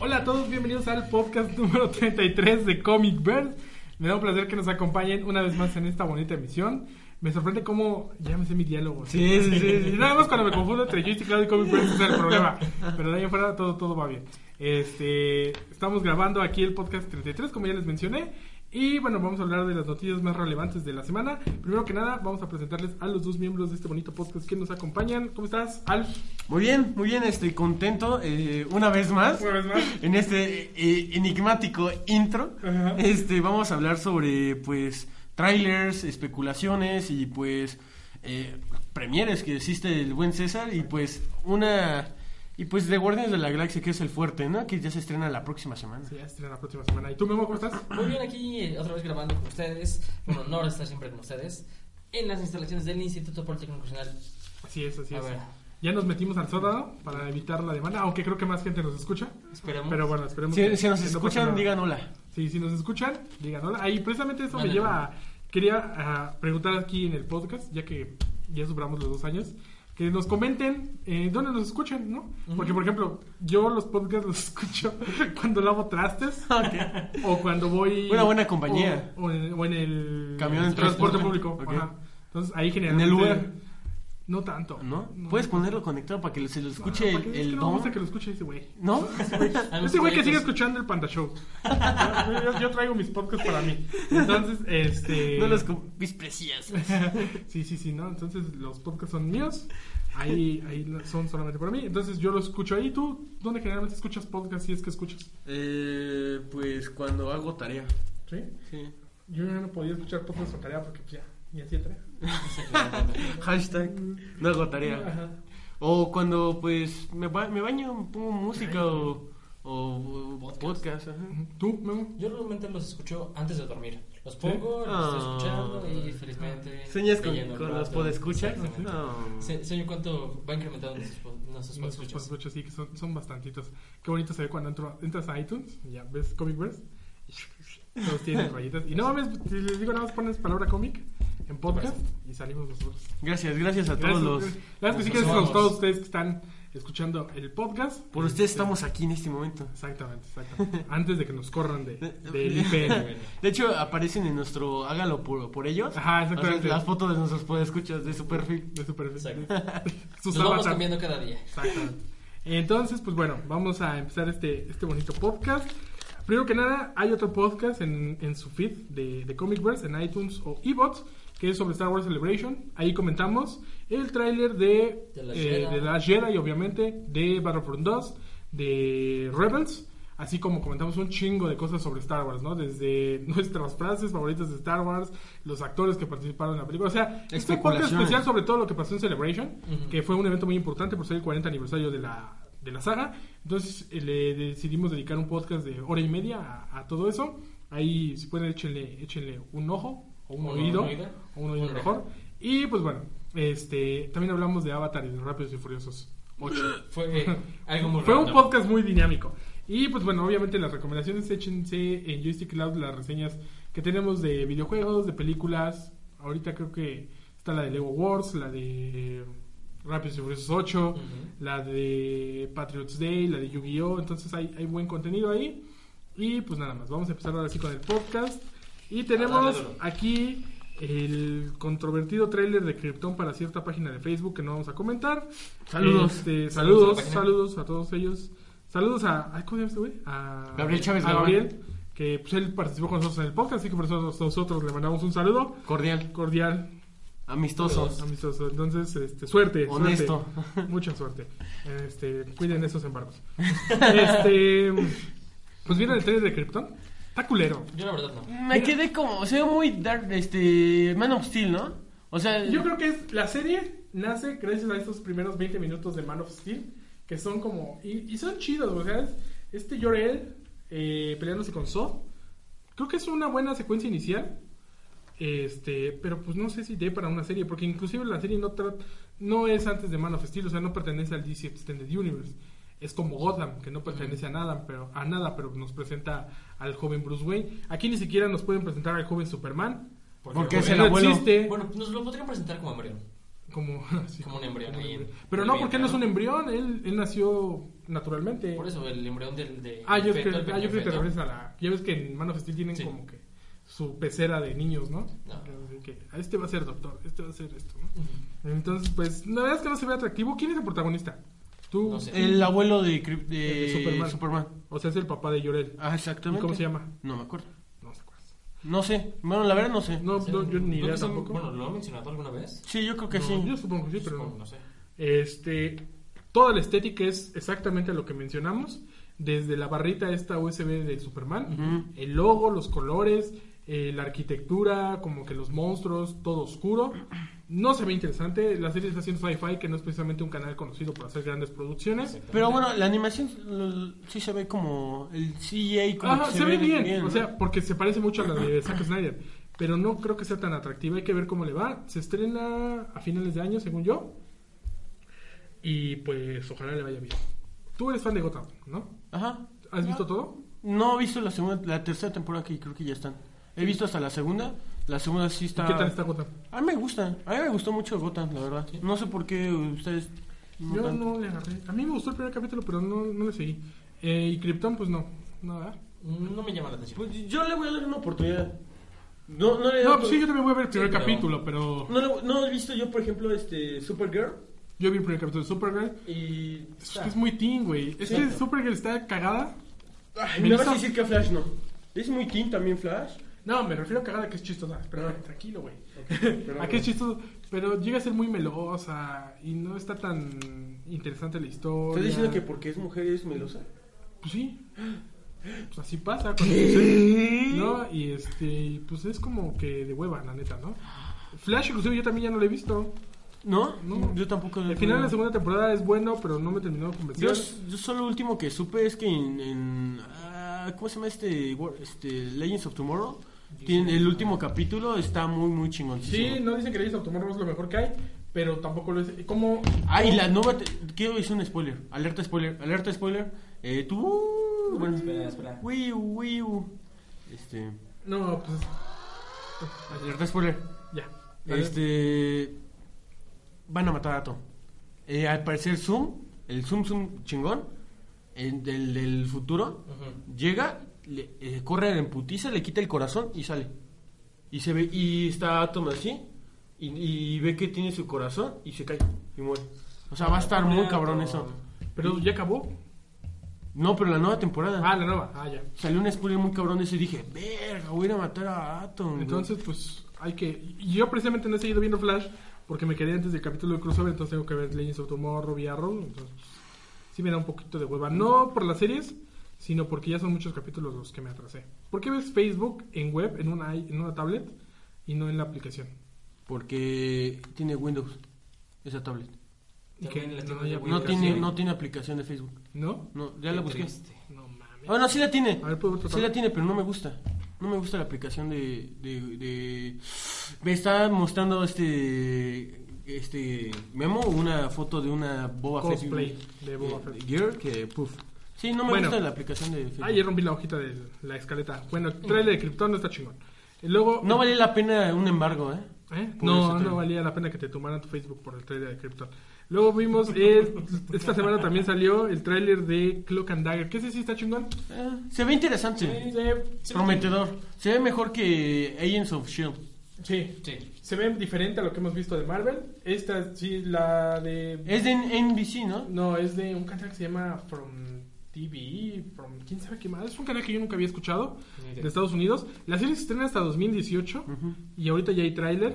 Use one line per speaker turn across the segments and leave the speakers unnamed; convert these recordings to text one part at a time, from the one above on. Hola a todos, bienvenidos al podcast número 33 de Comic Bird. Me da un placer que nos acompañen una vez más en esta bonita emisión. Me sorprende cómo ya me sé mi diálogo.
Sí, sí, sí, sí.
Nada más cuando me confundo entre yo y Cloud y Comic Bird ese es el problema. Pero de ahí en fuera todo, todo va bien. Este, estamos grabando aquí el podcast 33, como ya les mencioné. Y bueno, vamos a hablar de las noticias más relevantes de la semana. Primero que nada, vamos a presentarles a los dos miembros de este bonito podcast que nos acompañan. ¿Cómo estás, Al?
Muy bien, muy bien, estoy contento eh, una vez más.
Una vez más.
En este eh, enigmático intro,
Ajá.
este vamos a hablar sobre pues trailers, especulaciones y pues eh, premieres que existe el buen César y pues una y pues de Guardianes de la Galaxia que es el fuerte, ¿no? Que ya se estrena la próxima semana.
Sí, ya se estrena la próxima semana. ¿Y tú, Memo, cómo estás?
Muy bien, aquí eh, otra vez grabando con ustedes. Un honor estar siempre con ustedes. En las instalaciones del Instituto Politécnico Nacional.
Así es, así
A
es.
ver.
Ya nos metimos al sótano para evitar la demanda, aunque creo que más gente nos escucha.
Esperemos.
Pero bueno, esperemos
Si,
que-
si nos
que no pase
escuchan,
nada.
digan hola.
Sí, si nos escuchan, digan hola. Ahí precisamente eso me
Vale.
lleva a... Quería a preguntar aquí en el podcast, ya que ya superamos los dos años, que nos comenten eh, dónde nos escuchan, ¿no? Porque, por ejemplo, yo los podcasts los escucho cuando lavo trastes o cuando voy...
Una buena compañía.
O, o en, o en el...
Camión en
transporte
transporte.
público.
Ok.
ajá. Entonces, ahí generalmente...
Uber.
No tanto.
¿No? Puedes ponerlo conectado para que se lo escuche
¿Para qué? Es
el,
que
el
no me
don.
gusta que lo escuche ese güey.
¿No?
Algunos
Ese este güey que
proyectos.
sigue escuchando el Panda Show. Yo, yo- yo traigo mis podcasts para mí. Entonces, este.
No los com- mis preciosas.
sí, sí, sí, ¿no? Entonces, los podcasts son míos. Ahí, ahí son solamente para mí. Entonces, yo los escucho ahí. ¿Tú dónde generalmente escuchas podcasts si es que escuchas?
Eh, pues cuando hago tarea.
¿Sí?
Sí.
Yo ya no podía escuchar podcasts o tarea porque pues, ya, ya hacía tarea.
Hashtag no hago tarea.
Ajá.
O cuando pues me, ba- me baño, pongo música o, o- o podcast. ajá.
¿Tú, Memo?
Yo realmente los escucho antes de dormir. Los
¿Sí? Ah.
pongo, los estoy
Ah.
escuchando y felizmente.
¿Sueñas con,
leyendo un
con los
rato.
podescuchas?
Exactamente.
No.
Se- Sueño cuánto va incrementando nuestros pod- nuestros
Los
podescuchas.
podcasts sí, que son, son bastantitos. Qué bonito se ve cuando entro- entras a iTunes y ya ves Comic Verse. Todos tienen rayitas. Y no mames, si les digo nada más pones palabra cómic en podcast y salimos nosotros.
Gracias, gracias a todos los...
Gracias, pues. gracias que sí,
los
gracias a
amamos.
todos ustedes que están escuchando el podcast.
Por ustedes estamos aquí en este momento.
Exactamente, exactamente. Antes de que nos corran de, del IPN.
De hecho, aparecen en nuestro Hágalo por, por ellos.
Ajá, exactamente.
O sea, Las fotos de nuestros podescuchas de su perfil.
De su perfil.
Exacto.
Sus
Los vamos
avatars.
cambiando cada día.
Exactamente. Entonces, pues bueno, vamos a empezar este, este bonito podcast. Primero que nada, hay otro podcast en, en su feed de, de Comicverse, en iTunes o eBots, que es sobre Star Wars Celebration. Ahí comentamos el tráiler de,
De la
eh,
Jedi.
de la Jedi, obviamente, de Battlefront 2, de Rebels, así como comentamos un chingo de cosas sobre Star Wars, ¿no? Desde nuestras frases favoritas de Star Wars, los actores que participaron en la película. O sea, es un podcast
Especulaciones.
especial sobre todo lo que pasó en Celebration,
Ujú.
que fue un evento muy importante por ser el 40 aniversario de la, de la saga. Entonces eh, le decidimos dedicar un podcast de hora y media a, a todo eso. Ahí, si pueden, échenle, échenle un ojo, o un
O un
oído,
oído.
o un oído
Un
mejor. Y pues bueno, este también hablamos de Avatar y de Rápidos y Furiosos 8.
Fue eh, algo muy
Fue un
random.
podcast muy dinámico. Y pues bueno, obviamente las recomendaciones échense en Joystick Cloud las reseñas que tenemos de videojuegos, de películas. Ahorita creo que está la de Lego Wars, la de Rápidos y Furiosos 8,
Ujú.
la de Patriots Day, la de Yu-Gi-Oh! Entonces hay, hay buen contenido ahí. Y pues nada más, vamos a empezar ahora sí con el podcast. Y
A
tenemos
darle duro.
aquí el controvertido tráiler de Krypton para cierta página de Facebook que no vamos a comentar.
Saludos.
Este,
Saludos a la
saludos,
página.
saludos a todos ellos. Saludos a. ay, ¿Cómo se llama este güey? A
Gabriel Chávez
A
Galván.
Gabriel, que pues, él participó con nosotros en el podcast, así que por eso nos- nosotros le mandamos un saludo
Cordial,
cordial,
amistoso.
amistoso. Entonces, este, suerte. suerte.
Honesto.
Mucha suerte. Este, cuiden esos embargos. Este, pues vieron el trailer de Krypton. Está culero.
Yo la verdad no.
Me quedé como, se ve muy dark, este, Man of Steel, ¿no? O sea,
Yo creo que es, la serie nace gracias a estos primeros 20 minutos de Man of Steel, que son como... Y, y son chidos, o sea, es- este Jor-El eh, peleándose con Zod. Creo que es una buena secuencia inicial, este pero pues no sé si dé para una serie, porque inclusive la serie no tra- no es antes de Man of Steel, o sea, no pertenece al DC Extended Universe. Es como Gotham, que no pertenece a nada, pero a nada, pero nos presenta al joven Bruce Wayne. Aquí ni siquiera nos pueden presentar al joven Superman.
Porque
porque
es el
no
abuelo.
existe.
Bueno, pues nos lo podrían presentar como embrión.
Como, sí,
Como un embrión ahí en-
Pero
en
no,
el
porque él no es un
vientre,
embrión. Él, él nació naturalmente.
Por eso, el embrión del. De,
Ah, yo
del
creo,
feto, el
ah, yo creo que te
feto.
refieres a la... Ya ves que en Man of Steel tienen
Sí.
como que su pecera de niños, ¿no?
No.
Así que, "Ah, este va a ser doctor, este va a ser esto, ¿no?
Ujú.
Entonces, pues, la verdad es que no se ve atractivo. ¿Quién es el protagonista? Tú.
No sé.
El abuelo de, Cri- de
El de Superman.
Superman.
O sea, es el papá de Llorel.
Ah,
¿Y
exactamente.
cómo se llama?
No me acuerdo.
No se acuerdas.
No sé. Bueno, la verdad no sé.
No,
O sea,
no, yo ni
creo
idea
que sí,
tampoco.
Bueno, ¿lo he mencionado alguna vez?
Sí, yo creo que
No,
sí.
Yo supongo que sí, pero
Supongo,
no.
no sé.
Este, toda la estética es exactamente lo que mencionamos. Desde la barrita esta USB de Superman,
Ujú.
el logo, los colores, eh, la arquitectura, como que los monstruos, todo oscuro. No se ve interesante. La serie está haciendo sci-fi, que no es precisamente un canal conocido por hacer grandes producciones.
Pero bueno, la animación lo- sí se ve como el CGI como
Ajá,
que
se, ve bien,
¿no?
o sea, porque se parece mucho a la de Zack Snyder, pero no creo que sea tan atractiva, hay que ver cómo le va. Se estrena a finales de año, según yo, y pues ojalá le vaya bien. Tú eres fan de Gotham, ¿no?
Ajá.
¿Has
No.
visto todo?
No he visto la segunda, la tercera temporada que creo que ya están. He visto hasta la segunda. La segunda sí
¿Y
está.
¿Qué tal está Gotham?
A mí me gusta. A mí me gustó mucho Gotham, la verdad. No sé por qué ustedes. no
Yo
tanto.
no le agarré. A mí me gustó el primer capítulo, pero no, no le seguí. Eh, y Krypton, pues no, nada. mm,
No me llama la atención.
Pues yo le voy a dar una oportunidad. No, no le he
No,
dado-
pues sí, yo también voy a ver el
Sí,
primer
pero-
capítulo, pero
no le- no he visto yo, por ejemplo, este Supergirl.
yo vi el primer capítulo de Supergirl.
Y.
Es que es muy teen, güey. Es que
Cierto.
Supergirl está cagada.
Ay,
Mira,
me vas
esa-
a decir que a Flash no. Es muy teen también Flash.
No, me refiero a cagada que es chistosa. Pero
Ah.
tranquilo, güey.
pero
¿A qué es chistoso? Pero llega a ser muy melosa y no está tan interesante la historia.
¿Estás diciendo que porque es mujer es melosa?
Pues sí. Pues así pasa. cuando- ¿No? Y este, pues es como que de hueva, la neta, ¿no? Flash, inclusive, yo también ya no lo he visto.
¿No?
No.
Yo tampoco.
El final de la segunda temporada es bueno, pero no me terminó de convencer.
Yo, yo solo lo último que supe es que en. en, ah, ¿Cómo se llama este? War- este Legends of Tomorrow. Tiene, el último capítulo está muy, muy chingoncísimo.
Sí, no dicen que Legends of Tomorrow es lo mejor que hay, pero tampoco lo es. Como
Ah, y la nueva. te- Quiero decir un spoiler. Alerta, spoiler. Alerta, spoiler. Eh, tú. Bueno,
Espera, espera.
Wii U, Wii U. Este.
No, pues
Alerta, spoiler.
ya.
Este. Van a matar a Tom. Eh, al parecer, Zoom. El Zoom Zoom chingón. el del, del futuro.
Ujú.
Llega, le, eh, corre en putiza, le quita el corazón y sale. Y se ve, y está Atom así, y, y ve que tiene su corazón y se cae y muere. O sea, va a estar muy cabrón eso.
Pero ya acabó.
No, pero la nueva temporada.
Ah, la nueva. Ah, ya.
Salió un spoiler muy cabrón de eso y dije, verga, voy a ir a matar a Atom. güey".
Entonces, pues hay que. y Yo precisamente no he seguido viendo Flash porque me quedé antes del capítulo de Crossover, entonces tengo que ver Legends of Tomorrow y Arrow. Entonces, sí me da un poquito de hueva. No por las series, sino porque ya son muchos capítulos los que me atrasé. ¿Por qué ves Facebook en web, en una, i- en una tablet y no en la aplicación?
Porque tiene Windows, esa tablet.
Y
También
que
la
no
tengo
haya
de
No
Windows,
tiene,
sí.
no tiene aplicación de Facebook.
¿No?
No, ya
Qué
la busqué.
triste.
No mames.
Ah, no, sí la tiene.
A ver, ¿puedo ver tu
Sí la
tablet?
tiene, pero no me gusta. No me gusta la aplicación de, de, de- Me está mostrando este... Este... Memo, una foto de una Boba
Cosplay
Fett.
de Boba
eh,
Fett.
Girl que... Puf. Sí, no me
Bueno.
gusta la aplicación de Facebook.
Ah, ya rompí la hojita de la escaleta. Bueno, el trailer de Krypton no está chingón. Y luego.
No vale la pena un embargo, ¿eh?
¿Eh?
Por ese
No,
trailer.
no valía la pena que te tomaran tu Facebook por el trailer de Krypton. Luego vimos, eh, esta semana también salió el trailer de Cloak and Dagger. ¿Qué sé si está chingón?
Eh, se ve interesante. Prometedor. Se ve mejor que Agents of S.H.I.E.L.D.
Sí.
Sí.
Se ve diferente a lo que hemos visto de Marvel. Esta sí, la de...
Es de NBC, ¿no?
No, es de un canal que se llama From TV, From... ¿Quién sabe qué más? Es un canal que yo nunca había escuchado
Ni idea.
de Estados Unidos. La serie se estrena hasta 2018
Ujú.
y ahorita ya hay tráiler.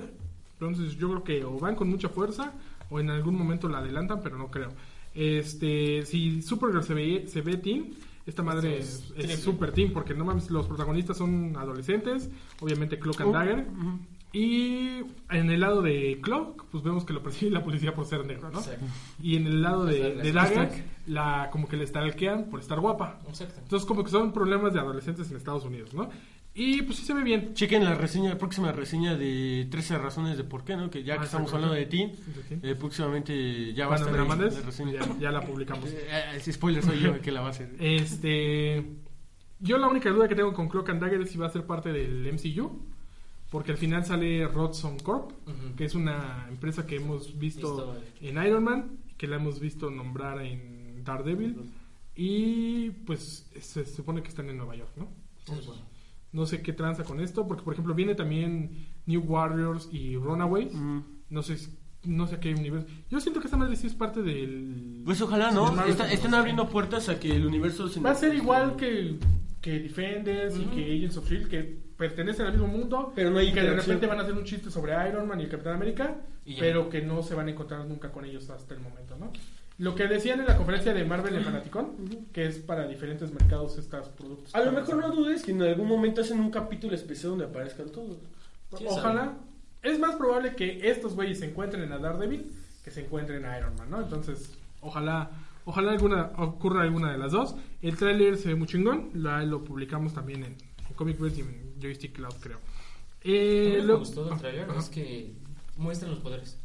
Entonces yo creo que o van con mucha fuerza o en algún momento la adelantan, pero no creo. Este, si Supergirl se ve, se ve teen, esta madre
Esto
es,
es
es
triple.
super teen porque no mames, los protagonistas son adolescentes, obviamente Cloak and Dagger.
Ujú.
Y en el lado de Cloak, pues vemos que lo persigue la policía por ser negro, ¿no?
Exacto. Pues
Y en el lado de,
Exacto.
de Dagger, la, como que le estalquean por estar guapa.
Exacto.
Entonces como que son problemas de adolescentes en Estados Unidos, ¿no? Y pues sí se ve bien.
Chequen la reseña, la próxima reseña de 13 razones de por qué, ¿no? Que ya
Ah,
que estamos
exacto.
hablando de ti,
De ti.
eh, próximamente ya va a
Cuando
estar
me la
ahí
mandes,
la reseña.
ya, Eh, ya la publicamos.
Eh, eh, spoiler soy yo el que la va a hacer.
Este, yo la única duda que tengo con Cloak and Dagger es si va a ser parte del MCU, porque al final sale Rodson Corp,
Ujú.
que es una empresa que hemos visto
Visto,
en Iron Man, que la hemos visto nombrar en Daredevil, Y pues se supone que están en Nueva York, ¿no?
Se supone.
No sé qué tranza con esto, porque por ejemplo viene también New Warriors y Runaways.
Ujú.
No sé si- no sé a qué universo. Yo siento que esta madre sí es parte del.
Pues ojalá,
del
¿no?
Marvel
Está-
Universe.
están abriendo puertas a que el universo... se-
Va a ser igual que, que Defenders y
Ujú.
que Agents of Shield, que pertenecen al mismo mundo,
Pero no hay
y que de
interacción.
repente van a hacer un chiste sobre Iron Man y el Capitán América,
Y ya.
pero que no se van a encontrar nunca con ellos hasta el momento, ¿no? Lo que decían en la conferencia de Marvel en Fanaticon, que es para diferentes mercados estos productos.
A lo mejor no dudes que en algún momento hacen un capítulo especial donde aparezcan todos.
¿Quién
Ojalá. Es más probable que estos güeyes se encuentren a Daredevil que se encuentren a Iron Man, ¿no? Entonces, ojalá, ojalá alguna, ocurra alguna de las dos. El tráiler se ve muy chingón. La, lo publicamos también en, en Comic Verse y en Joystick Cloud, creo.
A mí
Eh,
lo que me
lo-
gustó
ah,
del trailer
ajá.
es que muestran los poderes.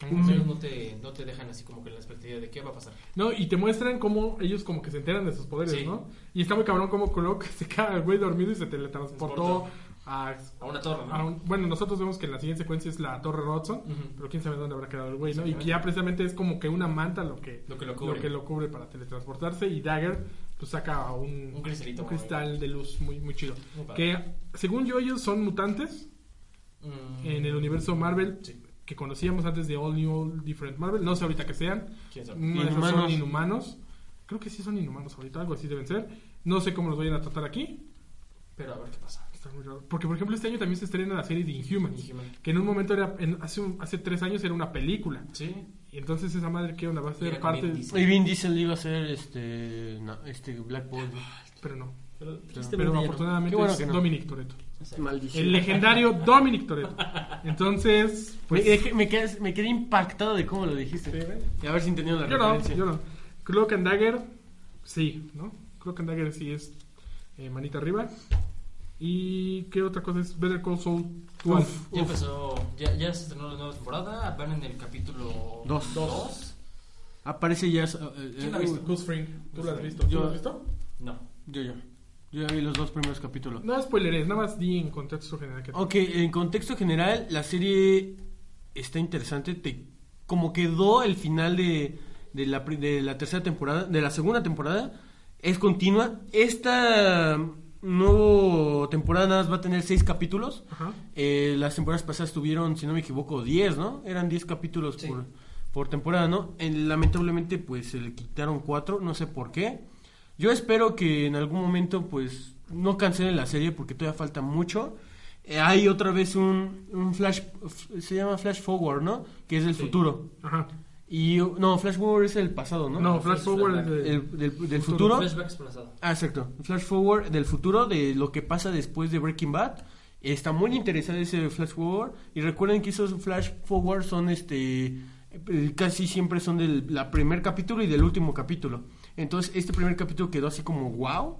Al
Mm.
menos no te, no te dejan así como que en la expectativa de qué va a pasar.
No, y te muestran cómo ellos como que se enteran de sus poderes,
Sí.
¿no? Y está muy cabrón cómo Clock se queda el güey dormido y se teletransportó
Transporta.
a...
A una torre, ¿no?
a un- bueno, nosotros vemos que la siguiente secuencia es la Torre Rodson,
Ujú.
pero quién sabe dónde habrá quedado el güey, ¿no? Y
Exactamente.
que ya precisamente es como que una manta lo que
Lo que lo cubre.
que lo cubre para teletransportarse y Dagger pues saca un,
Un cristalito,
un cristal de luz muy, muy chido.
Muy padre.
Que según yo ellos son mutantes
Mm.
en el universo Marvel
Sí.
que conocíamos antes de All New, All Different Marvel, no sé ahorita que sean.
¿Quién sabe?
Mm, esos Son
Inhumanos.
inhumanos. Creo que sí son inhumanos ahorita, algo así deben ser. No sé cómo los vayan a tratar aquí.
Pero a ver qué pasa.
Está muy raro. Porque, por ejemplo, este año también se estrena la serie de Inhumans.
Inhuman.
Que en un momento era. en- hace, un- hace tres años era una película.
Sí.
Y entonces esa madre, ¿qué onda? Va a
Y
ser
era
parte.
con Vin
de-
Diesel.
Y Vin Diesel iba a ser este, no, este Black Bolt.
Pero no.
Pero,
Pero afortunadamente
Qué bueno
es
que Este no.
Dominic Toretto.
Maldición.
El legendario Dominic Toretto. Entonces,
Me,
pues.
dejé- me quedé, me quedé impactado de cómo lo dijiste.
sí, güey.
Y a ver si entendieron la
Yo no,
referencia.
yo no. Cloak and Dagger, sí, ¿no? Cloak and Dagger sí es eh, manita arriba. ¿Y qué otra cosa es Better Call Saul 12?
Uf,
Ya empezó, ya, ya se estrenó la nueva temporada, van en el capítulo
Dos.
2.
Aparece ya... eh,
¿Quién
eh,
la ha visto?
Goose Fring, ¿tú la has visto?
Yo-
¿Tú la has visto?
No.
Yo, yo. Yo ya vi los dos primeros capítulos.
No spoileres, nada más di en contexto general que
Ok, en contexto general, la serie está interesante. Te, como quedó el final de, de, la, pri- de la tercera temporada, de la segunda temporada, es continua. Esta nueva temporada nada más va a tener seis capítulos.
Ajá.
Eh, las temporadas pasadas tuvieron, si no me equivoco, 10, ¿no? Eran 10 capítulos
Sí.
por, por temporada, ¿no? En- lamentablemente, pues se le quitaron 4, no sé por qué. Yo espero que en algún momento, pues, no cancelen la serie porque todavía falta mucho. Eh, hay otra vez un, un flash, f- se llama Flash Forward, ¿no? Que es el
Sí.
futuro.
Ajá.
Y, no, Flash Forward es el pasado, ¿no?
No, Flash Forward es de-
El- del,
Futuro.
del futuro.
Flashback explazado.
Ah, exacto. Flash forward del futuro, de lo que pasa después de Breaking Bad. Está muy interesante ese flash forward. Y recuerden que esos flash forward son este. eh, Casi siempre son del la primer capítulo y del último capítulo. Entonces, este primer capítulo quedó así como wow.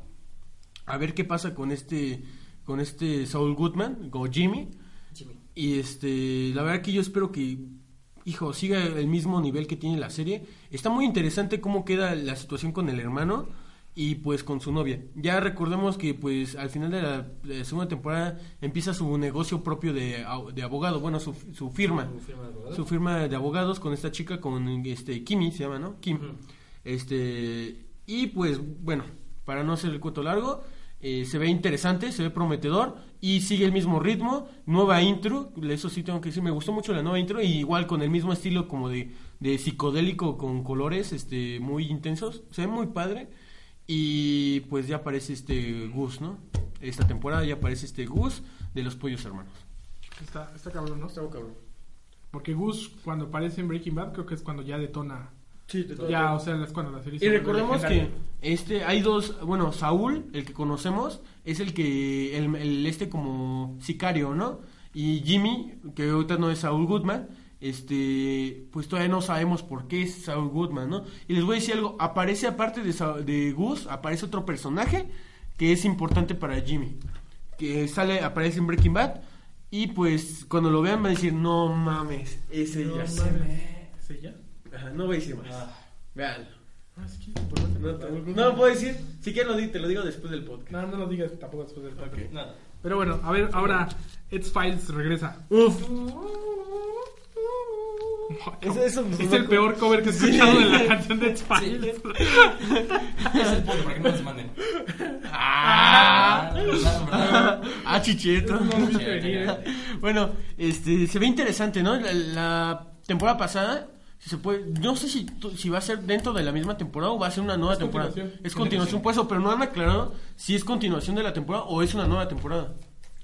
A ver qué pasa con este. Con este Saul Goodman, o Jimmy.
Jimmy.
Y este, la verdad que yo espero que, hijo, siga el mismo nivel que tiene la serie. Está muy interesante cómo queda la situación con el hermano y pues con su novia. Ya recordemos que pues al final de la, de la segunda temporada empieza su negocio propio de, au- de abogado, bueno, su, su firma.
Su firma de abogado.
Su firma de abogados con esta chica, con este Kimi, se llama, ¿no? Kim.
Ujú.
Este, y pues bueno, para no hacer el cuento largo, eh, se ve interesante, se ve prometedor y sigue el mismo ritmo, nueva intro, eso sí tengo que decir, me gustó mucho la nueva intro y igual con el mismo estilo como de, de psicodélico con colores este muy intensos, se ve muy padre y pues ya aparece este Gus, ¿no? Esta temporada ya aparece este Gus de los Pollos Hermanos.
Está, está cabrón, ¿no? Está
cabrón.
Porque Gus, cuando aparece en Breaking Bad, creo que es cuando ya detona.
Sí,
Ya, o sea, es cuando la serie se
Y
vuelve
recordemos que
legendaria.
este hay dos, bueno, Saúl, el que conocemos, es el que el, el este como sicario, ¿no? Y Jimmy, que ahorita no es Saúl Goodman, este, pues todavía no sabemos por qué es Saúl Goodman, ¿no? Y les voy a decir algo, aparece aparte de, Sa- de Gus, aparece otro personaje que es importante para Jimmy, que sale aparece en Breaking Bad y pues cuando lo vean van a decir, "No mames, ese
No
ya
mames.
sé".
¿Es ella?
Ajá, no voy a decir más.
Ah,
Véanlo.
Ah, es que es importante.
No, te- no pues. lo puedo decir. Si quieres lo di- te lo digo después del podcast.
No, no lo digas tampoco después del podcast.
nada.
Pero bueno, a ver, ahora X-Files regresa.
Uf. Eso- eso nos
es
da
el
cu-
peor cover que he escuchado de la canción de Spice.
Es el punto para que no nos manden.
Ah,
Ah,
Ah, chicheto.
No lo viste venir, ¿eh?
Bueno, este, se ve interesante, ¿no? La, la temporada pasada, si se puede, no sé si, tu- si va a ser dentro de la misma temporada o va a ser una nueva
Es
temporada.
continuación.
Es continuación, pues, pero no han aclarado si es continuación de la temporada o es una nueva temporada.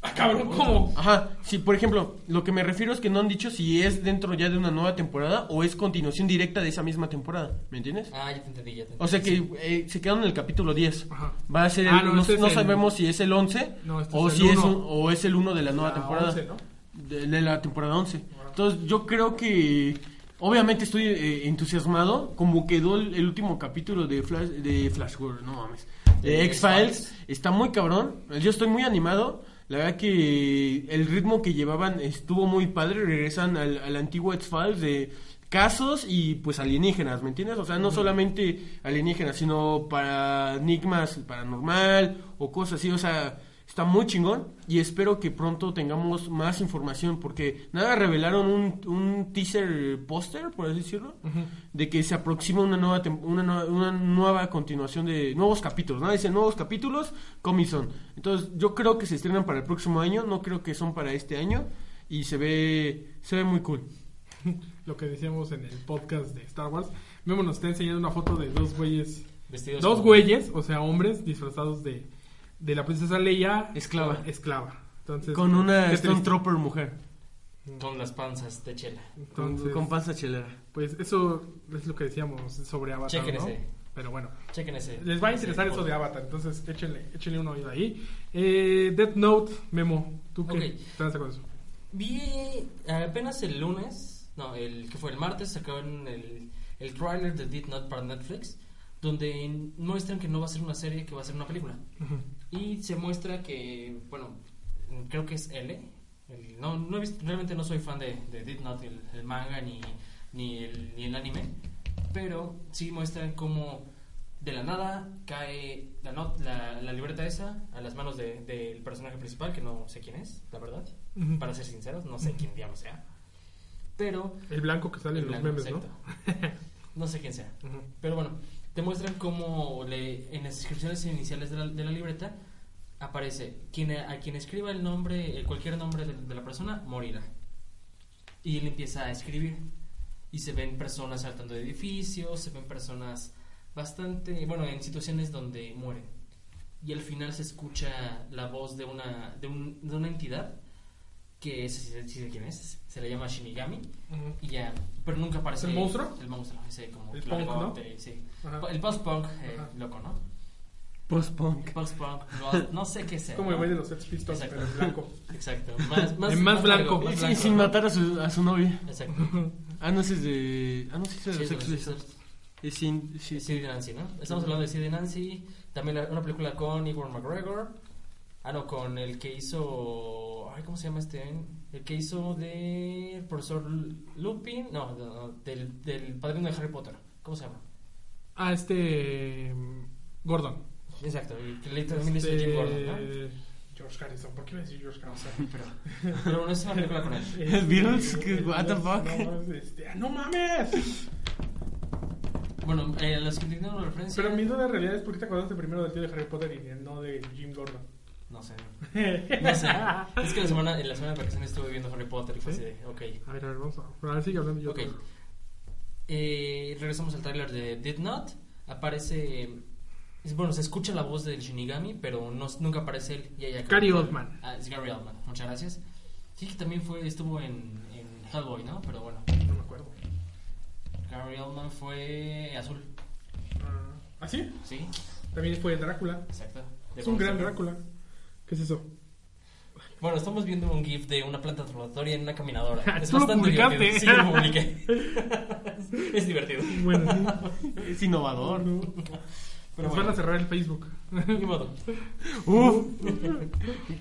Ah, cabrón, ¿cómo?
Ajá, sí, por ejemplo, lo que me refiero es que no han dicho si es dentro ya de una nueva temporada o es continuación directa de esa misma temporada, ¿me entiendes?
Ah, ya te entendí, ya te entendí.
O sea que eh, se quedaron en el capítulo 10.
Ajá.
Va a ser el-
Ah, no,
no,
este es
no
el-
sabemos si es el 11
No, este
o
es el
si es
uno. Ah,
un- o es el 1 de la nueva
La
temporada.
11, ¿no?
de, de la temporada 11.
Ah.
Entonces yo creo que obviamente estoy eh, entusiasmado como quedó el, el último capítulo de Flash de Flash Gordon, no mames. De
De
X Files
X-Files.
está muy cabrón. Yo estoy muy animado. La verdad que el ritmo que llevaban estuvo muy padre. Regresan al, al antiguo X-Files de casos y pues alienígenas, ¿me entiendes? O sea, no solamente alienígenas, sino para enigmas paranormal o cosas así. O sea, está muy chingón y espero que pronto tengamos más información porque nada, revelaron un, un teaser póster, por así decirlo, de que se aproxima una nueva, tem- una nueva, una nueva continuación de nuevos capítulos, ¿no? Dicen nuevos capítulos, comic son. Entonces, yo creo que se estrenan para el próximo año, no creo que son para este año y se ve se ve muy cool.
Lo que decíamos en el podcast de Star Wars. Memo nos está enseñando una foto de dos güeyes.
Vestidos
Dos
como-
güeyes, o sea, hombres disfrazados de, de la princesa Leia.
Esclava.
Esclava. Entonces,
Con una
qué
Stone
triste.
Trooper mujer,
Con las panzas de chela.
con,
Entonces,
con panza chelera.
pues eso es lo que decíamos sobre Avatar,
Chequen
¿no?
ese.
Pero bueno,
Chequen ese.
les va a interesar eso de Avatar, entonces échenle, échenle un oído ahí. Eh, Death Note, Memo, ¿tú qué
Ok.
tranza con eso?
Vi apenas el lunes, no, el que fue el martes, sacaron el, el trailer de Death Note para Netflix, donde muestran que no va a ser una serie, que va a ser una película. Y se muestra que, bueno, creo que es L. el- no, no he visto- realmente no soy fan de, de Death Note, el, el manga ni, ni, el, ni el anime, pero sí muestran cómo de la nada cae la, not- la, la libreta esa a las manos de- del personaje principal, que no sé quién es, la verdad.
Ujú.
Para ser sinceros, no sé quién diablos sea. Pero...
El blanco que sale en los
blanco,
memes, ¿no?
exacto. No sé quién sea.
Ujú.
Pero bueno, te muestran cómo le- en las inscripciones iniciales de la, de la libreta aparece quien, a quien escriba el nombre, eh, cualquier nombre de, de la persona, morirá. Y él empieza a escribir. Y se ven personas saltando de edificios, se ven personas bastante, bueno, en situaciones donde mueren. Y al final se escucha la voz de una, de un- de una entidad que es, si sé quién es, se le llama Shinigami.
Ujú.
Y ya, pero nunca aparece.
¿El monstruo?
El monstruo, ese como.
El punk, ¿no?
largote, sí.
Ajá.
El post-punk, eh,
Ajá.
loco, ¿no?
Post punk.
Post-punk, lo- no sé qué sea.
Como el
¿no?
güey de los Sex Pistols,
Exacto.
pero en blanco.
Exacto. Más, más,
El más blanco.
largo, más
Sí, sin
¿no?
matar a su, a su novia.
Exacto.
Ah, no, ese es de... Ah, no, sí, es de
Sí,
los
es de
Sex
los
Pistols.
Pistols.
Es sin...
Sí,
sí, sí.
sí, de Nancy, ¿no? Estamos hablando de Sí de Nancy. También la- una película con Igor McGregor. Ah, no, con el que hizo. Ay, ¿cómo se llama este? El que hizo de. El profesor Lupin. No, no, no, del, del padrino de Harry Potter. ¿Cómo se llama?
Ah, este. mm, Gordon.
Exacto, y que le Este, también hizo Jim Gordon, ¿no?
Este, George Harrison, ¿por qué iba a decir George Harrison?
Pero bueno, es una película con él.
Este,
Beatles, ¿qué?
el
What the
Beatles,
fuck?
No, es este, ah, no mames.
Bueno, eh, los que tienen una referencia.
Pero mi duda en realidad es por qué te acordaste primero del tío de Harry Potter y de- no de Jim Gordon.
No sé. No sé. es que la semana, en la semana de vacaciones estuve viendo Harry Potter y fue
¿Sí?
así de, ok.
A ver, a ver, vamos a. pero A ver, sigue hablando yo.
Ok. Eh, regresamos al tráiler de Did Not. Aparece. es- Bueno, se escucha la voz del Shinigami, pero no, nunca aparece él. Ya, ya,
Gary Oldman.
Ah, es Gary Oldman, muchas gracias. Sí, que también fue, estuvo en, en Hellboy, ¿no? Pero bueno,
No me acuerdo.
Gary Oldman fue azul,
Ah, ¿Ah, sí?
¿sí?
También fue Drácula.
Exacto. De
Es un gran
Bram Stoker.
Drácula. ¿Qué es eso?
Bueno, estamos viendo un GIF de una planta transformatoria en una caminadora. Es
Tú lo
bastante
publicaste.
divertido. Sí, lo publiqué. es divertido.
Bueno, sí.
Es innovador.
No.
Pero
Nos
bueno,
van a cerrar el Facebook.
ni modo.
Uf.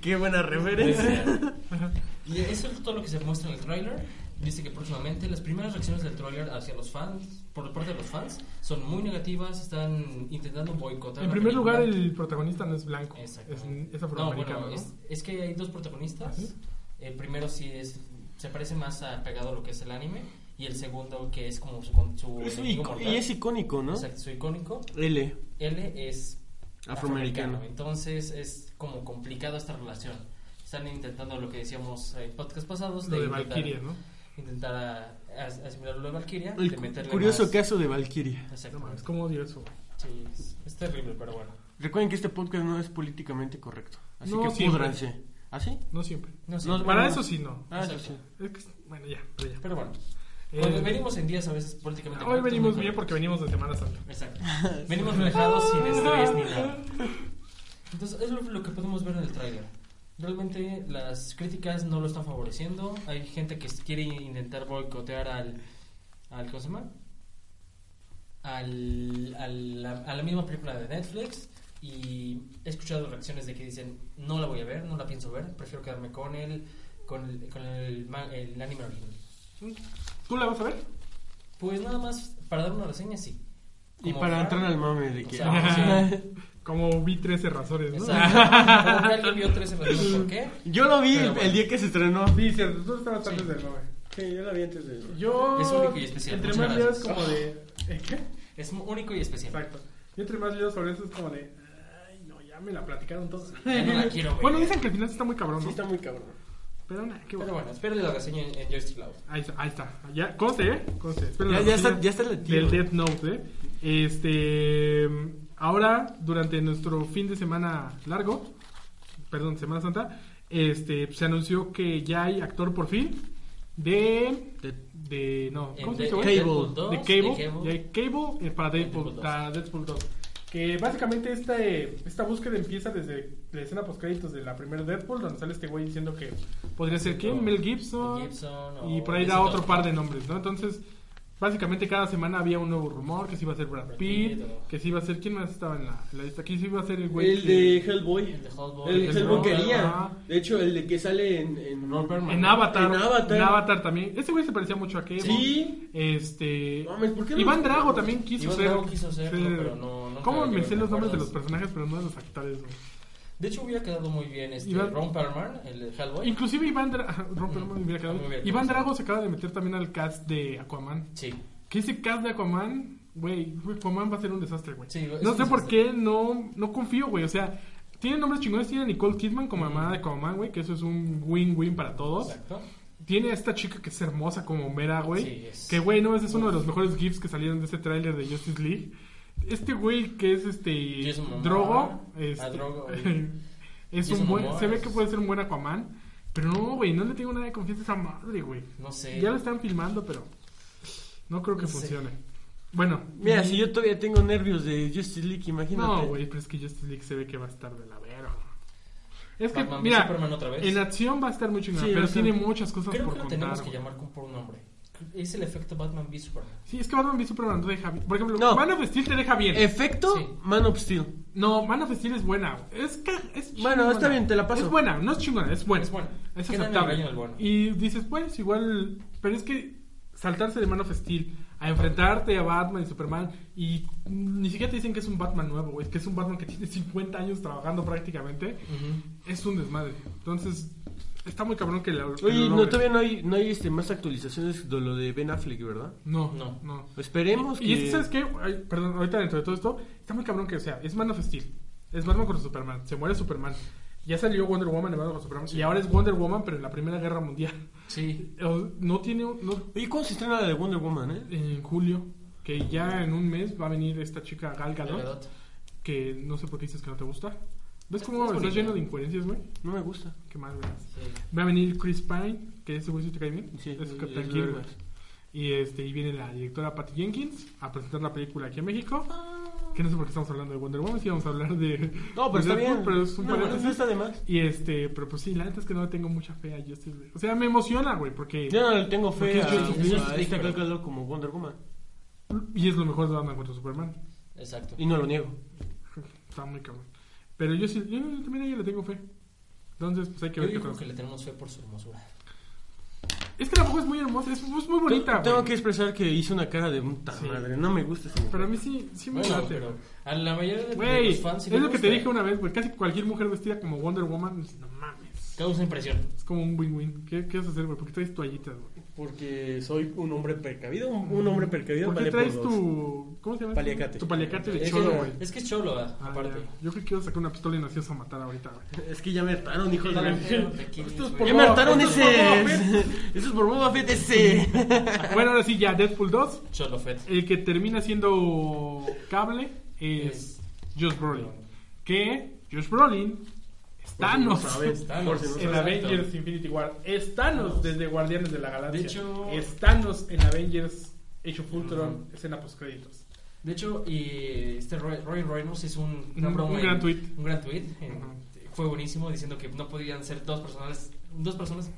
Qué buena referencia.
Y eso es todo lo que se muestra en el tráiler. Dice que próximamente las primeras reacciones del tráiler hacia los fans, por parte de los fans, son muy negativas. Están intentando boicotar.
En
la
primer lugar,
película.
el protagonista no es blanco. Es,
Exacto.
es
No,
afroamericano.
bueno,
¿no?
es, es que hay dos protagonistas.
¿Ah, sí?
El primero sí es se parece más a pegado a lo que es el anime y el segundo que es como su, con- su
Es
enemigo
ico-
mortal.
y es icónico, ¿no?
Exacto, su icónico.
L.
L es
Afroamericano.
Entonces es como complicado esta relación. Están intentando lo que decíamos eh, en podcast pasados
Lo de
intentar-
Valkyria, ¿no?
intentar a- as- asimilar lo de Valkyria,
El
de
cu-
meterle
curioso
más-
caso de Valkyria.
No
Exacto.
mames, cómo odio eso.
Sí, es, es terrible, pero bueno.
Recuerden que este podcast no es políticamente correcto. Así
No,
que
siempre.
púdranse. ¿Así?
No siempre.
No sé.
No, bueno,
pero
Para
bueno.
eso sí, no.
Ah, eso sí.
Exacto.
Es que, bueno, ya, pero ya.
Pero bueno.
Eh,
Cuando venimos en días a veces políticamente
hoy
correctos,
venimos
muy
bien porque
correctos.
venimos de Semana Santa.
Exacto. Venimos relajados sin estrés ni nada. Entonces, es lo, lo que podemos ver en el tráiler. Realmente las críticas no lo están favoreciendo. Hay gente que quiere intentar boicotear al... al ¿Cómo se llama? Al, al- a, la misma película de Netflix. Y he escuchado reacciones de que dicen, no la voy a ver, no la pienso ver. Prefiero quedarme con el, con el, con el, ma- el anime original.
¿Tú la vas a ver?
Pues nada más, para dar una reseña, sí.
Y
Como
para
fan,
entrar al mame de
o
que...
sea,
Como vi 13 razones, ¿no?
Exacto. Como que alguien vio 13 razones por qué.
Yo lo vi
Pero
el-
bueno.
el día que se estrenó.
Sí, cierto, tú estabas antes
Sí.
del 9.
Sí, yo lo vi antes de...
Yo.
Es único y especial,
Entre
muchas
más videos
gracias.
como de. ¿Eh, ¿Qué?
Es mu- único y especial.
Exacto. Yo entre más videos sobre eso es como de. Ay, no, ya me la platicaron todos.
Ya no la quiero ver.
Bueno, dicen que el final sí está muy cabrón,
Sí,
¿no?
está muy cabrón.
Pero nada, qué
Pero
bueno.
bueno, espero la reseña en, en Joystick Loud.
Ahí está, ahí está. Ya, conste, ¿eh? Conste. Espero
Ya-
la
ya está-
reseña
ya está latido.
Del Death Note, ¿eh? Este. Ahora, durante nuestro fin de semana largo, perdón, Semana Santa, este, se anunció que ya hay actor por fin de.
De-
de no,
En
¿cómo se
de-
llama?
Cable.
Deadpool 2,
de Cable,
de
y hay Cable eh, para Deadpool,
Deadpool 2.
para Deadpool 2. Que básicamente esta, eh, esta búsqueda empieza desde la escena post créditos de la primera Deadpool, donde sale este güey diciendo que podría ser quién, Oh. Mel Gibson,
Mel Gibson o
y por ahí da
Jessica
otro par de nombres, ¿no? Entonces, básicamente cada semana había un nuevo rumor, que si iba a ser Brad
Brad
Pitt,
Pitt, o-
que si iba a ser, ¿quién más estaba en la, en la lista? Que si iba a ser el güey
El
que-
de Hellboy.
El de Hellboy.
El
El
de Hellboy Ah.
Hellboy,
quería.
ajá.
De hecho, el de que sale en... En,
Robert Mann.
En Avatar.
En Avatar.
En Avatar también. Ese güey se parecía mucho a Cable.
Sí.
Este.
Mames, ¿por qué no?
Iván Drago también quiso
Iván
ser.
Drago quiso serlo, pero no- nunca
¿Cómo me
llegó,
sé
¿te
los nombres de
acuerdas?
los personajes, pero no de los actores, güey?
De hecho, hubiera quedado muy bien este
Iván-
Ron Perlman, el de Hellboy.
Inclusive Iván Drago. hubiera quedado.
Muy bien,
Iván
sí.
Drago se acaba de meter también al cast de Aquaman.
Sí.
Que ese cast de Aquaman, güey, güey, Aquaman va a ser un desastre, güey.
Sí, es
no
un
sé por
desastre.
qué no, no confío, güey. O sea, tiene nombres chingones. Tiene a Nicole Kidman como mamá de Aquaman, güey, que eso es un win-win para todos.
Exacto.
Tiene a esta chica que es hermosa como Mera, güey.
Sí, es-
Que, güey, no, ese es uno de los mejores gifs que salieron de ese tráiler de Justice League. Este güey que es este...
Jason Momoa.
Drogo. este,
Ah, Drogo, güey.
es
Jason
un buen...
Momoa
se ve
es-
que puede ser un buen Aquaman. Pero no, güey, no le tengo nada de confianza a esa madre, güey.
No sé.
Ya lo están filmando, pero... No creo que
No sé.
funcione. Bueno.
Mira, si yo todavía tengo nervios de Justice League, imagínate.
No, güey, pero es que Justice League se ve que va a estar de la vera. Es que,
Batman v
mira,
Superman otra vez.
en acción va a estar muy chingada,
Sí, va
pero
a ser-
tiene muchas cosas
Creo
por
que lo
contar.
tenemos que
güey.
llamar con- por un nombre. Es el efecto Batman v Superman.
Sí, es que Batman v Superman no deja bien. Por ejemplo,
No.
Man of Steel te deja bien.
Efecto
Sí.
Man of Steel.
No, Man of Steel es buena. güey. Es que es
Bueno, está bien, te la paso.
Es buena, no es chingona, es buena.
Es buena.
Es
Queda en el
aceptable.
reino del bueno.
Y dices, pues, igual. Pero es que saltarse de Man of Steel a enfrentarte a Batman y Superman y mm, ni siquiera te dicen que es un Batman nuevo, güey, que es un Batman que tiene 50 años trabajando prácticamente, es un desmadre. Entonces, está muy cabrón que la.
Oye, no, todavía no hay, no hay este, más actualizaciones de lo de Ben Affleck, ¿verdad?
No, no,
No.
no.
Esperemos que...
Y es que, ¿sabes qué? Ay, perdón, ahorita dentro de todo esto, está muy cabrón que, o sea, es Man of Steel, es Batman contra Superman, se muere Superman, ya salió Wonder Woman en Batman contra Superman, y ahora es Wonder Woman, pero en la Primera Guerra Mundial.
Sí.
O- No tiene, un- no,
Oye, ¿cuándo se estrena la de Wonder Woman, eh?
en julio, que ya en un mes va a venir esta chica Gal Gadot,
Gal Gadot.
que no sé por qué dices que no te gusta. ¿Ves
Es-
cómo
es
estás
bonita.
lleno de incoherencias, güey?
No me gusta.
Qué mal, verás.
Sí.
Va a venir Chris Pine, que ese güey sí te cae bien.
Sí,
es
es
Captain
verga.
Kirk, güey. Y, este, y viene la directora Patty Jenkins a presentar la película aquí en México. Que no sé por qué estamos hablando de Wonder Woman, si vamos a hablar de.
No,
de
pero está
Deadpool,
bien.
Pero es un
no,
paréntesis.
no está de más.
Y este, pero pues sí, la neta es que no le tengo mucha fe a Justice League. O sea, me emociona, güey, porque.
Yo no le tengo
Porque
fe
es
a,
Justice
a
League,
esta Gal
pero-
Gadot como Wonder Woman.
Y es lo mejor de Batman contra Superman.
Exacto.
Y no lo niego.
Está muy cabrón. Pero yo sí, yo también a ella le tengo fe. Entonces, pues hay que
Yo
ver qué
digo
pasa.
que le tenemos fe por su hermosura.
Es que tampoco es muy hermosa, es, es muy bonita.
Tengo
güey.
que expresar que hice una cara de puta
Sí.
madre. No me gusta esa mujer.
Pero a mí sí, sí me
Bueno,
late,
pero
güey.
a la mayoría de, de
Güey,
los fans sí
es
les
lo que te
gusta.
dije una vez, güey. Casi cualquier mujer vestida como Wonder Woman, no mames.
Causa impresión.
Es como un win-win. ¿Qué, qué vas a hacer, güey? ¿Por qué traes toallitas, güey?
Porque soy un hombre precavido. Un, un hombre precavido
¿Por
vale
qué
por
traes
dos.
tu. ¿Cómo se llama? este?
Paliacate.
Tu paliacate de
Es
cholo,
que-
güey.
Es que es cholo, ah,
Ah,
aparte.
ya. Yo creo que iba a sacar una pistola y nos ibas a matar ahorita, güey.
Es que ya me hartaron, hijo de la...
Pero pequeños,
Estos
güey.
por
Ya me hartaron
Esto es por Boba
ese. Eso es por Boba Fett, ese.
bueno, ahora sí, ya, Deadpool 2.
Cholo Fett.
El que termina siendo cable es
Es-
Josh Brolin. Que Josh Brolin es Thanos.
sabes,
Thanos.
por si no
En
sabes.
Avengers Infinity War. Es Thanos desde Guardianes de la Galaxia.
De hecho-
Es Thanos en Avengers Age of Ultron, escena postcréditos.
De hecho, y este Roy, Roy Reynolds hizo un, una
Un-
broma
un
en-
gran tuit.
Un gran tweet.
Ajá.
Fue buenísimo diciendo que no podían ser dos personas. Dos personas.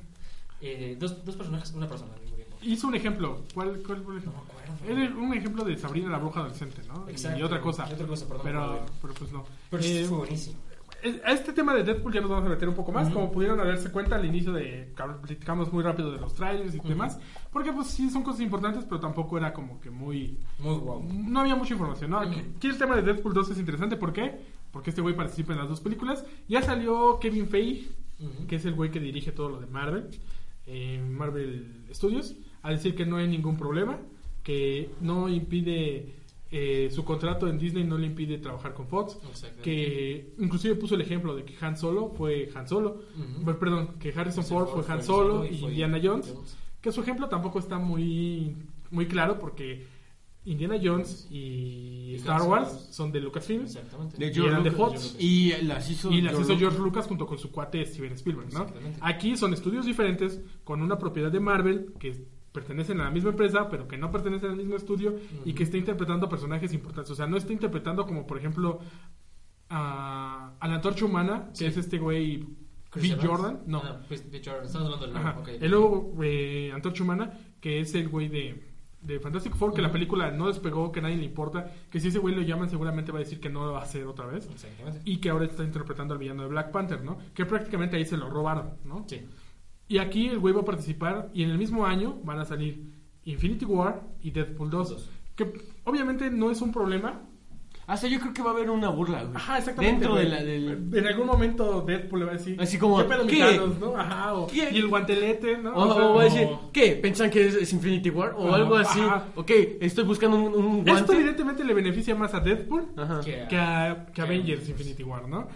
eh, dos, dos personajes, una persona al mismo tiempo.
Hizo un ejemplo. ¿Cuál, cuál fue el
No me
ejemplo?
acuerdo.
Era un ejemplo de Sabrina la Bruja Adolescente, ¿no?
Exacto.
Y otra cosa.
Y otra cosa, perdón,
Pero,
perdón.
pero pues no.
Pero sí
Eh,
fue buenísimo.
Es- A este tema de Deadpool ya nos vamos a meter un poco más,
Ujú.
como pudieron darse cuenta al inicio de platicamos muy rápido de los trailers y
Ujú.
demás, porque pues sí son cosas importantes, pero tampoco era como que muy
Muy guau.
no había mucha información, ¿no?
Ujú.
Aquí aquí el tema de Deadpool 2 es interesante, ¿por qué? Porque este güey participa en las dos películas. Ya salió Kevin Feige,
Ujú.
que es el güey que dirige todo lo de Marvel, eh, Marvel Studios, a decir que no hay ningún problema, que no impide eh, su contrato en Disney no le impide trabajar con Fox,
Exactamente.
que inclusive puso el ejemplo de que Han Solo fue Han Solo,
Ujú.
bueno, perdón, que Harrison
Sí,
Ford, fue Han Solo y
fue
Indiana Jones, que su ejemplo tampoco está muy muy claro porque Indiana Jones y,
Y
Star
Han
Wars
Solo.
son de Lucasfilm
Exactamente.
De
y eran de
George
Fox.
Lucas. Y las hizo
y las hizo George Lucas junto con su cuate Steven Spielberg, ¿no?
Exactamente.
Aquí son estudios diferentes con una propiedad de Marvel que pertenecen a la misma empresa, pero que no pertenecen al mismo estudio y que está interpretando personajes importantes. O sea, no está interpretando como, por ejemplo, a, a la antorcha humana, que
Sí.
es este güey
Chris
Bill
Evans.
Jordan. No,
Ah, pues, Bill Jordan. Estamos hablando del nombre.
Ajá.
ok.
El nuevo eh, Antorcha Humana, que es el güey de, de Fantastic Four, que la
Ujú.
película no despegó, que a nadie le importa, que si ese güey lo llaman seguramente va a decir que no lo va a hacer otra vez,
Exactamente.
y que ahora está interpretando al villano de Black Panther, ¿no? Que prácticamente ahí se lo robaron, ¿no?
Sí.
Y aquí el güey va a participar y en el mismo año van a salir Infinity War y Deadpool 2,
Dos.
que obviamente no es un problema.
Hasta Ah, yo creo que va a haber una burla, güey.
Ajá, exactamente.
Dentro
güey.
de la del.
En algún momento Deadpool le va a decir...
Así como,
¿Qué pedo, mi
¿qué?
Thanos?", ¿no? Ajá, o-
¿Qué? Oh,
Y el guantelete, ¿no?
O,
O sea,
o va a decir,
como-
¿qué? ¿Pensan que es, es Infinity War? O
Ajá.
algo así.
Ajá.
Ok, estoy buscando un, un
Esto
guante.
evidentemente le beneficia más a Deadpool
Ajá.
Que-
que a, que a
Que
Avengers
Avengers.
Infinity War, ¿no?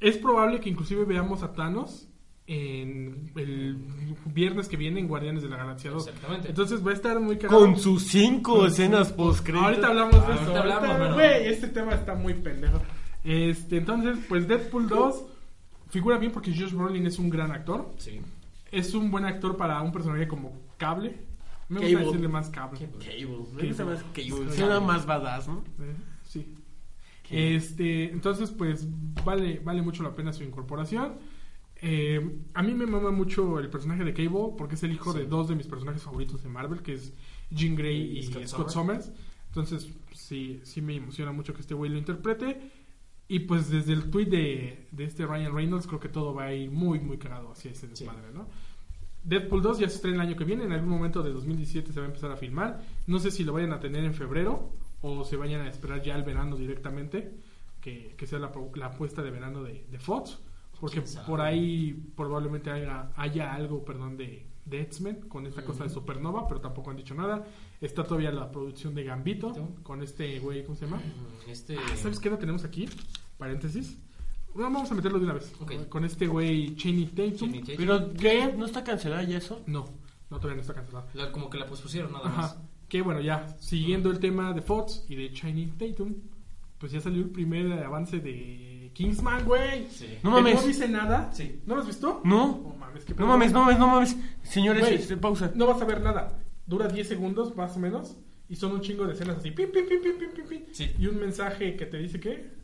Es probable que inclusive veamos a Thanos en el viernes que viene en Guardianes de la Galaxia 2.
Exactamente.
Enestonces va a estar muy cagado.
Con sus cinco escenas post
Ahorita hablamos de
Ah, Ahorita
eso. Ahorita,
hablamos, pero-
güey, este tema está muy pendejo. Este, entonces, pues Deadpool 2 figura bien porque Josh Brolin es un gran actor.
Sí.
Es un buen actor para un personaje como Cable. Me gusta
Cable.
decirle más Cable.
Cable. Me
Cable.
gusta más Cable. Suena más badass, ¿no?
Eh, Sí. Este, entonces, pues vale, vale mucho la pena su incorporación. Eh, a mí me mama mucho el personaje de Cable porque es el hijo de dos de mis personajes favoritos de Marvel, que es Jean Grey y,
Y
Scott,
Scott
Summers. Entonces, sí, sí me emociona mucho que este güey lo interprete. Y pues desde el tweet de, de este Ryan Reynolds creo que todo va a ir muy, muy cagado hacia ese
Sí.
desmadre, ¿no? Deadpool 2 ya se estrena el año que viene, en algún momento de 2017 se va a empezar a filmar. No sé si lo vayan a tener en febrero o se vayan a esperar ya al verano directamente, que, que sea la, pro- la apuesta de verano de, de Fox, porque
¿Quién sabe?
por ahí probablemente haya, haya algo, perdón, de, de X-Men con esta cosa de
Ujú.
Supernova, pero tampoco han dicho nada. Está todavía la producción de Gambito
Gambito.
con este güey, ¿cómo se llama?
Mm, Este.
Ah, ¿Sabes qué no tenemos aquí? Paréntesis. No, vamos a meterlo de una vez.
Ok.
Con este güey Cheney Tatum.
Channing Tatum.
Pero, ¿qué? ¿No está cancelada ya eso?
No, no todavía no está cancelado.
La- como que la pospusieron nada más.
Ajá. Que bueno, ya, siguiendo el tema de Fox y de Chinese Tatum, pues ya salió el primer avance de Kingsman, güey.
Sí.
No
Que
mames.
No dice nada.
Sí.
¿No lo has visto?
No.
mames, qué
No
pedo.
mames, no mames, no mames. Señores,
Güey,
este, pausa.
No vas a ver nada. Dura 10 segundos, más o menos. Y son un chingo de escenas así. Pim, pim, pim, pim, pim, pim, pim.
Sí.
Y un mensaje que te dice que.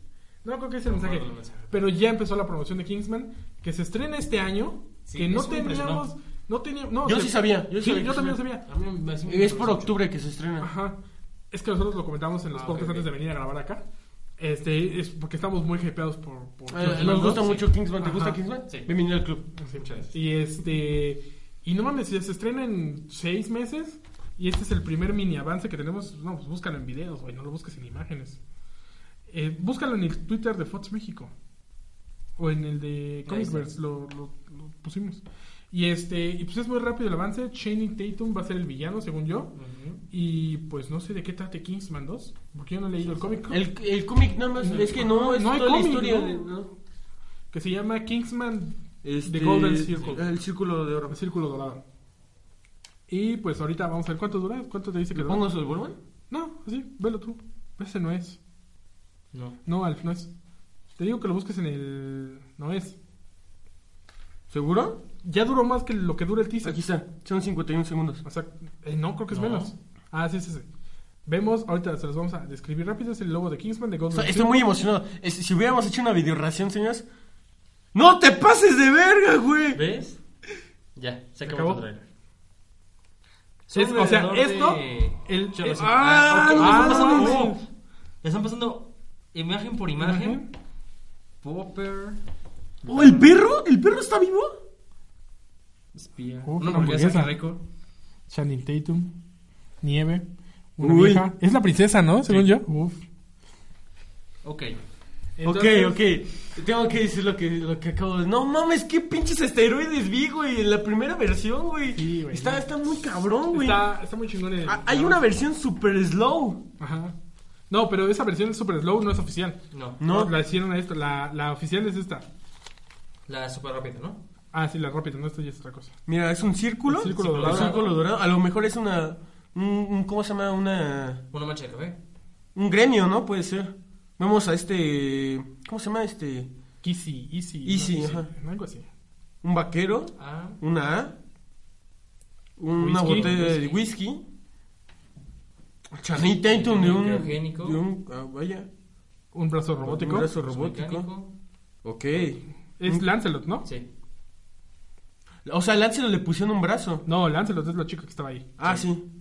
No creo que es el
No me
mensaje.
acuerdo del mensaje.
Pero ya empezó la promoción de Kingsman. Que se estrena este año.
Sí,
que no
eso me
teníamos.
impresionó.
No teníamos. No,
Yo
o sea,
sí sabía, yo
sí,
sabía
yo
que
también lo
sí.
sabía.
A mí me- me- me
Es por
mucho.
octubre que se estrena.
Ajá. Es que nosotros lo comentamos en los
Ah, ok,
podcasts
ok.
antes de venir a grabar acá. Este, es porque estamos muy hypeados por. por
Eh,
Kingsman,
nos
¿no?
gusta
Sí.
mucho Kingsman. ¿Te gusta
Ajá.
Kingsman?
Sí.
Bienvenido al club.
Sí.
Muchas gracias.
Y este. Y no mames, ya se estrena en seis meses. Y este es el primer mini avance que tenemos. No, pues búscalo en videos, güey. No lo busques en imágenes. Eh, búscalo en el Twitter de Fox México. O en el de Comicverse
está.
lo, lo- lo pusimos. Y este, y pues es muy rápido el avance. Channing Tatum va a ser el villano, según yo.
Ujú.
Y pues no sé de qué trate Kingsman 2, porque yo no he leído el cómic.
El, el cómic nada más, es que no, es
No hay
toda la
cómic,
historia.
¿no?
de- ¿no?
Que se llama Kingsman
Este,
The Golden Circle.
El círculo de oro.
El Círculo Dorado. Y pues ahorita vamos a ver cuánto dura. ¿Cuánto te dice que
¿Le
dura?
pongo su volumen?
No, así, velo tú. Ese no es.
No.
No, Alf, no es. Te digo que lo busques en el. No es.
¿Seguro?
Ya duró más que lo que dura el teaser.
Aquí está, son 51 segundos.
O sea, eh, no, creo que es
No.
menos. Ah, sí, sí, sí. Vemos, ahorita se los vamos a describir rápido. Es el logo de Kingsman de
O
Golden
sea, estoy
Circle.
muy emocionado. Es- si hubiéramos hecho una videorración, señores. ¡No te pases de verga, güey!
¿Ves? Ya, se acabó,
acabó?
tu trailer.
Es- o sea, esto, el-
Yo
el-
lo sé.
¡Ah!
Ah, ok,
no
están pasando-
mames!
oh, están pasando imagen por imagen. Popper.
¿Oh, ¿El perro? ¿El perro está vivo?
Espía.
Oh,
una
una
hamburguesa
hamburguesa.
rico.
Channing Tatum, Nieve, una
Uy.
vieja. Es la princesa, ¿no? Según
Sí.
yo. Uf.
Ok.
ok, ok. Tengo que decir lo que, lo que acabo de... No mames, qué pinches esteroides vi, güey. En la primera versión, güey.
Sí, güey,
Está,
no.
está muy cabrón, güey.
Está, está muy chingón el-
Ah, Hay una versión super slow.
Ajá. No, pero esa versión super slow no es oficial.
No.
No.
La hicieron a esto. La, la oficial es esta.
La super rápida, ¿no?
Ah, sí, la rápida. No, esta ya es otra cosa.
Mira, es un círculo.
El círculo
Un
dorado.
círculo dorado. A lo mejor es una... Un, un- ¿Cómo se llama? Una...
Una mancha de café.
Un gremio, ¿no? Puede ser. Vemos a este... ¿Cómo se llama este?
Easy, easy.
Easy,
no,
ajá.
Algo así.
Un vaquero.
Ah,
Una A. Una
Whisky.
botella de whisky. Channing Tatum de un.
Criogénico.
De un. ah, vaya.
Un brazo robótico.
Un brazo
su
robótico.
mecánico.
Ok.
Es Lancelot, ¿no?
Sí.
O sea, Lancelot le pusieron un brazo.
No, Lancelot es la chica que estaba ahí.
Ah, sí.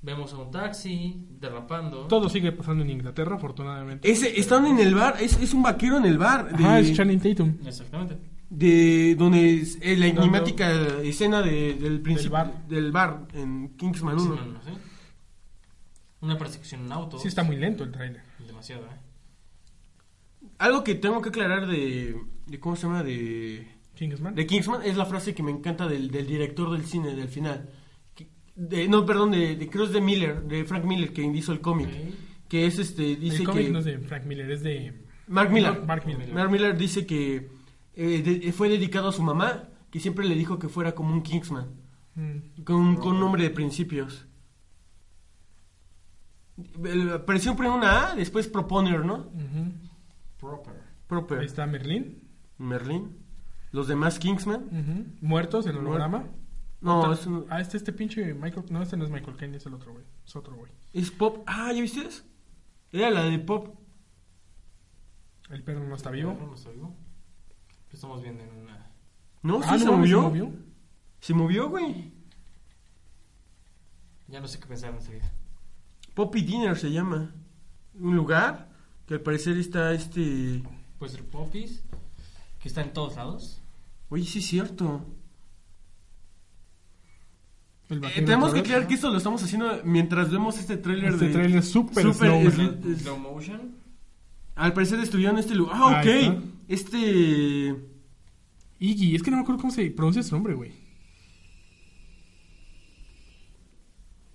Vemos a un taxi derrapando.
Todo sigue pasando en Inglaterra, afortunadamente.
Ese, están en el bar. Es, es un vaquero en el bar. De,
Ah, es Channing Tatum.
Exactamente.
de donde es, eh, la
Donde-
enigmática escena de- del principio
bar.
del bar en
Ah,
Kingsman 1.
Sí, no, no sé. Una persecución en auto.
Sí, está muy lento el trailer.
Demasiado, ¿eh?
Algo que tengo que aclarar de, de cómo se llama de
Kingsman.
de Kingsman es la frase que me encanta del, del director del cine del final. Que- de- no, perdón, de, de creo es de Miller, de Frank Miller que hizo el cómic,
Ok.
que es este dice
el cómic
que
no es de Frank Miller, es de...
Mark Miller.
Mark Miller.
Mark Miller dice que eh, de- fue dedicado a su mamá, que siempre le dijo que fuera como un Kingsman,
Mm.
con, con un nombre de principios. El- Apareció primero una A, después Proponer, ¿no?
Ujú.
Proper.
Ahí
Proper.
está Merlin.
Merlin. Los demás Kingsman.
Ujú. Muertos, el holograma.
No,
Otra-
es, un-
Ah, este, este pinche Michael... No, este no es Michael Caine, es el otro güey. Es otro güey.
es Pop. Ah, ¿ya viste? eso? Era la de Pop.
El perro no está
No,
vivo.
no está vivo. Lo Estamos viendo en una.
No, sí
Ah,
se,
no mames,
movió. Se movió, güey.
Ya no sé qué pensar en esta vida.
Poppy Dinner se llama. Un lugar que al parecer está este.
Puede ser Poppies, Pues que está en todos lados.
Oye, sí es cierto.
El
Eh,
vaquero
tenemos
otra
que
vez.
aclarar que esto lo estamos haciendo mientras vemos este tráiler
Este
de.
trailer es súper
Súper
slow.
es-
¿verdad?
es-
Slow motion.
Al parecer estuvieron en este lugar. Ah, ok.
Ahí está.
Este.
Iggy, es que no me acuerdo cómo se pronuncia su nombre, güey.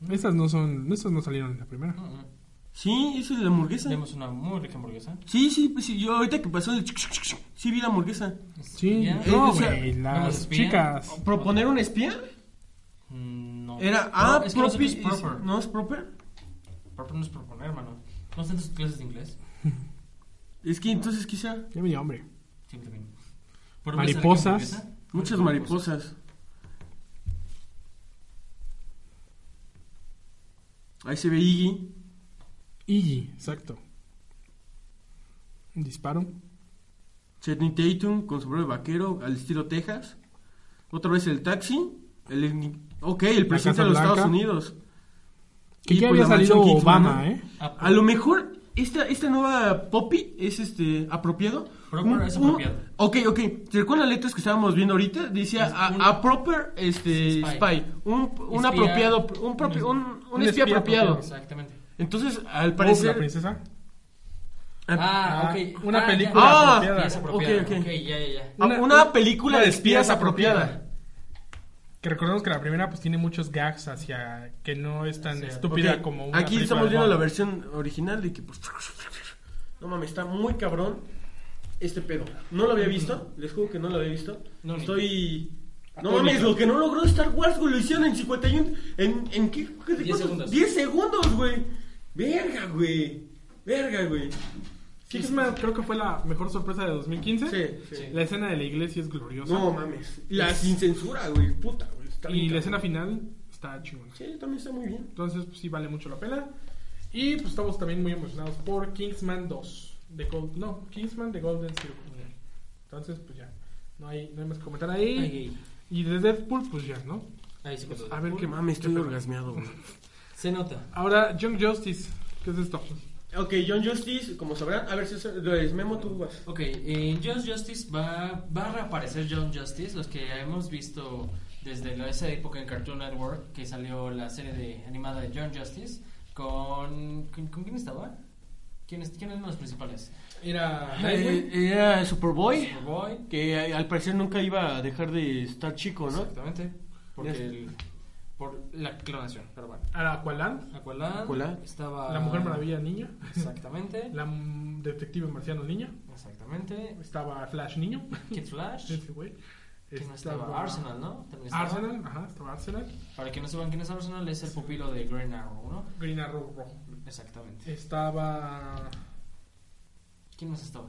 Esas no son... Esas no salieron en la primera.
Mm, mm.
Sí, eso es la hamburguesa.
Vemos una muy rica hamburguesa.
Sí, sí, pues sí. Yo ahorita que pasó el. chuc, chuc, chuc, chuc, Sí, vi la hamburguesa.
Sí,
Ya.
no,
Eh, o sea,
güey,
¿nos
las
espían?
chicas.
¿Proponer un espía?
Mm, No.
Era.
No,
Ah,
es que no sé qué
Poppy-
es proper.
¿No es proper?
Proper no es proponer, hermano. No están tus clases de inglés.
Es que entonces quizá.
Ya me dio hombre.
Siempre bien. Por una rica
Mariposas.
hamburguesa.
Muchas mariposas. Ahí se ve Iggy.
Iggy, exacto. Un disparo.
Channing Tatum con su propio vaquero al estilo Texas. Otra vez el taxi. El, ok, el presidente
Casa
de los
Blanca.
Estados Unidos.
Que
Y,
ya
pues,
había
la
salido
mansión Kingsman,
Obama,
¿no?
¿eh?
Ah,
A lo mejor esta, esta nueva Poppy es este apropiado.
Proper es apropiado.
ok, ok. ¿Te recuerdas las letras que estábamos viendo ahorita? Decía
Es
a,
un-
a proper este,
Spy.
spy. Un, un
Espía.
apropiado. Un, propi- un, un
Un
espía
espía
apropiado.
apropiado.
Exactamente.
Entonces, al
Parece la
parecer,
princesa.
Ah,
Ah,
ok.
una
ah,
película
ya, ya,
apropiada.
ya es apropiada.
Ok, ok.
ok, ya, ya, ya.
Ah, Una, película de espías apropiada.
Que recordemos que la primera pues tiene muchos gags hacia que no es tan
Sí,
estúpida
Ok,
como una
Aquí
película
estamos
de
viendo la
Bond.
versión original de que pues, no mames, está muy cabrón este pedo. No lo había visto, les juro que no lo había visto.
No, ni-
Estoy no
Atónito.
mames, lo que no logró Star Wars, güey, lo hicieron en 51 en en qué ¿Qué-
Diez
cuántos?
segundos.
10 segundos, güey. Verga, güey. Verga, güey.
Kingsman creo que fue la mejor sorpresa de 2015.
Sí, sí.
La escena de la iglesia es gloriosa.
No mames. La sin censura, güey, puta, güey. está
y
bien
la escena
cabrón.
final está chingona.
Sí, también está muy bien.
Entonces, pues, sí vale mucho la pena. Y pues estamos también muy emocionados por Kingsman 2. De Gold, no, Kingsman de Golden Circle. Entonces, pues ya. No hay, no hay más que comentar ahí.
Ay, ay.
Y de Deadpool, pues ya, ¿no?
Ahí sí contó.
A ver qué mames, estoy orgasmeado, güey.
Se nota.
Ahora, Young Justice. ¿Qué es esto?
Ok, John Justice, como sabrán, a ver si es Memo, tú vas.
Ok, en Just Justice va, va a reaparecer John Justice, los que hemos visto desde la- esa época en Cartoon Network que salió la serie de, animada de John Justice con, con, ¿con quién estaba? ¿Quién es, ¿Quiénes eran los principales?
Era
Eh, era Superboy,
Superboy.
que eh, al parecer nunca iba a dejar de estar chico, ¿no?
Exactamente. Porque
Ya.
el- por la clonación, pero bueno.
Era Aqualad,
Aqualad,
Aqualad.
estaba...
la Mujer Maravilla niña,
Exactamente.
la mm, detective marciano niña,
Exactamente.
estaba Flash niño,
Kid Flash.
ese güey.
¿Quién no estaba? Arsenal, ¿no? También estaba.
Arsenal, ajá, estaba Arsenal,
Para que no sepan quién es Arsenal, es el pupilo de Green Arrow, ¿no?
Green Arrow rojo.
Exactamente.
Estaba
¿Quién más estaba?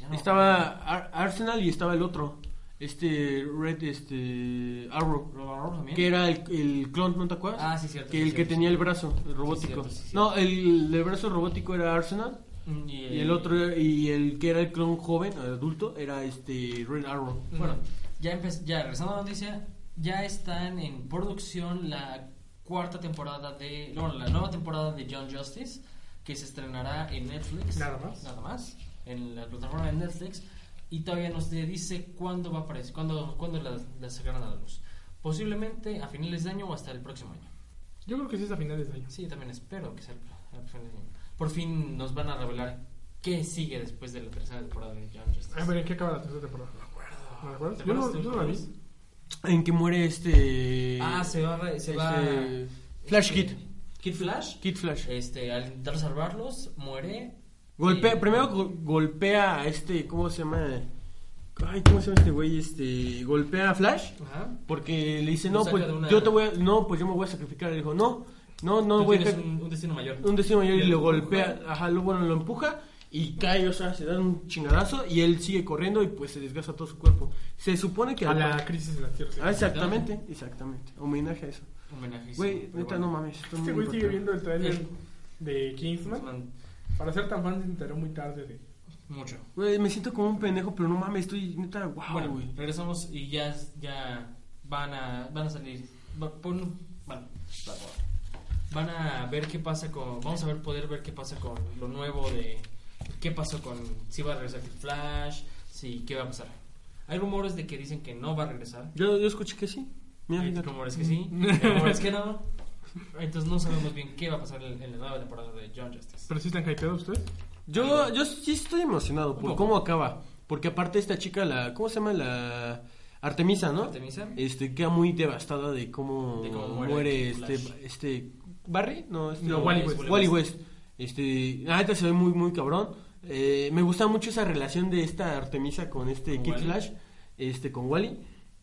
Ya no.
Estaba Ar- Arsenal y estaba el otro, este Red, este Arrow,
Rob Arrow también.
que era el, el clon, ¿no te acuerdas?
Ah, sí, cierto.
Que
sí,
el que
cierto.
tenía el brazo robótico.
cierto, sí, cierto.
No, el, el brazo robótico era Arsenal
Mm,
y el otro y el que era el clon joven, adulto, era este Red Arrow.
Bueno, ya, empe- ya regresando a la noticia, ya están en producción la cuarta temporada de. Bueno, la nueva temporada de John Justice, que se estrenará en Netflix.
Nada más.
Nada más. En la plataforma de Netflix. Y todavía no se dice cuándo va a aparecer, cuándo, cuándo la, la sacarán a la luz. Posiblemente a finales de año o hasta el próximo año.
yo creo que sí es a finales de año.
Sí, también espero que sea al- al final del año. Por fin nos van a revelar qué sigue después de la tercera temporada de John Justice.
A ver, ¿en qué acaba la tercera temporada? ¿Me acuerdas?
¿Te
Yo no,
acuerdas tú,
yo no la vi.
Carlos?
En que muere este
Ah, se va, re- se va.
este, Flash
este,
Kid,
Kid Flash.
Kid Flash.
Este, al intentar salvarlos, muere.
Golpea,
Eh,
primero go- golpea a este, ¿cómo se llama? Ay, ¿cómo se llama este güey? Este, golpea a Flash
Ajá.
porque le dice,
Lo
"No,
saca
pues
de una-
yo te voy a, no, pues yo me voy a sacrificar." Le dijo, "No, no, no
Tú
voy a
tienes
dejar-
un, un destino mayor.
un destino mayor" y
Le
lo
empuja.
golpea, ajá, luego bueno, lo empuja y cae, o sea, se da un chingadazo y él sigue corriendo y pues se desgasta todo su cuerpo. Se supone que
A
al-
la crisis de la Tierra.
Ah, exactamente, exactamente. Homenaje a eso.
Homenaje. sí,
Güey,
pero
neta
bueno.
no mames, esto es
Este
muy
güey sigue
importante.
viendo el trailer
Eh.
de Kingsman. Para ser tan fan se enteró muy tarde de...
Mucho.
Güey, me siento como un pendejo, pero no mames, estoy neta wow,
bueno,
güey.
regresamos y ya, ya van a van a salir. va- pon- bueno, va- van a ver qué pasa con. Vamos a ver poder ver qué pasa con lo nuevo de qué pasó con si va a regresar Kid Flash, si qué va a pasar. Hay rumores de que dicen que no va a regresar.
Yo, yo escuché que sí. Mira,
Hay
fíjate.
rumores que sí, hay rumores que no. Entonces no sabemos bien qué va a pasar en en la nueva temporada de John Justice.
¿Pero sí están hypeados ustedes?
Yo, yo sí estoy emocionado por
poco.
cómo acaba. Porque aparte esta chica, la, ¿cómo se llama? La Artemisa, ¿no?
Artemisa.
Este, queda muy devastada de cómo,
De cómo muere
muere,
Flash.
este, este, Barry, no, este,
No, Wally
West.
Wally West. Este, ahorita se ve muy, muy cabrón. Eh, me gusta mucho esa relación de esta Artemisa con este
Con
Kid
Wally.
Flash, este, con Wally.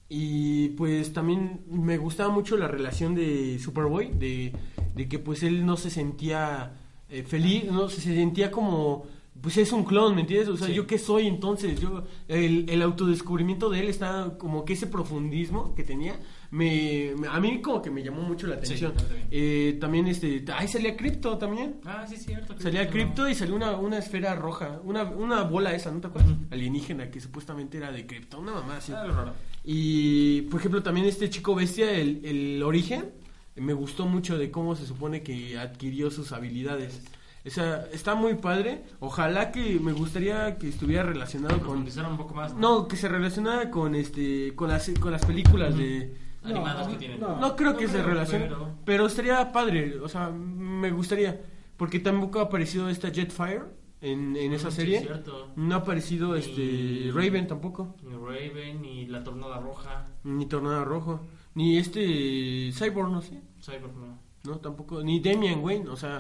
Y pues también me gustaba mucho la relación de Superboy, de, de que pues él no se sentía eh, feliz, no se sentía como, pues es un clon, ¿me entiendes? O sea,
Sí.
yo qué soy entonces, yo, el, el autodescubrimiento de él está como que ese profundismo que tenía, me, me- a mí como que me llamó mucho la
Sí,
atención.
a mí también.
Eh, también este, ahí salía Crypto también.
Ah, sí, es cierto.
Salía Crypto y salió una, una esfera roja, una, una bola esa, ¿no te acuerdas? Alienígena que supuestamente era de Crypto, una mamá así.
Ah, lo raro.
Y, por ejemplo, también este chico bestia, el, el origen, me gustó mucho de cómo se supone que adquirió sus habilidades. O sea, está muy padre. Ojalá que me gustaría que estuviera relacionado con...
Profundizar un poco más.
No, que se relacionara con este con las, con las películas de...
Animadas
No,
que tienen.
no.
No creo que se
creo,
relacione,
pero-
pero... estaría padre. O sea, me gustaría. Porque tampoco ha aparecido esta Jetfire en, en esa
Mm, Sí,
serie.
es cierto.
No ha aparecido este
Y-
Raven tampoco,
Ni Raven, ni la Tornada Roja,
ni Tornado Rojo, ni este Cyborg, no sé.
Cyborg, no.
No, tampoco. Ni Damian Wayne, o sea,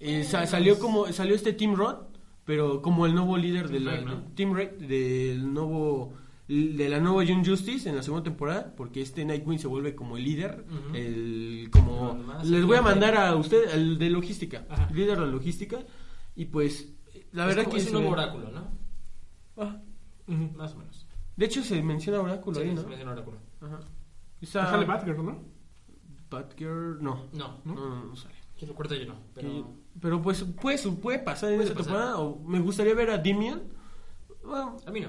eh, sa- salió como salió este Team Rod, pero como el nuevo líder de
Team
la
Ray, ¿no?
Team Ray, del nuevo de la nueva Young Justice en la segunda temporada, porque este Nightwing se vuelve como el líder,
Ujú.
el como
Nada más,
les voy a
el
mandar a usted al de logística,
Ajá.
líder de logística y pues la verdad
es como-
que
es
se
un nuevo
ve-
oráculo, ¿no?
Ah,
Más o menos.
de hecho se menciona oráculo
Sí,
ahí,
se
¿no?
menciona oráculo.
Ajá. Está
Sale Batgirl, ¿no?
Batgirl, no.
No,
No, no, no sale.
que recuerdo yo no. Pero
Que- pero pues pues, puede pasar en
Puede
esa
pasar.
temporada. O me gustaría ver a Dimian. Bueno,
a mí no.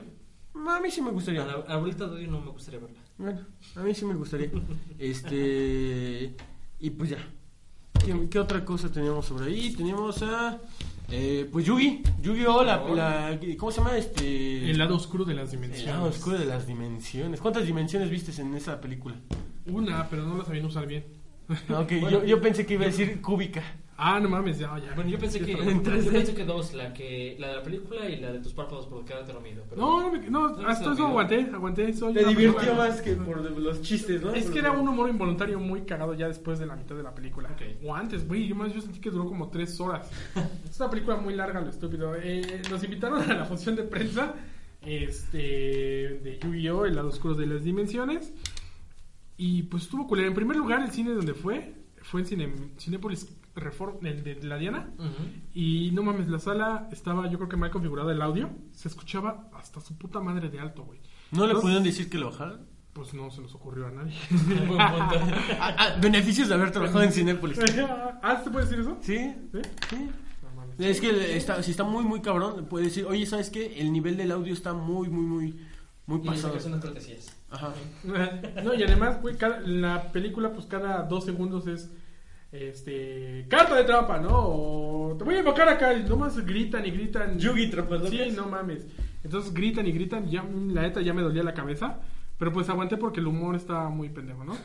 a mí sí me
A
gustaría.
la, ahorita de hoy no me gustaría verla.
Bueno, a mí sí me gustaría. este. Y pues ya. ¿Qué, qué otra cosa teníamos sobre ahí? Teníamos a. eh, pues Yugi. Yugi, hola.
Hola.
¿Cómo se llama este?
El lado oscuro de las
El
dimensiones.
lado oscuro de las dimensiones. ¿Cuántas dimensiones viste en esa película?
Una, pero no la sabían usar bien.
Ah, ok,
Bueno.
yo, yo pensé que iba a decir cúbica.
Ah, no mames, ya, ya.
Bueno, yo pensé que,
En
yo
3D.
pensé que dos, la, que, la de la película y la de tus párpados por quedarte dormido. Pero
No, no, me- no,
No, se
hasta eso
olvidó.
aguanté, aguanté. Soy
Te
una
divirtió
persona-
más que por los chistes, ¿no?
Es
Por
que era
los-
un humor involuntario muy cagado ya después de la mitad de la película.
Ok.
O antes, güey. Yo más yo sentí que duró como tres horas. es una película muy larga, lo estúpido. Eh, nos invitaron a la función de prensa este, de Yu-Gi-Oh! El lado oscuro de las dimensiones. Y pues estuvo culera. En primer lugar, el cine donde fue, fue en Cine, Cinépolis Reform, el de la Diana.
Ujú.
Y no mames, la sala estaba, yo creo que mal configurada el audio. Se escuchaba hasta su puta madre de alto, güey.
¿No le
Los-
pudieron decir que lo bajaran?
Pues no se nos ocurrió a nadie.
Buen punto.
Ah, ah, beneficios de haber trabajado en Cinépolis.
ah, ¿se puede decir eso?
¿Sí?
¿Sí?
Sí.
No mames.
Es que está- si está muy, muy cabrón, puede decir, oye, ¿sabes qué? El nivel del audio está muy, muy, muy, muy
Y dice
pasado.
que son las cortesías.
Ajá.
No, y además, güey, cada- la película, pues cada dos segundos es. Este. Carta de trampa, ¿no? O, te voy a invocar acá. Y nomás gritan y gritan.
Yugi Trapaslocas.
Sí, no mames. Entonces gritan y gritan. Ya, la neta ya me dolía la cabeza. Pero pues aguanté porque el humor estaba muy pendejo, ¿no?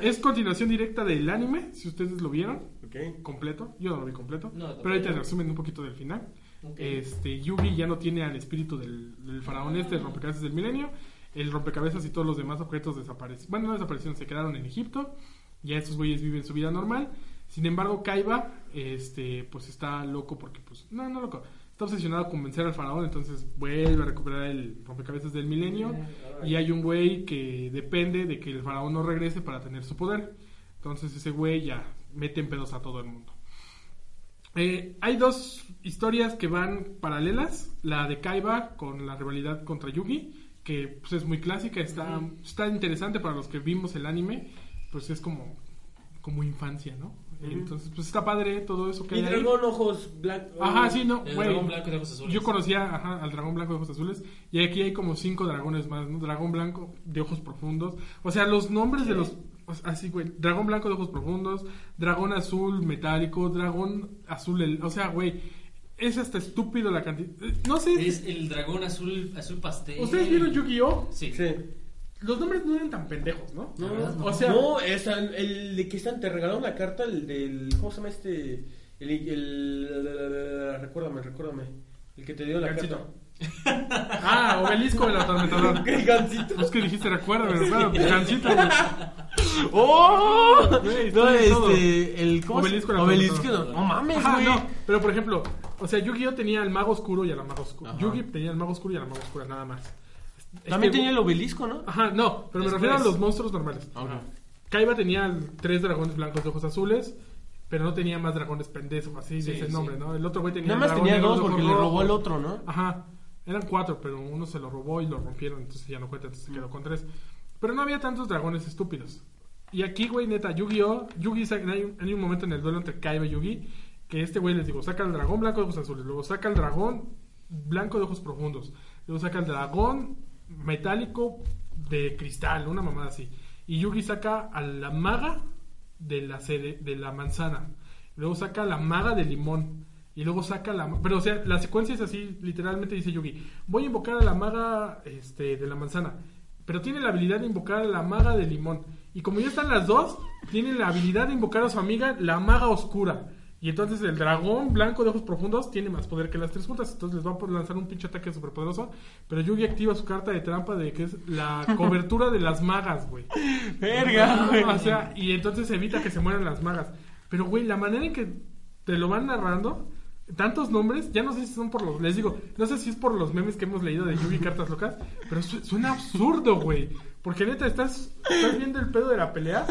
es continuación directa del anime, si ustedes lo vieron
Ok.
completo. Yo no lo vi completo.
No, tampoco.
pero ahí te resumen un poquito del final.
Ok.
Este, Yugi ya no tiene al espíritu del, del faraón este, el rompecabezas del milenio. El rompecabezas y todos los demás objetos desaparecieron. Bueno, no desaparecieron, se quedaron en Egipto. Ya estos güeyes viven su vida normal. Sin embargo, Kaiba, este, pues está loco porque, pues, no, no loco. Está obsesionado con vencer al faraón, entonces vuelve a recuperar el rompecabezas del milenio. Y hay un güey que depende de que el faraón no regrese para tener su poder. Entonces ese güey ya mete en pedos a todo el mundo. Eh, hay dos historias que van paralelas. La de Kaiba con la rivalidad contra Yugi, que pues, es muy clásica, está, está interesante para los que vimos el anime. Pues es como, como infancia, ¿no? Entonces, pues está padre todo eso que
Y
hay ahí.
dragón ojos black.
Ajá, sí, no,
El
güey.
dragón blanco de ojos azules.
Yo conocía ajá, al dragón blanco de ojos azules y aquí hay como cinco dragones más, ¿no? Dragón blanco de ojos profundos. O sea, los nombres de los... o sea, Así, güey. Dragón blanco de ojos profundos, dragón azul metálico, dragón azul... el- o sea, güey. Es hasta estúpido la cantidad... eh, No sé...
Es el dragón azul, azul pastel.
¿Ustedes vieron Yu-Gi-Oh?
Sí.
Sí.
Los nombres no eran tan pendejos, ¿no?
La verdad, no.
O sea...
no, es al- el de que están, te regalaron la carta el del. ¿Cómo se llama este? El. el- recuérdame, recuérdame. El que te dio la
Gancito.
carta.
Ah, obelisco de la tormentadora.
El gancito.
Es que dijiste, recuérdame, recuérdame. pues, Gansito, güey.
¡Oh!
Güey,
No,
tiene todo.
este, el... ¿cómo se-
Obelisco era
Obelisco.
famoso.
No mames,
Ajá,
güey.
no, pero por ejemplo, o sea, Yu-Gi-Oh tenía al mago oscuro y a la mago oscura.
Ajá.
Yugi tenía al mago oscuro y a la mago oscura, nada más.
También
Este-
tenía el obelisco, ¿no?
Ajá, no, pero me
Después.
refiero a los monstruos normales.
Ahora.
Kaiba tenía tres dragones blancos de ojos azules, pero no tenía más dragones pendejos, así de
Sí,
ese
sí.
nombre, ¿no? El otro güey tenía.
Nada más
dragón
tenía
negro
dos
de ojos
porque le robó
rojos.
el otro, ¿no?
Ajá. Eran cuatro, pero uno se lo robó y lo rompieron, entonces ya no cuenta, entonces se quedó con tres. Pero no había tantos dragones estúpidos. Y aquí, güey, neta, Yu-Gi-Oh! Yugi saca- hay, un, hay un momento en el duelo entre Kaiba y Yugi que este güey les digo, saca el dragón blanco de ojos azules, luego saca el dragón blanco de ojos profundos, luego saca el dragón metálico de cristal, una mamada así. Y Yugi saca a la maga de la, cere- de la manzana. Luego saca la maga de limón. Y luego saca la... Pero, o sea, la secuencia es así, literalmente dice Yugi. Voy a invocar a la maga este, de la manzana. Pero tiene la habilidad de invocar a la maga de limón. Y como ya están las dos, tiene la habilidad de invocar a su amiga, la maga oscura. Y entonces el dragón blanco de ojos profundos tiene más poder que las tres juntas. Entonces les va a lanzar un pinche ataque superpoderoso. Pero Yugi activa su carta de trampa de que es la cobertura de las magas, güey.
Verga, güey.
O sea, y entonces evita que se mueran las magas. Pero, güey, la manera en que te lo van narrando, tantos nombres, ya no sé si son por los. Les digo, no sé si es por los memes que hemos leído de Yugi Cartas Locas, pero su- suena absurdo, güey. Porque neta, estás, estás viendo el pedo de la pelea.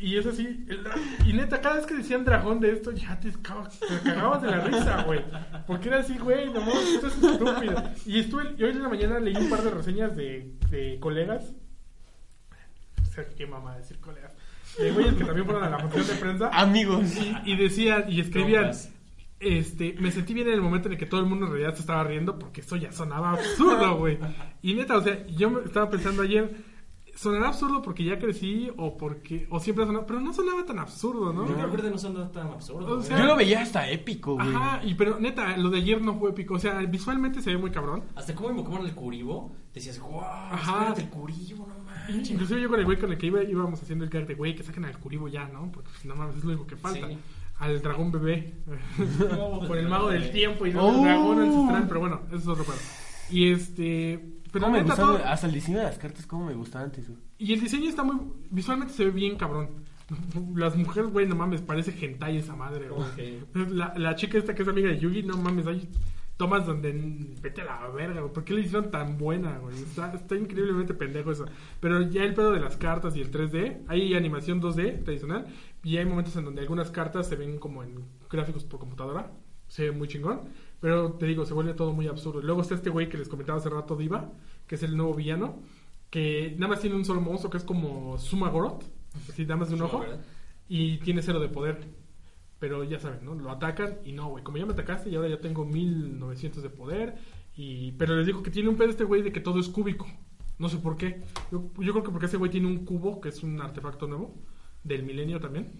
Y es así, el dra- y neta, cada vez que decían dragón de esto, ya te, escaba- te cagabas de la risa, güey. Porque era así, güey, no mames, esto es estúpido. Y estuve, y hoy en la mañana leí un par de reseñas de, de colegas o sea, qué mamá decir colegas. De güeyes que también fueron a la función de prensa.
Ah, Amigos.
Y, y decían, y escribían,
Compas.
este, me sentí bien en el momento en el que todo el mundo en realidad se estaba riendo porque eso ya sonaba absurdo, güey. Y neta, o sea, yo me estaba pensando ayer, sonará absurdo porque ya crecí o porque, o siempre ha sonado, pero no sonaba tan absurdo, ¿no?
Yo creo que no son tan absurdos.
O
güey.
sea,
Yo lo veía hasta épico, güey.
Ajá, y pero neta, lo de ayer no fue épico, o sea, visualmente se ve muy cabrón.
Hasta como invocaban el curibo, decías, wow,
Ajá.
espérate el curibo, Ah, no manches.
Inclusive yo con el güey con el que iba, íbamos haciendo el gag de güey, que saquen al curibo ya, ¿no? Porque pues, no mames, es lo único que falta.
Sí.
Al dragón bebé. con el mago del tiempo y
Oh.
el dragón ancestral, pero bueno, eso es otro pedo. Y este. Pero
¿Cómo me
neta,
gustaba?
todo-
Hasta el diseño de las cartas, cómo me gustaba antes, güey.
Y el diseño está muy. Visualmente se ve bien cabrón. Las mujeres, güey, no mames, parece hentai esa madre, güey. La, la chica esta que es amiga de Yugi, no mames, hay tomas donde n- vete a la verga, güey. ¿Por qué le hicieron tan buena, güey? Está, está increíblemente pendejo eso. Pero ya el pedo de las cartas y el 3D, hay animación 2D tradicional y hay momentos en donde algunas cartas se ven como en gráficos por computadora. Se ve muy chingón, pero te digo, se vuelve todo muy absurdo. Luego está este güey que les comentaba hace rato, Diva, que es el nuevo villano, que nada más tiene un solo monstruo que es como Sumagorot, así nada más de un ojo,
Sumagorot.
y tiene cero de poder. Pero ya saben, ¿no? Lo atacan y no, güey. Como ya me atacaste y ahora ya tengo 1900 de poder. Y... Pero les digo que tiene un pedo este güey de que todo es cúbico. No sé por qué. Yo, yo creo que porque ese güey tiene un cubo, que es un artefacto nuevo, del milenio también.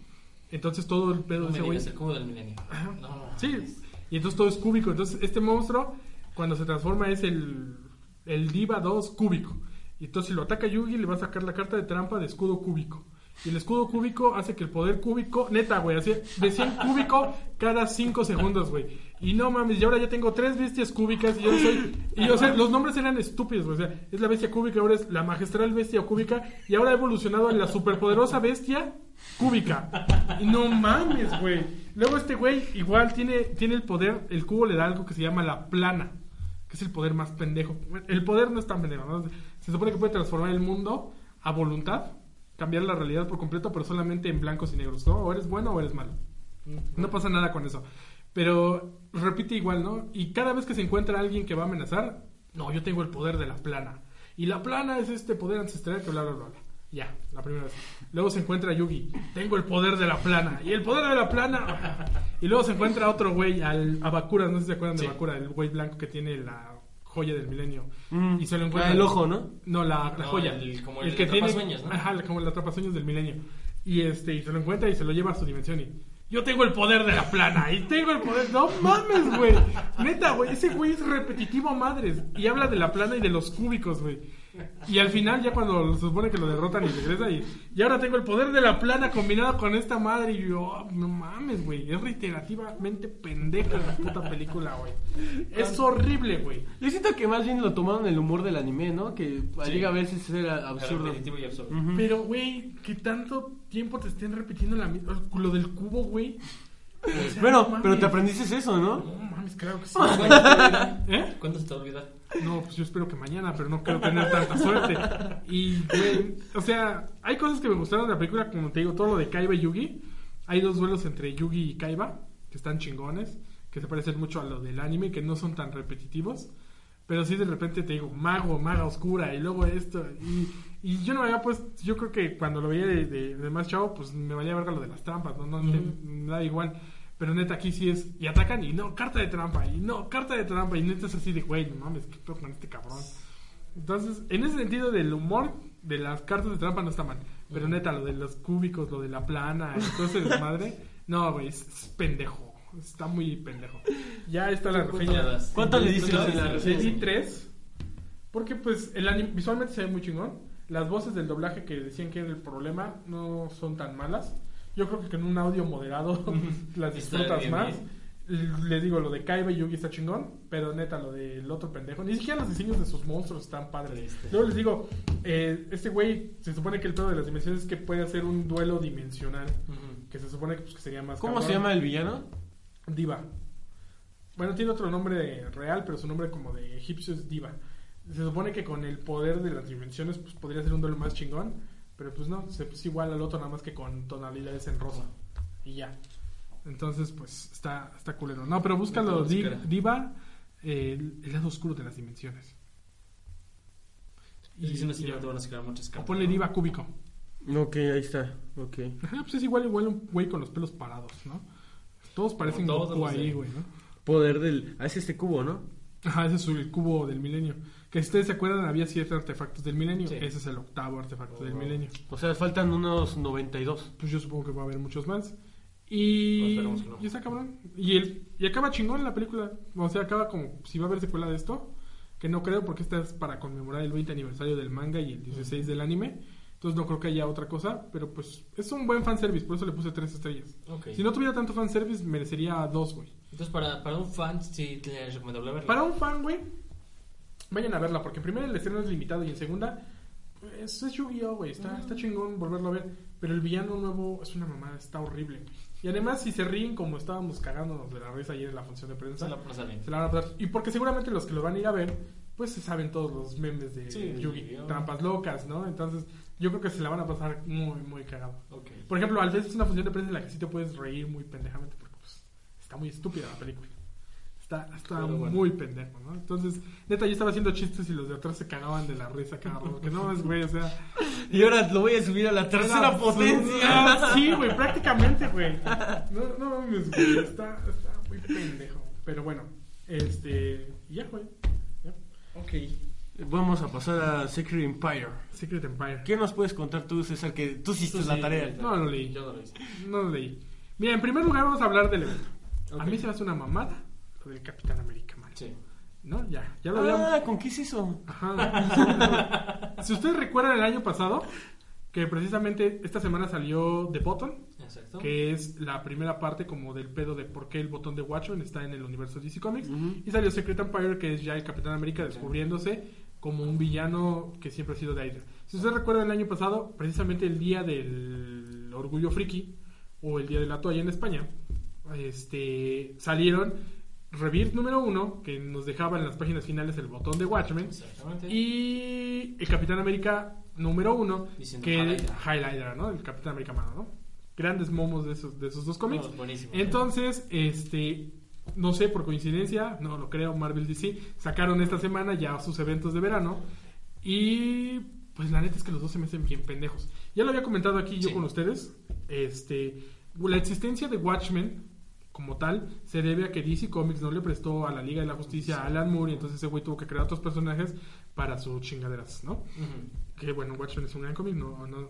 Entonces todo el pedo
No
de
me
ese güey.
digas el cubo del milenio. No, no.
Sí, y entonces todo es cúbico. Entonces, este monstruo, cuando se transforma, es el, el Diva 2 cúbico. Y entonces, si lo ataca Yugi, le va a sacar la carta de trampa de escudo cúbico. Y el escudo cúbico hace que el poder cúbico, neta, güey, así de 100 cúbico cada 5 segundos, güey. Y no mames, y ahora ya tengo tres bestias cúbicas y yo soy. Y o sea, los nombres eran estúpidos, güey. O sea, es la bestia cúbica, ahora es la magistral bestia cúbica. Y ahora ha evolucionado en la superpoderosa bestia cúbica. No mames, güey. Luego este güey igual tiene, tiene el poder, el cubo le da algo que se llama la plana, que es el poder más pendejo. El poder no es tan pendejo, ¿no? se supone que puede transformar el mundo a voluntad, cambiar la realidad por completo, pero solamente en blancos y negros, ¿no? O eres bueno o eres malo. No pasa nada con eso. Pero repite igual, ¿no? Y cada vez que se encuentra alguien que va a amenazar, no, yo tengo el poder de la plana. Y la plana es este poder ancestral que bla, bla, bla. bla. Ya, la primera vez. Luego se encuentra Yugi, tengo el poder de la plana. Y el poder de la plana. Y luego se encuentra otro güey, al, a Bakura, no sé si se acuerdan
Sí.
de Bakura, el güey blanco que tiene la joya del milenio. Y se lo
Ah,
encuentra.
el ojo, ¿no?
No, la, la
No,
joya.
el- como el atrapasueños, ¿no?
Ajá, como el atrapasueños del milenio. Y este, y se lo encuentra y se lo lleva a su dimensión y. Yo tengo el poder de la plana y tengo el poder. No mames, güey. Neta, güey. Ese güey es repetitivo a madres. Y habla de la plana y de los cúbicos, güey. Y al final, ya cuando se supone que lo derrotan y regresa, y, y ahora tengo el poder de la plana combinado con esta madre. Y yo, oh, no mames, güey. Es reiterativamente pendeja la puta película, güey. Es horrible, güey.
Yo siento que más bien lo tomaron el humor del anime, ¿no? Que
Sí.
llega a veces era absurdo.
Repetitivo y absurdo.
Ujú.
Pero, güey, que tanto tiempo te estén repitiendo la misma. Lo del cubo, güey. O sea, no
Bueno,
mames.
pero te aprendiste eso,
No
¿no?
mames, claro que sí.
¿Cuándo se te olvida?
¿Eh?
¿Cuándo se te olvida?
No, pues yo espero que mañana, pero no quiero tener tanta suerte. Y, güey, o sea, hay cosas que me gustaron de la película, como te digo, todo lo de Kaiba y Yugi. Hay dos duelos entre Yugi y Kaiba, que están chingones, que se parecen mucho a lo del anime, que no son tan repetitivos. Pero sí, de repente te digo, mago, maga oscura, y luego esto. Y, y yo no me había pues yo creo que cuando lo veía de, de- de más chavo, pues me valía verga lo de las trampas, no, no, me- me da igual. Pero neta, aquí sí es, y atacan, y no, carta de trampa, y no, carta de trampa, y neta es así de, güey, no mames, qué pedo con este cabrón. Entonces, en ese sentido del humor de las cartas de trampa no está mal. Pero neta, lo de los cúbicos, lo de la plana, entonces madre, no, güey, es, es pendejo. Está muy pendejo. Ya está la
¿Cuánto
reseña.
le das?
¿Cuánto le
Sí,
diste?
¿Cuánto
sí,
en la
sí,
reseña?
sí, tres. Porque pues el anim- visualmente se ve muy chingón. Las voces del doblaje que decían que era el problema no son tan malas. Yo creo que con un audio moderado las
Está
disfrutas
bien,
más. L- Le digo, lo de Kaiba y Yugi está chingón, pero neta, lo del otro pendejo. Ni siquiera los diseños de sus monstruos están padres.
Triste.
Luego les digo, eh, este güey se supone que el pedo de las dimensiones es que puede hacer un duelo dimensional.
Ujú.
Que se supone que, pues, que sería más.
¿Cómo
cabrón.
se llama el villano?
Diva. Bueno, tiene otro nombre real, pero su nombre como de egipcio es Diva. Se supone que con el poder de las dimensiones pues podría ser un duelo más chingón, pero pues no, se- es igual al otro nada más que con tonalidades en rosa. Y ya. Entonces, pues está está culero. No, pero búscalo
Lo tengo que
Di-
buscar.
Diva eh, el, el lado oscuro de las dimensiones.
Y si no, si
y
no
ya.
te van a sacar muchas
o
cartas.
ponle
¿no?
Diva cúbico.
Ok, ahí está. Ok.
Ajá, pues es igual igual un güey con los pelos parados, ¿no? Todos parecen
todos
Goku
los de-
ahí, güey, ¿no?
Poder del. Ah, es este cubo, ¿no?
Ajá, ese es el cubo del milenio. Que si ustedes se acuerdan, había siete artefactos del milenio.
Sí.
Ese es el octavo artefacto del
Oh.
milenio.
O sea, faltan unos 92.
Pues yo supongo que va a haber muchos más. Y,
Pues Esperemos que no.
y está cabrón. Y, el, y acaba chingón la película. O sea, acaba como si va a haber secuela de esto. Que no creo, porque esta es para conmemorar el 20 aniversario del manga y el 16 del anime. Entonces no creo que haya otra cosa. Pero pues es un buen fanservice. Por eso le puse tres estrellas.
Ok.
Si no tuviera tanto fanservice, merecería dos, güey.
Entonces, para, para un fan, sí te recomendable verla.
Para un fan, güey, vayan a verla, porque en primera el estreno es limitado y en segunda pues, es Yu-Gi-Oh, güey, está,
Mm.
está chingón volverlo a ver, pero el villano nuevo es una mamada, está horrible. Y además, si se ríen como estábamos cagándonos de la risa ayer en la función de prensa,
Se la van a pasar bien.
se la van a pasar. Y porque seguramente los que lo van a ir a ver, pues se saben todos los memes de
Sí, de
Yugi,
Yu-Gi-Oh.
trampas locas, ¿no? Entonces, yo creo que se la van a pasar muy, muy cagado.
Ok.
Por ejemplo, a veces es una función de prensa en la que sí te puedes reír muy pendejamente porque pues, está muy estúpida la película. Está, está
Pero bueno.
muy pendejo, ¿no? Entonces, neta, yo estaba haciendo chistes y los de atrás se cagaban de la risa cada rato. Que no es, güey, o sea.
Y ahora lo voy a subir a la tercera
era
potencia.
absurdo. Ah, Sí, güey, prácticamente, güey. No, no mames, güey. Está, está muy pendejo. Pero bueno, este. Ya, güey. Ya.
Ok.
Vamos a pasar a Secret Empire.
Secret Empire.
¿Qué nos puedes contar tú, César? Que tú hiciste
Pues
Tú
la
sí,
tarea.
güey.
No lo leí.
Yo no lo hice.
No lo leí. Mira, en primer lugar vamos a hablar del evento. A
Ok.
mí se me hace una mamada lo del Capitán América, man.
Sí.
No, ya, ya lo hablamos.
Ah, ¿con qué es eso?
Ajá. si ustedes recuerdan el año pasado, que precisamente esta semana salió The Button,
Exacto.
que es la primera parte como del pedo de por qué el botón de Watchmen está en el universo DC Comics, y salió Secret Empire, que es ya el Capitán América descubriéndose como un villano que siempre ha sido de Hydra. Si ustedes recuerdan el año pasado, precisamente el día del Orgullo Friki, o el día de la toalla en España, este, salieron Rebirth número uno, que nos dejaba en las páginas finales el botón de Watchmen,
Exactamente.
y el Capitán América número uno,
Diciendo
que
Highlighter.
Highlighter, ¿no? El Capitán América malo, ¿no? Grandes momos de esos, de esos dos cómics.
No, buenísimo.
Entonces, este, no sé, por coincidencia, no lo creo, Marvel DC, sacaron esta semana ya sus eventos de verano. Y pues la neta es que los dos se me hacen bien pendejos. Ya lo había comentado aquí yo
Sí.
con ustedes. Este, la existencia de Watchmen como tal se debe a que DC Comics no le prestó a la Liga de la Justicia a Alan Moore y entonces ese güey tuvo que crear otros personajes para sus chingaderas, ¿no?
Ujú.
Que bueno, Watchmen es un gran cómic, no, no.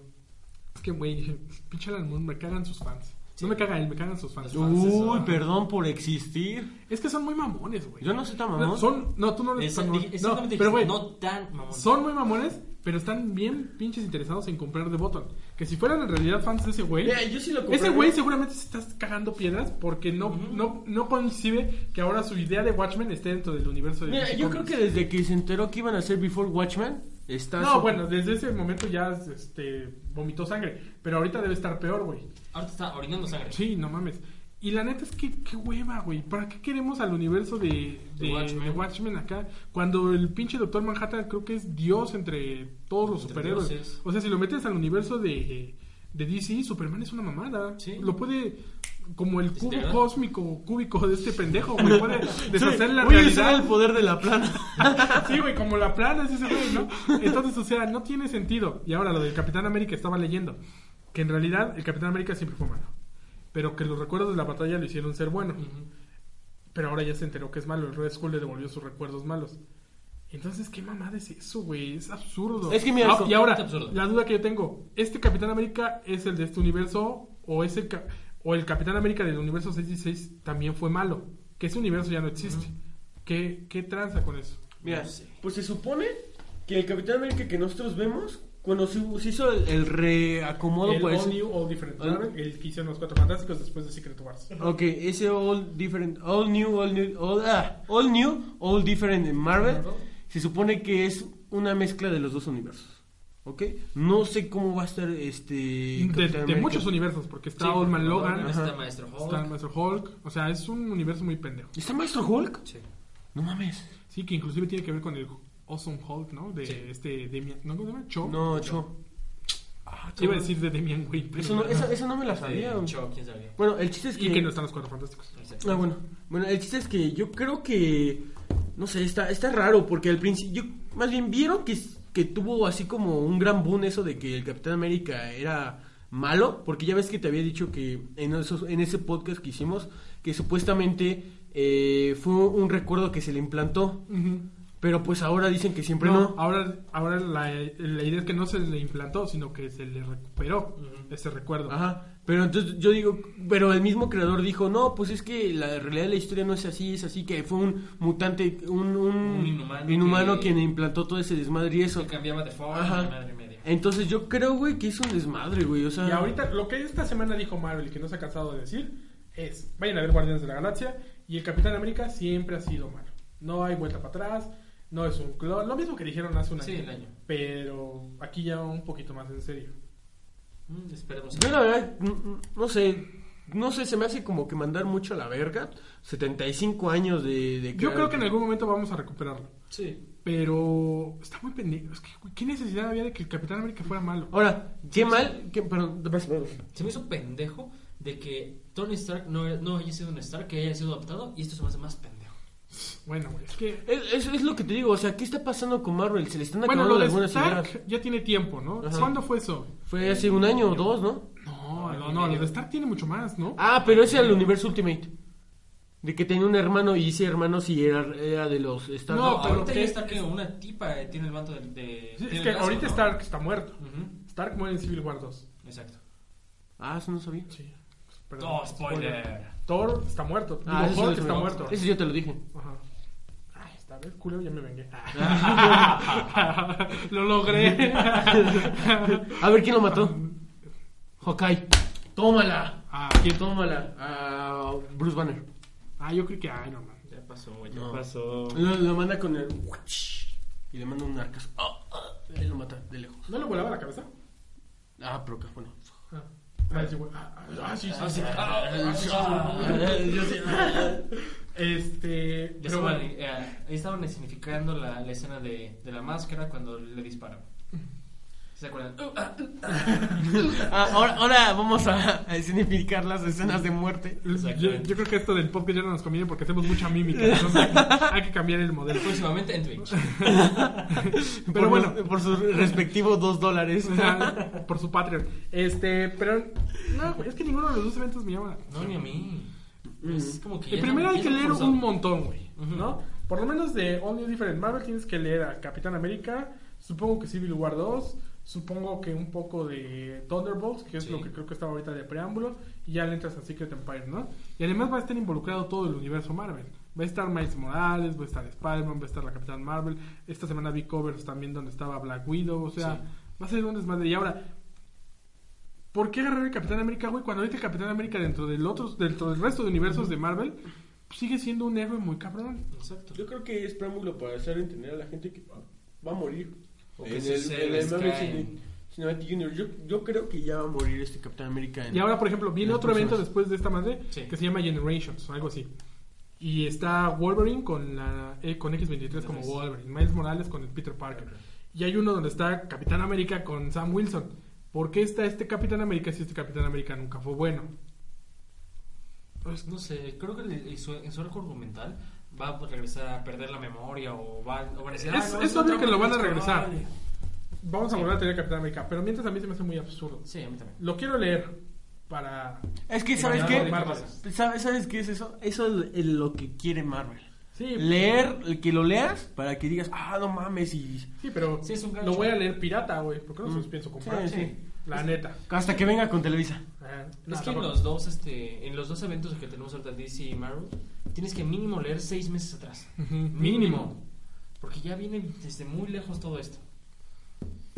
Es que güey, dije, pinche Alan Moore, me cagan sus fans.
Sí.
No me caga él, me cagan sus fans.
Los fans.
Uy,
eso.
perdón por existir.
Es que son muy mamones, güey.
Yo no soy tan mamón.
Son, no, tú no eres
Esa-
tan mamón.
dije-
No,
exactamente
pero
dijiste,
güey,
no tan mamón.
son muy mamones, pero están bien pinches interesados en comprar The Button. Que si fueran en realidad fans de ese güey,
Mira, yo sí lo compré.
ese güey seguramente se está cagando piedras porque no, no, no concibe que ahora su idea de Watchmen esté dentro del universo de
Mira,
DC
yo creo
Comics.
que desde que se enteró que iban a hacer Before Watchmen, está...
No, bueno, desde ese momento ya este, vomitó sangre. Pero ahorita debe estar peor, güey.
Ahorita está orinando sangre.
Sí, no mames. Y la neta es que, qué hueva, güey. ¿Para qué queremos al universo de, de,
De Watchmen.
de Watchmen acá? Cuando el pinche Doctor Manhattan creo que es Dios entre todos los
Entre
superhéroes.
dioses.
O sea, si lo metes al universo de, de DC, Superman es una mamada.
Sí.
Lo puede, como el cubo
Desintegrar.
cósmico cúbico de este pendejo, güey. Puede deshacer la
Voy a usar
realidad.
el poder de la plana.
Sí, güey, como la plana es ese güey, ¿no? Entonces, o sea, no tiene sentido. Y ahora lo del Capitán América estaba leyendo. Que en realidad el Capitán América siempre fue malo. Pero que los recuerdos de la batalla lo hicieron ser bueno.
Ujú.
Pero ahora ya se enteró que es malo. El Red Skull le devolvió sus recuerdos malos. Entonces, ¿qué mamada es eso, güey? Es absurdo.
Es que mira,
Ah,
es
y ahora,
absurdo.
la duda que yo tengo: ¿este Capitán América es el de este universo? ¿O es el, ca- o el Capitán América del universo 616 también fue malo? Que ese universo ya no existe. ¿Qué, ¿Qué tranza con eso?
Mira,
No sé.
Pues se supone que el Capitán América que nosotros vemos
cuando se, se hizo el, el reacomodo,
el
pues.
All New, All Different
All-
Marvel, el que hicieron los Cuatro Fantásticos después de Secret Wars.
Ok, ese All Different, All New, All New, All, ah, all New, All Different en Marvel,
Marvel.
se supone que es una mezcla de los dos universos. ¿Ok? No sé cómo va a estar este.
De,
Capitán
de
América.
muchos universos, porque está
Sí,
Old Man
porque
Logan,
Logan,
ajá,
está Maestro Hulk.
está el Maestro Hulk. O sea, es un universo muy pendejo.
¿Está Maestro Hulk?
Sí.
No mames.
Sí, que inclusive tiene que ver con el Awesome Hulk, ¿no? De
Sí.
este Demian. ¿No cómo se llama? Cho.
No, Cho.
Ah, Iba a decir de Demian Wayne. pero
Eso no,
no.
esa, esa no me la sabía.
Sí, Cho, quién sabía.
Bueno, el chiste es que.
Y que no están los Cuatro Fantásticos.
Ah, bueno. Bueno, el chiste es que yo creo que. No sé, está, está raro, porque al principio. yo- Más bien vieron que, que tuvo así como un gran boom eso de que el Capitán América era malo, porque ya ves que te había dicho que en, esos- en ese podcast que hicimos, que supuestamente eh, fue un recuerdo que se le implantó, pero pues ahora dicen que siempre no.
Ahora, ahora la, la idea es que no se le implantó, sino que se le recuperó
Ujú.
ese recuerdo.
Ajá. Pero entonces yo digo, pero el mismo creador dijo, no, pues es que la realidad de la historia no es así, es así que fue un mutante, un, un,
Un inhumano que-
quien implantó todo ese desmadre y eso.
Se cambiaba de forma,
Ajá.
y madre y media.
Entonces yo creo, güey, que es un desmadre, güey, o sea...
Ah.
Y ahorita, lo que esta semana dijo Marvel, que no se ha cansado de decir, es: vayan a ver Guardianes de la Galaxia. Y el Capitán América siempre ha sido malo. No hay vuelta para atrás. No es un clon. Lo mismo que dijeron hace un año.
Sí, el año.
Pero aquí ya un poquito más en serio.
Mm, esperemos.
Yo la verdad, n- n- no sé, no sé, se me hace como que mandar mucho a la verga. 75 años de... de
Yo
crear-
creo que en algún momento vamos a recuperarlo.
Sí.
Pero está muy pendejo. Es que, güey, ¿qué necesidad había de que el Capitán América fuera malo?
Ahora, qué mal, que, perdón, vas, vas, vas.
Se me hizo pendejo de que Tony Stark no, era- no haya sido un Stark, que haya sido adaptado, y esto se me hace más pendejo.
Bueno, güey, es que.
Es, es, es lo que te digo, o sea, ¿qué está pasando con Marvel? Se le están
Bueno,
acabando
lo de
algunas
Stark
ideas.
ya tiene tiempo, ¿no?
Ajá.
¿Cuándo fue eso?
Fue hace un año o dos, ¿no?
No, no, no, lo de Stark tiene mucho más, ¿no?
Ah, pero ese era el universo Ultimate. De que tenía un hermano y ese hermano sí era, era de los Star
No, pero
ahorita
que-
ya está que una tipa eh, tiene el manto de. de-
Sí,
tiene
es
el
que
brazo,
ahorita
¿no?
Stark está muerto.
Ujú,
Stark muere en Civil War 2.
Exacto.
Ah, eso no sabía.
Sí. Perdón.
No, spoiler.
Thor está muerto. Digo,
Ah, eso sí
Hulk
lo
está
sabía.
muerto.
Eso yo te lo dije.
Ajá. Ay, esta vez, culo, ya me vengué. lo logré.
A ver, ¿quién lo mató? Hawkeye. Tómala.
ah,
¿Quién
¿quién?
tómala? A Bruce Banner.
ah, yo creo que Iron Man.
Ya pasó, ya
No.
pasó.
Lo, lo manda con el... Y le manda un arcazo. Ah, ah, él lo mata de lejos.
¿No le volaba la cabeza?
Ah, pero qué bueno.
Ah, Ah, sí, güey. Ah, ah, ah, sí, sí, sí.
ah,
Yo sí, ah.
Este.
Ya
Pero
estaban,
bueno.
eh, ahí estaban escenificando la, la escena de, de la máscara cuando le disparan. ¿Se acuerdan? Uh, ah, uh,
Ah, ahora, ahora vamos a, a significar las escenas de muerte.
Yo, yo creo que esto del podcast ya no nos conviene porque hacemos mucha mímica. Entonces hay que, hay que cambiar el modelo.
Próximamente en Twitch.
Pero
por,
bueno.
por sus respectivos dos dólares.
O sea, por su Patreon. Este, pero. No, güey, es que ninguno de los dos eventos me llama.
No, ni a mí. Es como que.
En
ya
primera
no-
Eh, hay
ya
que
no
leer
forzado.
un montón, güey.
Ujú.
¿No? Por lo menos de All New Different Marvel tienes que leer a Capitán América. Supongo que Civil War 2. Supongo que un poco de Thunderbolts, que es
Sí.
lo que creo que estaba ahorita de preámbulo. Y ya le entras a Secret Empire, ¿no? Y además va a estar involucrado todo el universo Marvel. Va a estar Miles Morales, va a estar Spider-Man, va a estar la Capitán Marvel. Esta semana vi covers también donde estaba Black Widow. O sea,
Sí.
va a ser un desmadre. Y ahora, ¿Por qué agarrar el Capitán América, güey? Cuando ahorita el Capitán América dentro del otro, dentro del resto de universos de Marvel, pues, sigue siendo un héroe muy cabrón.
Exacto.
Pues Yo creo que es preámbulo para hacer entender a la gente que va, va a morir.
O que se- se
Marvel
caen.
Cine- Cinematic Universe. Yo, yo creo que ya va a morir este Capitán América. en-
Y ahora, por ejemplo, viene
Las
otro evento
personas.
después de esta madre
Sí.
que se llama Generations o algo así. Y está Wolverine con la eh, con X23 como
Entonces-
Wolverine, Miles Morales con el Peter Parker. Y hay uno donde está Capitán América con Sam Wilson. ¿Por qué está este Capitán América si este Capitán América nunca fue bueno?
Pues no sé, creo que en, el- en su, en su arco argumental va a regresar a perder la memoria o, va, o van a decir.
Es-
"Ah,
es
no,
obvio
no,
que lo
no,
van a
no,
regresar.
no".
Vamos a volver a tener Capitán América, pero mientras a mí se me hace muy absurdo.
Sí, a mí también.
Lo quiero leer para
Es que,
Y
¿sabes
mañana
qué?
lo
reformas.
¿Sabes, ¿Sabes qué es eso? Eso es el- lo que quiere Marvel.
Sí,
pues. Leer, que lo leas para que digas, ah, no mames, y
Sí, pero
Sí, es un gancho.
lo voy a leer pirata, güey, porque no se los
Mm.
pienso comprar.
Sí, sí.
La neta.
hasta que venga con Televisa.
Ajá. No,
Es que en
tampoco.
los dos, este, en los dos eventos que tenemos ahorita DC y Marvel, tienes que mínimo leer seis meses atrás.
Ujú, Mínimo.
Porque ya viene desde muy lejos todo esto.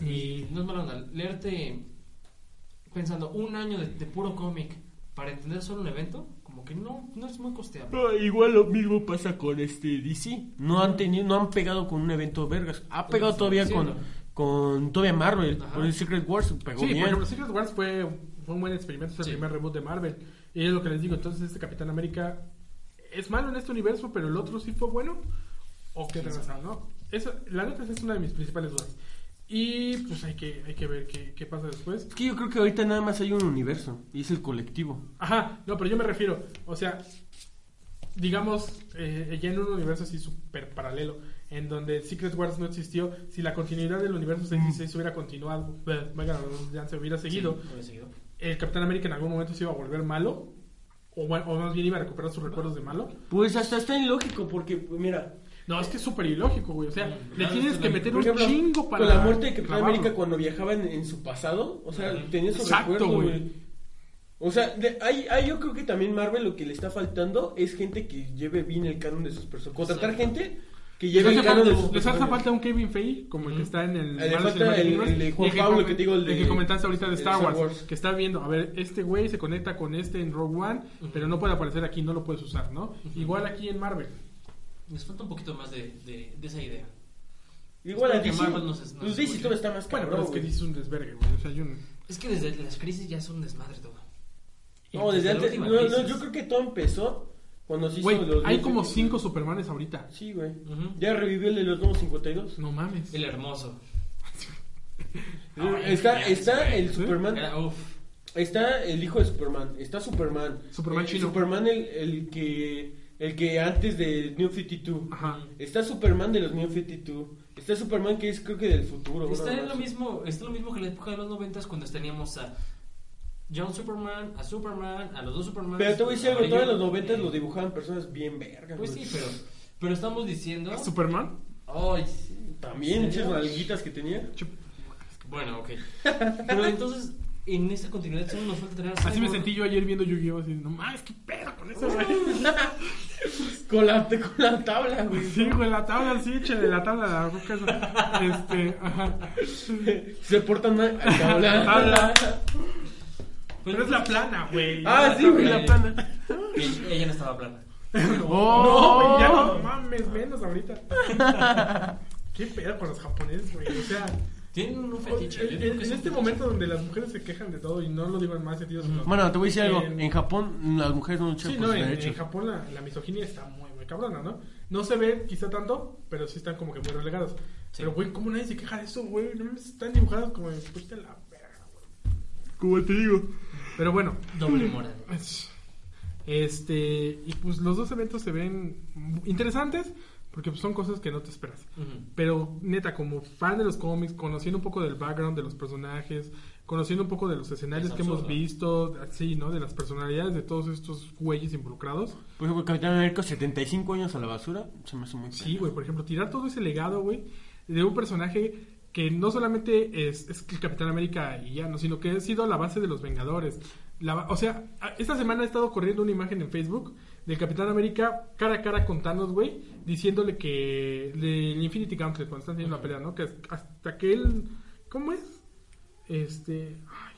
Y no es mala onda. Leerte pensando un año de, de puro cómic para entender solo un evento, como que no, no es muy costeable.
No, igual lo mismo pasa con este DC. No han tenido, no han pegado con un evento vergas. Ha pegado
Sí,
todavía
sí,
con,
¿no?
con todavía Marvel,
Ajá.
con el Secret Wars pegó
Sí, por
bien.
ejemplo, Secret Wars fue, fue un buen experimento, es el
Sí.
primer reboot de Marvel. Y es lo que les digo, entonces este Capitán América es malo en este universo, pero el otro sí fue bueno. O qué pasa, ¿no? Eso, la neta esa es una de mis principales dudas. Y pues hay que, hay que ver qué, qué pasa después.
Es que yo creo que ahorita nada más hay un universo y es el colectivo.
Ajá, no, pero yo me refiero, o sea, digamos, eh, ya en un universo así súper paralelo, en donde Secret Wars no existió, si la continuidad del universo 66 hubiera continuado, pues, venga, ya se hubiera seguido,
Sí, hubiera seguido.
el Capitán América en algún momento se iba a volver malo, o, bueno, o más bien iba a recuperar sus recuerdos de malo.
Pues hasta está ilógico porque pues, mira,
No, es que es súper ilógico, güey, o sea, le
Claro,
tienes
es
que
la-
meter
por
un
ejemplo,
chingo para...
con la muerte de Capitán
clavarlo.
América cuando viajaba en, en su pasado, o sea,
Ajá.
tenía esos
Exacto,
recuerdos,
güey.
güey. O sea, de- hay, hay- yo creo que también Marvel lo que le está faltando es gente que lleve bien el canon de sus personajes. Contratar
Exacto.
gente que
Les
lleve
hace,
el canon de sus
falta, les hace
personajes.
falta un Kevin Feige, como el que está en el.
Le
Marvel
falta
Cinematic
el-
Universe,
el de Juan
y
Pablo
com-
que te digo, el de-
que comentaste ahorita de
el de
Star
Star
Wars,
Wars.
Que está viendo, a ver, este güey se conecta con este en Rogue One, pero no puede aparecer aquí, no lo puedes usar, ¿no? Igual aquí en Marvel.
Les falta un poquito más de, de, de esa idea.
Igual a
Espero que
DC,
Marvel nos- nos
pues DC
escuche.
todavía está más
Bueno,
cabrón,
pero es que
güey.
dices un desvergue, güey. O sea, hay un.
Es que desde las crisis ya es un desmadre todo.
No, desde
la
antes,
última
no, no,
crisis.
yo creo que todo empezó cuando se hizo
Güey,
los
hay
New
como
52.
cinco Supermanes ahorita.
Sí, güey.
Ujú.
Ya revivió el de los nuevos 52.
No mames.
El hermoso.
Ah,
Eh, está
Ay,
está
güey.
el Superman.
Era, uf.
Está el hijo de Superman. Está Superman.
Superman
Eh,
chino.
Superman el, el que el que antes de New 52.
Ajá.
Está Superman de los New 52. Está Superman que es creo que del futuro.
Está
nada
en lo
más.
mismo, está lo mismo que la época de los noventas cuando teníamos a John Superman, a Superman, a los dos Superman.
Pero te voy a decir algo, todos en los 90 lo dibujaban personas bien vergas.
Eh. Pues
güey.
sí, pero, pero estamos diciendo.
¿Superman?
Ay, sí,
También,
¿en
muchas
serio?
nalguitas que tenía.
Chup.
Bueno, ok. Pero entonces, en esta continuidad solo nos falta tener a
Así me
Cyborg.
sentí yo ayer viendo Yu-Gi-Oh! Así, no mames, qué pedo con eso, güey.
Con la, con la tabla, güey.
Sí, güey, la tabla, sí, échale la tabla de la roca. esa. Este, ajá.
Se portan mal. Ay, tabla.
Tabla.
Pues,
Pero es la plana, güey.
Ah, sí, güey, la
La plana.
plana.
Ella ella no estaba plana.
No,
No,
ya no mames, menos ahorita. Qué pedo con los japoneses, güey. O sea,
Tienen un fetiche. yo
en,
digo que
en
es un
este
fetiche.
momento donde las mujeres se quejan de todo y no lo digo en más sentido, sino.
Bueno, te voy a decir algo.
En-
En Japón las mujeres no luchan
Eh, Sí, no,
por sus
en, en
derechos.
Japón la, la misoginia está muy, muy cabrona, ¿no? No se ve quizá tanto, pero sí están como que muy relegados. Pero, güey, ¿cómo nadie se queja de eso, güey? No mames, están dibujadas como de puta la verga, güey.
Como te digo.
Pero bueno, Mm.
Doble moral.
este. Y pues los dos eventos se ven interesantes porque pues, son cosas que no te esperas.
Ujú.
Pero neta, como fan de los cómics, conociendo un poco del background de los personajes, conociendo un poco de los escenarios
Es
que hemos
absurdo.
visto, así, ¿no? De las personalidades de todos estos güeyes involucrados.
Por ejemplo, Capitán América, 75 años a la basura. Se me hace muy
Sí, güey, por ejemplo, tirar todo ese legado, güey, de un personaje que no solamente es, es el Capitán América y ya, no, sino que ha sido la base de los Vengadores. La ba- o sea, a- esta semana ha estado corriendo una imagen en Facebook del Capitán América cara a cara con Thanos, güey, diciéndole que del Infinity Gauntlet cuando están teniendo la pelea, ¿no? Que as- hasta que él ¿cómo es? Este, ay,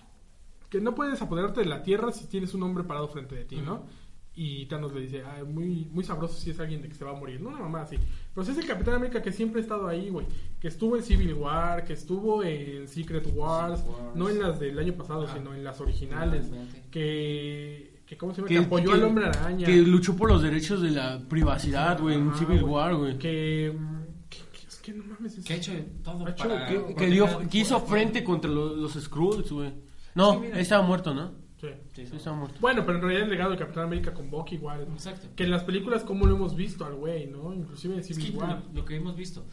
que no puedes apoderarte de la Tierra si tienes un hombre parado frente de ti, ¿no? Y Thanos le dice, "Ay, muy, muy sabroso si es alguien de que se va a morir. No, una mamá así. Pero si es el Capitán América que siempre ha estado ahí, güey. Que estuvo en Civil War, que estuvo en Secret Wars.
Secret Wars.
No en las del año pasado,
Ah.
sino en las originales.
Realmente.
Que, que, ¿cómo se llama? Que, apoyó al Hombre Araña.
Que luchó por los derechos de la privacidad, güey, en
Ajá,
Civil
Ah, güey.
War, güey.
Que, mm, que, que- es que no mames. es-
Que ha hecho todo
Ha hecho
para...
que-
Que, dio, que hizo frente contra lo- los Skrulls, güey. No,
Sí, mira.
estaba muerto, ¿no?
Sí.
Sí,
Sí, estaba muerto.
Bueno, pero en realidad el legado de Capitán América con Bucky igual.
Exacto.
Que en las películas, como lo hemos visto al güey, ¿no? Inclusive en
Es
Civil
que
War.
lo, lo que hemos visto.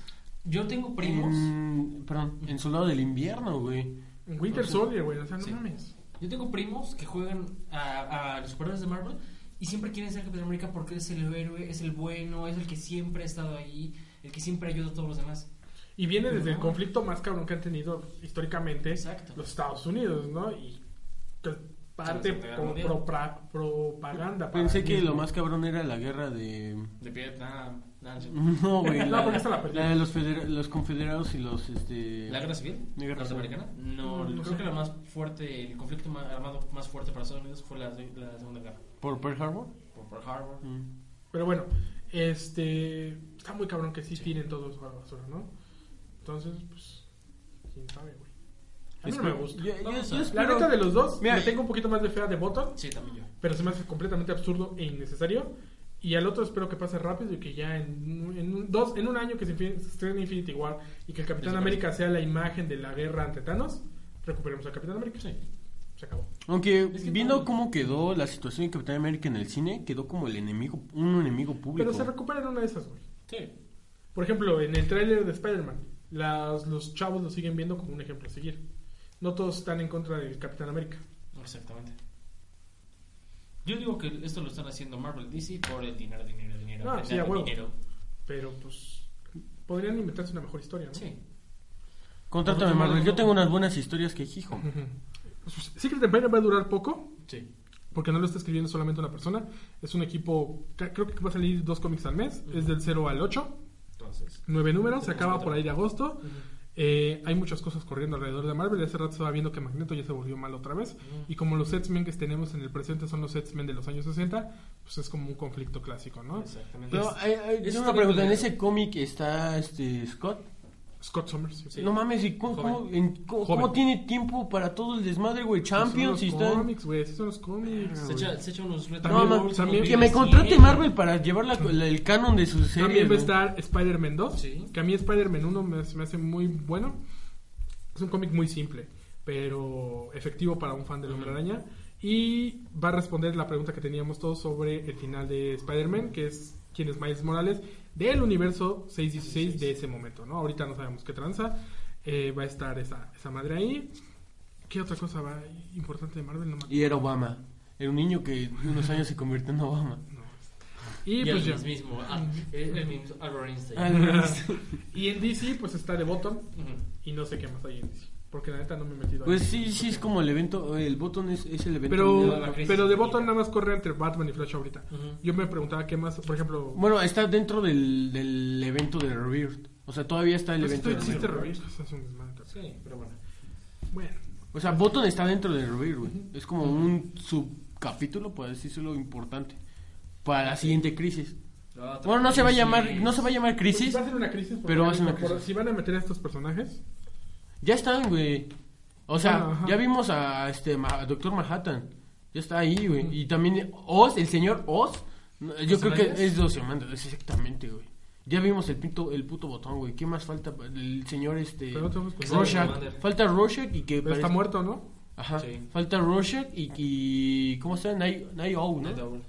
Yo tengo primos.
Mm. En, perdón, en Soldado del Invierno, güey.
En Winter Soldier, güey. O sea, no
Sí.
mames.
Yo tengo primos que juegan a, a los superhéroes de Marvel y siempre quieren ser Capitán América porque es el héroe, es el bueno, es el que siempre ha estado ahí, el que siempre ayuda a todos los demás.
Y viene desde el
Ajá.
conflicto más cabrón que han tenido históricamente
Exacto.
los Estados Unidos, ¿no? Y que parte
Segunda Guerra
pro-
Mundial.
propra- propaganda. para
Pensé
el
que
mismo.
lo más cabrón era la guerra de...
De Vietnam, nada, no sé.
No, güey.
No, porque esta la perdí.
de los, feder- los confederados y los... Este...
¿La guerra civil?
La guerra civil.
norteamericana? No,
No, no
creo
sé.
que la más fuerte, el conflicto más armado más fuerte para Estados Unidos fue la, la Segunda Guerra.
¿Por Pearl Harbor?
Por Pearl Harbor.
Mm.
Pero bueno, este. Está muy cabrón que sí, tiren todos a la basura, ¿no? Entonces, pues. Quién sabe, güey. A mí
Es
no
que-
me gusta.
yo- yo-
Vamos
yo
a-
La
espero-
neta de los dos,
Mira,
le tengo un poquito más de fe a The Button,
Sí, también yo.
pero se me hace completamente absurdo e innecesario. Y al otro espero que pase rápido y que ya en, un- en un, dos, en un año que se infin- se estrene Infinity War y que el Capitán
Desaparece.
América sea la imagen de la guerra ante Thanos, recuperemos al Capitán América.
Sí.
Se acabó.
Aunque
Es que
viendo
no-
cómo quedó la situación de Capitán América en el cine, quedó como el enemigo, un enemigo público.
Pero se recupera en una de esas, güey.
Sí.
Por ejemplo, en el tráiler de Spider-Man, las- los chavos lo siguen viendo como un ejemplo a seguir. No todos están en contra del Capitán América.
Exactamente. Yo digo que esto lo están haciendo Marvel DC por el dinero, dinero, dinero.
Ah,
dinero,
sí, a huevo.
dinero.
Pero pues podrían inventarse una mejor historia, ¿no?
Sí.
Contrátame, Marvel. Yo tengo unas buenas historias que, hijo.
Secret Empire va a durar poco,
Sí.
porque no lo está escribiendo solamente una persona. Es un equipo, cre- creo que va a salir dos cómics al mes. Es del 0 al 8,
Entonces.
nueve números, se acaba
cuatro.
por ahí de agosto. Eh, hay muchas cosas corriendo alrededor de Marvel. Hace rato estaba viendo que Magneto ya se volvió mal otra vez. Y como los X-Men que tenemos en el presente son los X-Men de los años 60, pues es como un conflicto clásico, ¿no?
Exactamente.
eh,
Pero, ay, ay,
Eso
tengo
está
una pregunta.
bien
¿En
culero.
ese cómic está este Scott?
Scott Summers. sí.
Sí.
No mames, ¿y cómo,
Joven.
cómo- en- cómo-
Joven.
cómo tiene tiempo para todo el desmadre, güey? Champions y
Sí son
está...
los cómics, güey. sí son los cómics.
se, echa, se echa unos Red
También-
Bull, unos
también-
Que
Guinness
me
y-
contrate Marvel para llevar la- la- el canon de sus series.
También va a
güey.
estar Spider-Man 2,
Sí.
que a mí Spider-Man 1 me, se me hace muy bueno. Es un cómic muy simple, pero efectivo para un fan del Hombre Araña. Y va a responder la pregunta que teníamos todos sobre el final de Spider-Man, que es quién es Miles Morales del universo 616 de ese momento, ¿no? Ahorita no sabemos qué tranza. Eh, va a estar esa, esa madre ahí. ¿Qué otra cosa va importante de Marvel? No me
Y era Obama. Era un niño que de unos años se convirtió en Obama.
no. Y,
Y
pues ya.
el mismo. ah, el el mismo Albert Einstein.
Ah,
Y en DC, pues está The Bottom.
Ujú.
Y no sé qué más hay en DC. Porque la neta no me he metido ahí.
Pues sí, sí, es como el evento, el botón es, es el evento.
Pero,
la crisis
pero The
infinita.
Bottom nada más corre entre Batman y Flash ahorita.
Ujú.
Yo me preguntaba qué más, por ejemplo.
Bueno, está dentro del, del evento de Rebirth. O sea, todavía está el
pues,
evento
esto
de
existe Rebirth,
Rebirth.
o sea, pues, es un desmadre.
Sí, pero bueno.
Bueno,
O sea, Bottom está dentro de Rebirth, güey. Es como un subcapítulo, por decírselo, importante. Para la siguiente crisis.
La otra
Bueno, no se va a
crisis.
llamar, no se va a llamar
Pues
crisis.
va a ser una crisis. porque
Pero va a ser una
por-
crisis.
Si van a meter a estos personajes,
Ya están, güey. O
Bueno,
sea,
ajá.
ya vimos a este Ma- Doctor Manhattan. Ya está ahí, güey. Y también Oz, el señor Oz. no, Yo creo
Ozymandias?
que es de Ozymandias, exactamente, güey. Ya vimos el puto, el puto botón, güey. ¿Qué más falta? El señor este
Pero no tenemos con-
Rorschach.
Ozymandias.
Falta Rorschach y que
pero está
parece-
muerto, ¿no?
Ajá.
Sí.
Falta Rorschach y, y ¿cómo se llama? Night, Night Owl,
Una
¿no?
doble.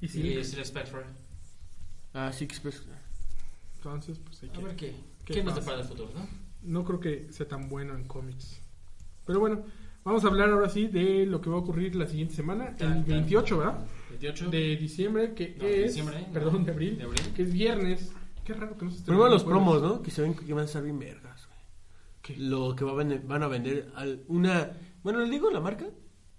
Y sí.
Y Silk Spectre.
Ah, Six Pers-
Entonces, pues hay
A ver
que.
qué.
¿Qué
¿Qué nos
pasa?
depara el futuro, no?
No creo que sea tan bueno en cómics. Pero bueno, vamos a hablar ahora sí de lo que va a ocurrir la siguiente semana,
Tan,
el
tan.
28, ¿verdad?
28
De diciembre, que
No, de
es.
diciembre, ¿eh? no.
perdón, de abril,
De abril.
Que es viernes. Qué raro que no se estrene
Primero
el
los
jueves.
promos, ¿no? Que se ven que van a estar bien vergas, güey.
¿Qué?
Lo que va a vender- van a vender al, una... Bueno, ¿le digo la marca?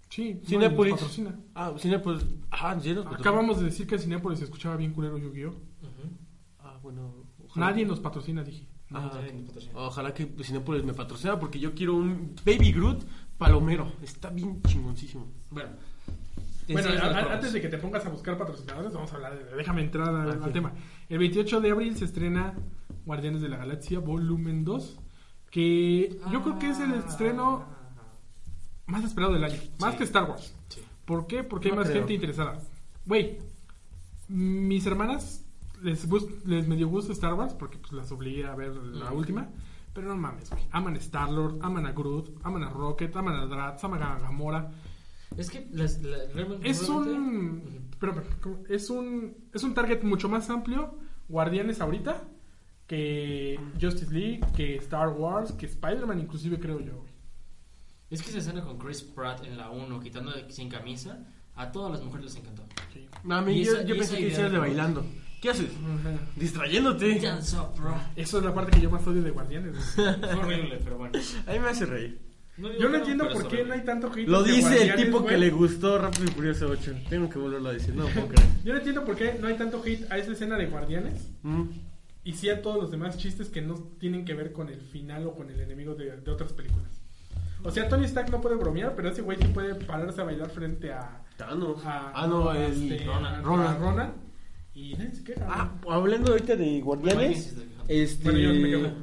Sí,
Cinépolis.
nos patrocina.
Ah, Cinépolis. Ajá, sí, pues, nos patrocina.
Acabamos de decir que Cinépolis se escuchaba bien culero Yu-Gi-Oh.
Ujú.
Ah, bueno. ojalá-
Nadie nos patrocina, dije.
Ah,
Nadie
ok.
nos patrocina.
Ojalá que Cinépolis me patrocina porque yo quiero un Baby Groot palomero. Está bien chingoncísimo.
Bueno.
Bueno,
Enseñas
a-
los
a-
promos.
antes de que te pongas a buscar patrocinadores, vamos a hablar de... Déjame entrar al,
Ah,
al
sí.
tema. El 28 de abril se estrena Guardianes de la Galaxia Volumen 2, que yo creo que es el estreno más esperado del año. Más
Sí.
que Star Wars.
Sí.
¿Por qué? Porque hay
No
más
creo.
gente interesada. Güey, mis hermanas les, gust- les medio gusta Star Wars porque pues, las obligué a ver la
Mm.
última. Pero no mames, güey. Aman a Star-Lord, aman a Groot, aman a Rocket, aman a Drax, aman a Gamora.
Es que las, la- realmente.
Es
realmente-
un... Pero, es un... Es un target mucho más amplio. Guardianes ahorita. Que Justice League, que Star Wars, que Spider-Man inclusive creo yo, güey.
Es que se escena con Chris Pratt en la 1, quitando de- sin camisa. A todas las mujeres les encantó.
No, a mí
Y
yo,
esa-
yo
y
pensé
esa
que
idea
hicieras de
de-
bailando. ¿Qué haces?
Ajá.
Distrayéndote.
Dance up, bro.
Eso es la parte que yo más odio de Guardianes.
Fue horrible, pero bueno.
A mí me hace reír.
digo
Yo no
que
entiendo
pero
por qué no hay
sobrevive.
tanto hate.
Lo
hacia
dice el
Guardianes,
tipo que
güey.
le gustó Rápido y Furioso 8. Tengo que volverlo a decir. No, puedo creer.
Yo no entiendo por qué no hay tanto hate a esa escena de Guardianes.
Mm.
Y sí a todos los demás chistes que no tienen que ver con el final o con el enemigo de, de otras películas. O sea, Tony Stark no puede bromear, pero ese güey sí puede pararse a bailar frente a...
Thanos.
a-
Ah, no,
a-
el
este,
Ronan.
a- a
Ronan.
Ronan. Y nadie se queja.
Ah,
güey.
hablando ahorita de
Vikings
Guardianes,
es de viejo.
este,
Bueno, yo me quejo.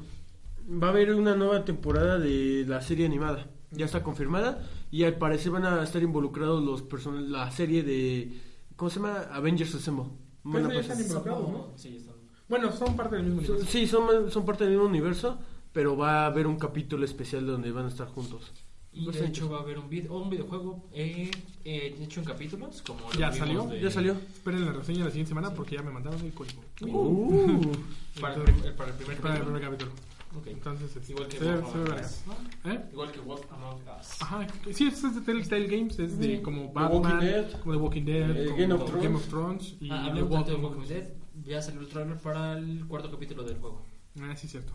va a haber una nueva temporada de la serie animada. Ya está confirmada y al parecer van a estar involucrados los personajes, la serie de ¿cómo se llama? Avengers Assemble. Van a
Pero ya
pasar.
están involucrados, ¿no?
Sí, están-
Bueno, son parte del mismo
Son-
universo.
Sí, son, son parte del mismo universo, pero va a haber un capítulo especial donde van a estar juntos.
Y
Pues
de
ahí
hecho va a haber un, vid- un videojuego eh, eh, hecho en capítulos, como lo
¿Ya
vimos
salió?
de-
Ya salió.
Esperen la reseña la siguiente semana porque ya me mandaron el código.
Uh.
Para el, prim- para el primer
Para el
capítulo.
primer capítulo.
Ok.
Entonces, este,
Igual que
se,
Wolf
se ve
Among
verga.
Us, ¿no?
¿Eh?
Igual que Wolf Among Us.
Ajá, sí, eso es de Telltale Games, es de como
The Walking
Batman,
Dead.
como The Walking Dead,
Eh,
como
Game of Thrones.
Game of Thrones y
Ah,
The
hablando tanto
Walking
de Walking Dead, ya salió el trailer para el cuarto capítulo del juego.
Ah, sí, cierto.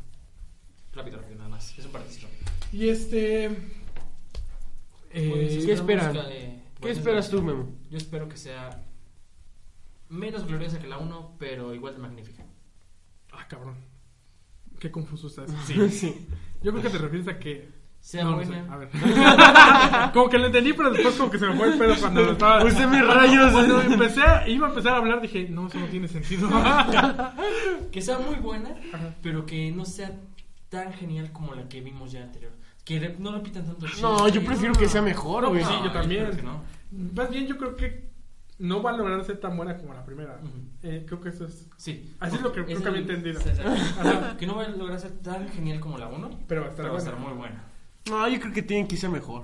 Rápido, rápido, nada más. Es un paréntesis rápido.
Y este...
Pues,
Eh,
¿qué
esperamos
esperan?
que, eh,
¿Qué
Guardianes
esperas
de la-
tú, Memo?
Yo espero que sea menos gloriosa que la 1, pero igual de magnífica.
Ah, cabrón. Qué confuso estás.
Sí.
Yo creo que te refieres a que...
Sea
no, no
buena.
sé, a ver. como que lo entendí, pero después como que se me fue el pedo cuando lo estaba...
Pues
Usé Pues mis rayos.
Cuando empecé, a- iba a empezar a hablar, dije, no, eso no tiene sentido.
Que sea muy buena, pero que no sea tan genial como la que vimos ya anterior. Que re- no repitan tanto.
No,
chiste.
yo prefiero que sea mejor,
No,
güey.
sí, yo también.
creo que no.
Más bien, yo creo que no va a lograr ser tan buena como la primera.
Ujú.
Eh, creo que eso es...
Sí.
Así es lo que- creo que había entendido.
sí, sí.
Ajá.
Que no va a lograr ser tan genial como la 1,
Pero va a estar
pero va a
buena.
estar muy buena.
No, yo creo que tienen que ser mejor.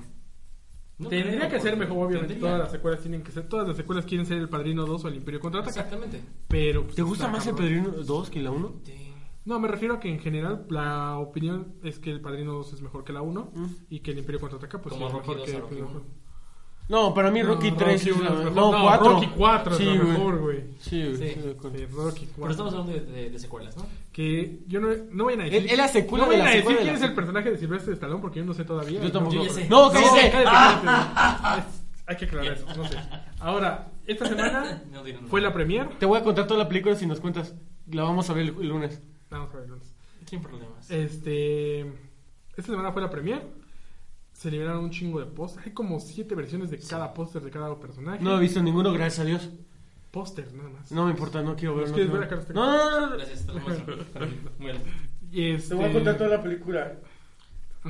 No
Tendría
creo,
que ser
porque
mejor, obviamente.
tendría-
Todas las secuelas tienen que ser. Todas las secuelas quieren ser el Padrino 2 o el Imperio Contraataca.
Exactamente.
Pero. pues,
¿Te gusta
está
más el
cabrón.
Pedrino 2 que la 1?
Sí.
No, me refiero a que en general la opinión es que el Padrino 2 es mejor que la 1
Mm.
y que el Imperio Contraataca, pues sí,
Como
es
Rocky
mejor
2
que.
a Rocky
que-
1.
No, para mí Rocky
No,
3
Rocky
es
1
la
es mejor.
No, 4.
Rocky 4
sí,
es lo
güey.
mejor, güey.
Sí, güey,
Sí.
estoy de acuerdo.
Sí, Rocky 4.
Pero estamos hablando de, de- de secuelas, ¿no?
Que yo no, no vayan a decir.
Es- es la secuela
no
de
vayan
la
a decir
secuela de
quién es
la
el
secuela.
personaje de Silvestre Stallone porque yo no sé todavía.
Yo tampoco.
Yo ya sé.
No,
No, cállate,
cállate.
cállate. Es- Hay que aclarar eso, no sé. Ahora, esta semana
No diré nada.
Ah, fue la premier.
Te voy a contar toda la película si nos cuentas. La vamos a ver el, el lunes.
Vamos a ver el lunes.
Sin problemas.
Este. Esta semana fue la premier. Se liberaron un chingo de pósters. Hay como siete versiones de cada póster de cada personaje.
No he visto ninguno, gracias a Dios.
Póster nada más.
No me importa, no quiero
¿Nos
verlo.
quieres
no.
ver acá los
no, no, no, no.
Gracias, te lo muestro. Bueno,
Y este...
la película.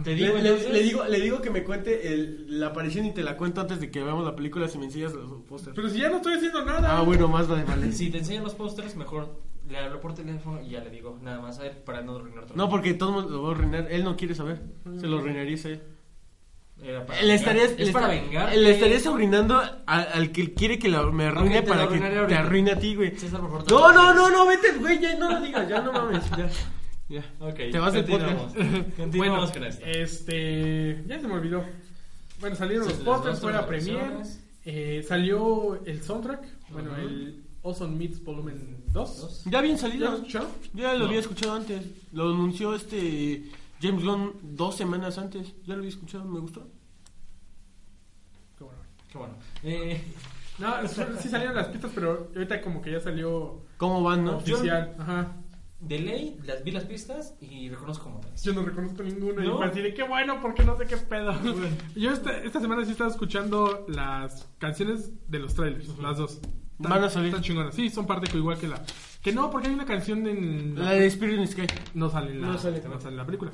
Te digo,
Le,
entonces-
le- le digo, le digo que me cuente el- la aparición y te la cuento antes de que veamos la película si me enseñas los pósters.
Pero si ya no estoy haciendo nada.
Ah, bueno, más vale, vale.
Si te enseñan los pósters, mejor le hablo por teléfono y ya le digo nada más a él para no arruinar todo.
No, porque de todos modos lo voy a reinar. Él no quiere saber. Se lo reinarías a él.
Era para
Le
vengar.
estarías,
es
le
para
esta-
vengar.
Le estarías arruinando a- al que quiere que la- me arruine
Ok, te
para
lo
que
arruinaré
te
ahorita.
arruine a ti, güey.
César, por favor,
No,
también.
no, no, no, vete, güey, ya no lo digas, ya no mames. Ya, ya.
Ok,
Te vas del
continuamos. Continuamos
bueno, eh,
con esto.
Este. Ya se me olvidó. Bueno, salieron
Sí,
los
las
pósters,
dos
fue la premier.
versiones.
Eh, salió el soundtrack. Bueno,
Ajá.
el Awesome Meets Volumen 2.
Dos.
Ya bien
¿Ya lo
salido.
escucharon?
Ya lo
No.
había escuchado antes. Lo anunció este James Gunn dos semanas antes. Ya lo había escuchado, me gustó.
Qué bueno.
Qué bueno. Eh,
No, son- sí salieron las pistas, pero ahorita como que ya salió
¿Cómo van, no?
oficial. Ajá.
de ley, las vi las pistas y reconozco como tres.
Yo no reconozco ninguna.
¿No?
Y fue así de qué bueno, porque no sé qué pedo. Yo esta, esta semana sí estaba escuchando las canciones de los trailers, las dos. Están-
Van a salir.
Están chingonas. Sí, son parte que igual que la. Que no, porque hay una canción en.
La de Spirit in the Sky.
No sale en la,
No
no
sale.
sale. en la película.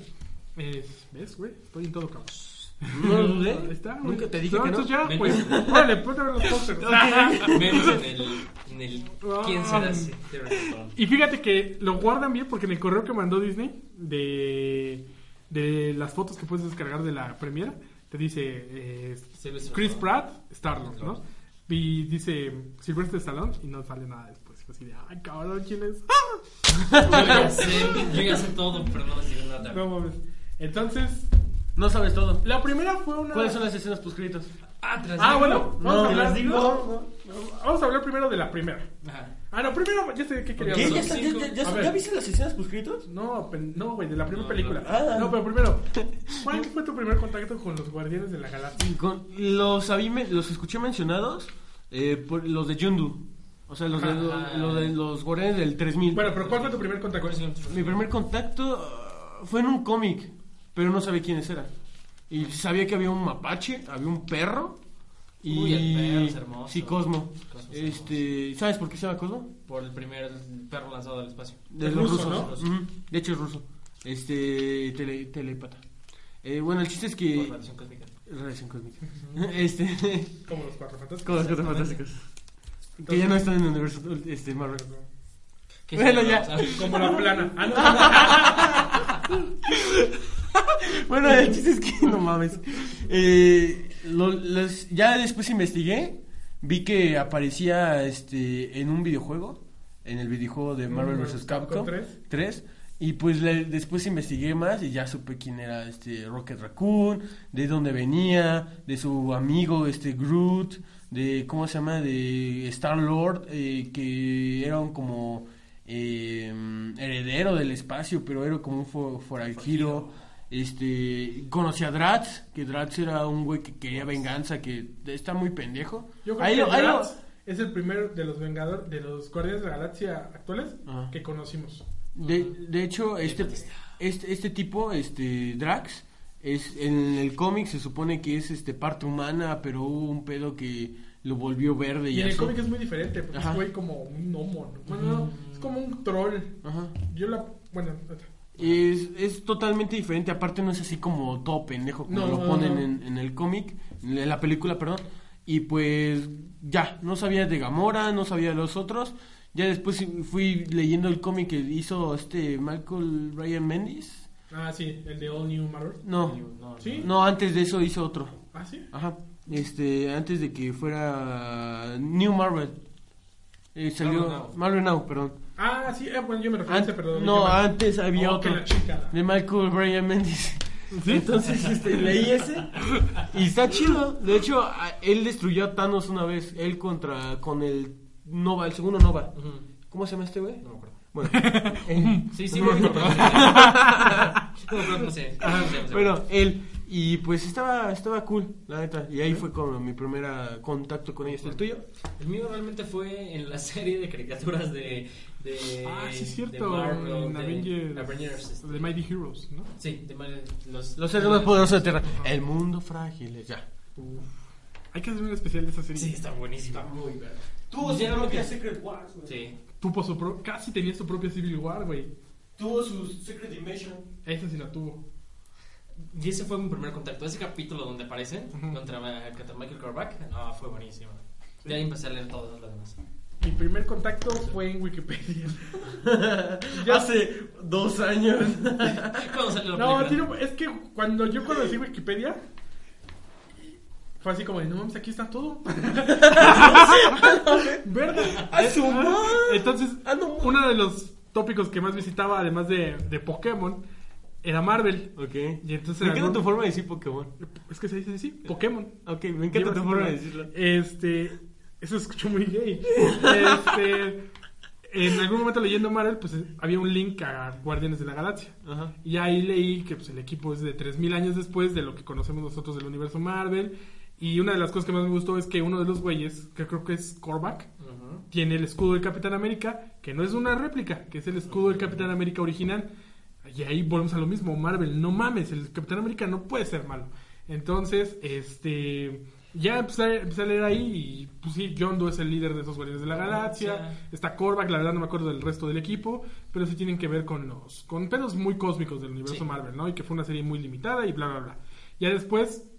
Es- ¿Ves, güey? Estoy en todo caos.
No lo dudé.
Ahí está, güey.
Nunca te dije
No,
que no.
entonces ya,
Ven.
pues, órale, ponte a ver los pósters.
Menos en el, en el quién será ese. de Reconozco.
Y fíjate que lo guardan bien porque en el correo que mandó Disney de, de las fotos que puedes descargar de la premiera, te dice eh,
Sylvester
Chris
Stallone.
Pratt, Star-Lord, ¿no? Y dice Sylvester Stallone y no sale nada después. Fue Así de, ay, cabrón, ¿quién es?
Yo ya sé, yo ya sé todo, pero no les digo nada.
No mames. Entonces,
No sabes todo.
la primera fue una...
¿Cuáles son las escenas poscritas?
Ah, te las
Ah,
digo.
bueno, vamos
No,
a hablar...
¿las digo?
no, no, no. Vamos a hablar primero de la primera.
Ajá.
Ah, no, primero, ya sé qué quería
¿Qué? ¿Ya,
hablar.
está- ya- ya- ya-
A ver.
¿ya viste las escenas poscritos?
No, pe- no, güey, de la primera
No,
película.
no, no. Ah.
No, pero primero, ¿cuál fue tu primer contacto con los Guardianes de la Galaxia?
Con- los, habí me- los escuché mencionados, eh, por, los de Yundu. O sea, los de,
Ajá.
los, de los guardianes del 3000.
Bueno, pero ¿cuál fue tu primer contacto?
¿Cuál es el otro?
Mi primer contacto ah, fue en un cómic, pero no sabía quiénes eran. Y sabía que había un mapache, había un perro. Y
Uy, el perro es hermoso.
Sí, Cosmo.
Cosmo es
este, ¿Sabes por qué se llama Cosmo?
Por el primer perro lanzado al espacio.
De
Es
los
ruso,
rusos. Ujú, De hecho es ruso. Este, tele- telepata. Eh, bueno, el chiste es
Por
que...
radiación cósmica.
Radiación cósmica. este...
Como los cuatro fantásticos.
Con los Cuatro Fantásticos. Que ya no están en el universo este, Marvel.
Que
Bueno,
se
ya.
llama, o sea,
Como la plana. Ah,
Bueno, el chiste es que no mames. Eh, lo- los- ya después investigué. Vi que aparecía este, en un videojuego. En el videojuego de Marvel
Mm,
vs.
Capcom
Capcom
3.
3. Y pues le- después investigué más y ya supe quién era este Rocket Raccoon, de dónde venía, de su amigo este Groot, de cómo se llama, de Star Lord, eh, que era un como eh, heredero del espacio, pero era como un fo- forajido. Este, conocí a Drax, que Drax era un güey que quería venganza, que está muy pendejo.
no. Yo creo
Ahí
que
lo- ahí lo-
Drax es el primero de los Vengadores, de los Guardianes de la Galaxia actuales
Ajá.
que conocimos.
De, de hecho, este, este, este tipo, este Drax, es, en el cómic se supone que es este parte humana, pero hubo un pedo que lo volvió verde y,
Y en el
azul.
cómic es muy diferente, porque
Ajá. Mm.
es güey como un gnomo. ¿no? Bueno, no, es como un troll.
Ajá.
Yo la. Bueno,
Es, es totalmente diferente, aparte no es así como todo pendejo como
No,
lo
no,
ponen
no.
En, en el cómic, en la película, perdón. Y pues ya, no sabía de Gamora, no sabía de los otros. Ya después fui leyendo el cómic que hizo este Michael Ryan Mendes.
ah, sí, el de All New Marvel.
No,
no,
¿Sí?
no, antes de eso hizo otro.
Ah, sí.
Ajá. Este, antes de que fuera New Marvel. Eh, salió
Marvel Now.
Marvel Now, perdón.
Ah, sí, eh, bueno, yo me referí a
An-
ese, perdón.
no,
dije mal.
antes había
Oh, que
otro.
la chica.
De Michael Bryan Mendes.
Entonces, este, leí ese.
Y está chido. De hecho, a- él destruyó a Thanos una vez. Él contra. con el Nova, el segundo Nova.
Ujú.
¿Cómo se llama este güey?
No me acuerdo.
Bueno. eh,
Sí, sí,
no
me
me
acuerdo.
acuerdo.
No me acuerdo, no sé.
Ajá,
No sé, no sé.
Bueno, él. Y pues estaba, estaba cool, la neta. Y ahí fue como mi primer contacto con ellos. ¿El tuyo?
El mío realmente fue en la serie de caricaturas de. de
Ah, sí, es
De
cierto.
Marvel,
en
de
Avengers.
Avengers, este.
De Mighty Heroes, ¿no?
Sí, de Marvel. Los,
Los seres más poderosos de Tierra. El mundo frágil, ya.
Hay que hacer un especial de esa serie.
Sí, está buenísimo.
muy bien.
Tuvo su propia
Secret Wars, güey.
Sí.
Tuvo su pro- Casi tenía su propia Civil War, güey.
Tuvo su Secret Dimension.
Esa sí la tuvo.
Y ese fue mi primer contacto. Ese capítulo donde aparecen
Ujú.
contra, Ma- contra Michael Korvac, no, fue buenísimo. De ahí empecé a leer todos los demás.
Mi primer contacto fue en Wikipedia.
Ya
Ah,
hace dos años.
¿Cuándo salió la
No,
película?
tío, es que cuando yo conocí Wikipedia, fue así como de, no mames, aquí está todo. Verde.
Ah,
Entonces,
Ah, no.
uno de los tópicos que más visitaba, además de, de Pokémon, era Marvel.
Ok.
Y entonces
me
era
encanta
algún-
tu forma de decir Pokémon.
Es que se dice así, Pokémon.
Ok, me encanta tu
Lleva
forma de
así como-
decirlo.
Este, eso escuchó muy gay. Este, en algún momento leyendo Marvel, pues eh, había un link a Guardianes de la Galaxia.
Ajá.
Y ahí leí que pues, el equipo es de 3.000 años después de lo que conocemos nosotros del universo Marvel. Y una de las cosas que más me gustó es que uno de los güeyes, que creo que es Korvac,
Ujú.
tiene el escudo del Capitán América, que no es una réplica, que es el escudo del Capitán América original. Y ahí volvemos a lo mismo, Marvel, no mames, el Capitán América no puede ser malo. Entonces, este, ya empecé, a- empecé a leer ahí y pues sí, Yondu es el líder de esos Guardianes de la Galaxia, está Korvac, la verdad no me acuerdo del resto del equipo, pero sí tienen que ver con los, con pedos muy cósmicos del universo
Sí.
Marvel, ¿no? Y que fue una serie muy limitada y bla, bla, bla. Ya después,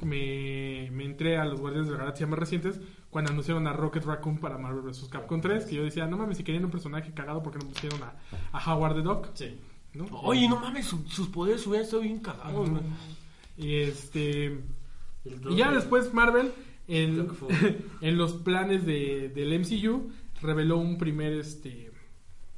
me, me entré a los Guardianes de la Galaxia más recientes cuando anunciaron a Rocket Raccoon para Marvel vs. Capcom 3, que yo decía, no mames, si querían un personaje cagado, ¿por qué no pusieron a, a Howard the Duck?
Sí.
¿No?
Oye, no mames, su- sus poderes hubieran estado bien cagados, güey.
Y este...
El
Y ya
Duke-
después Marvel, en,
Duck Fu.
en los planes de, del MCU, reveló un primer este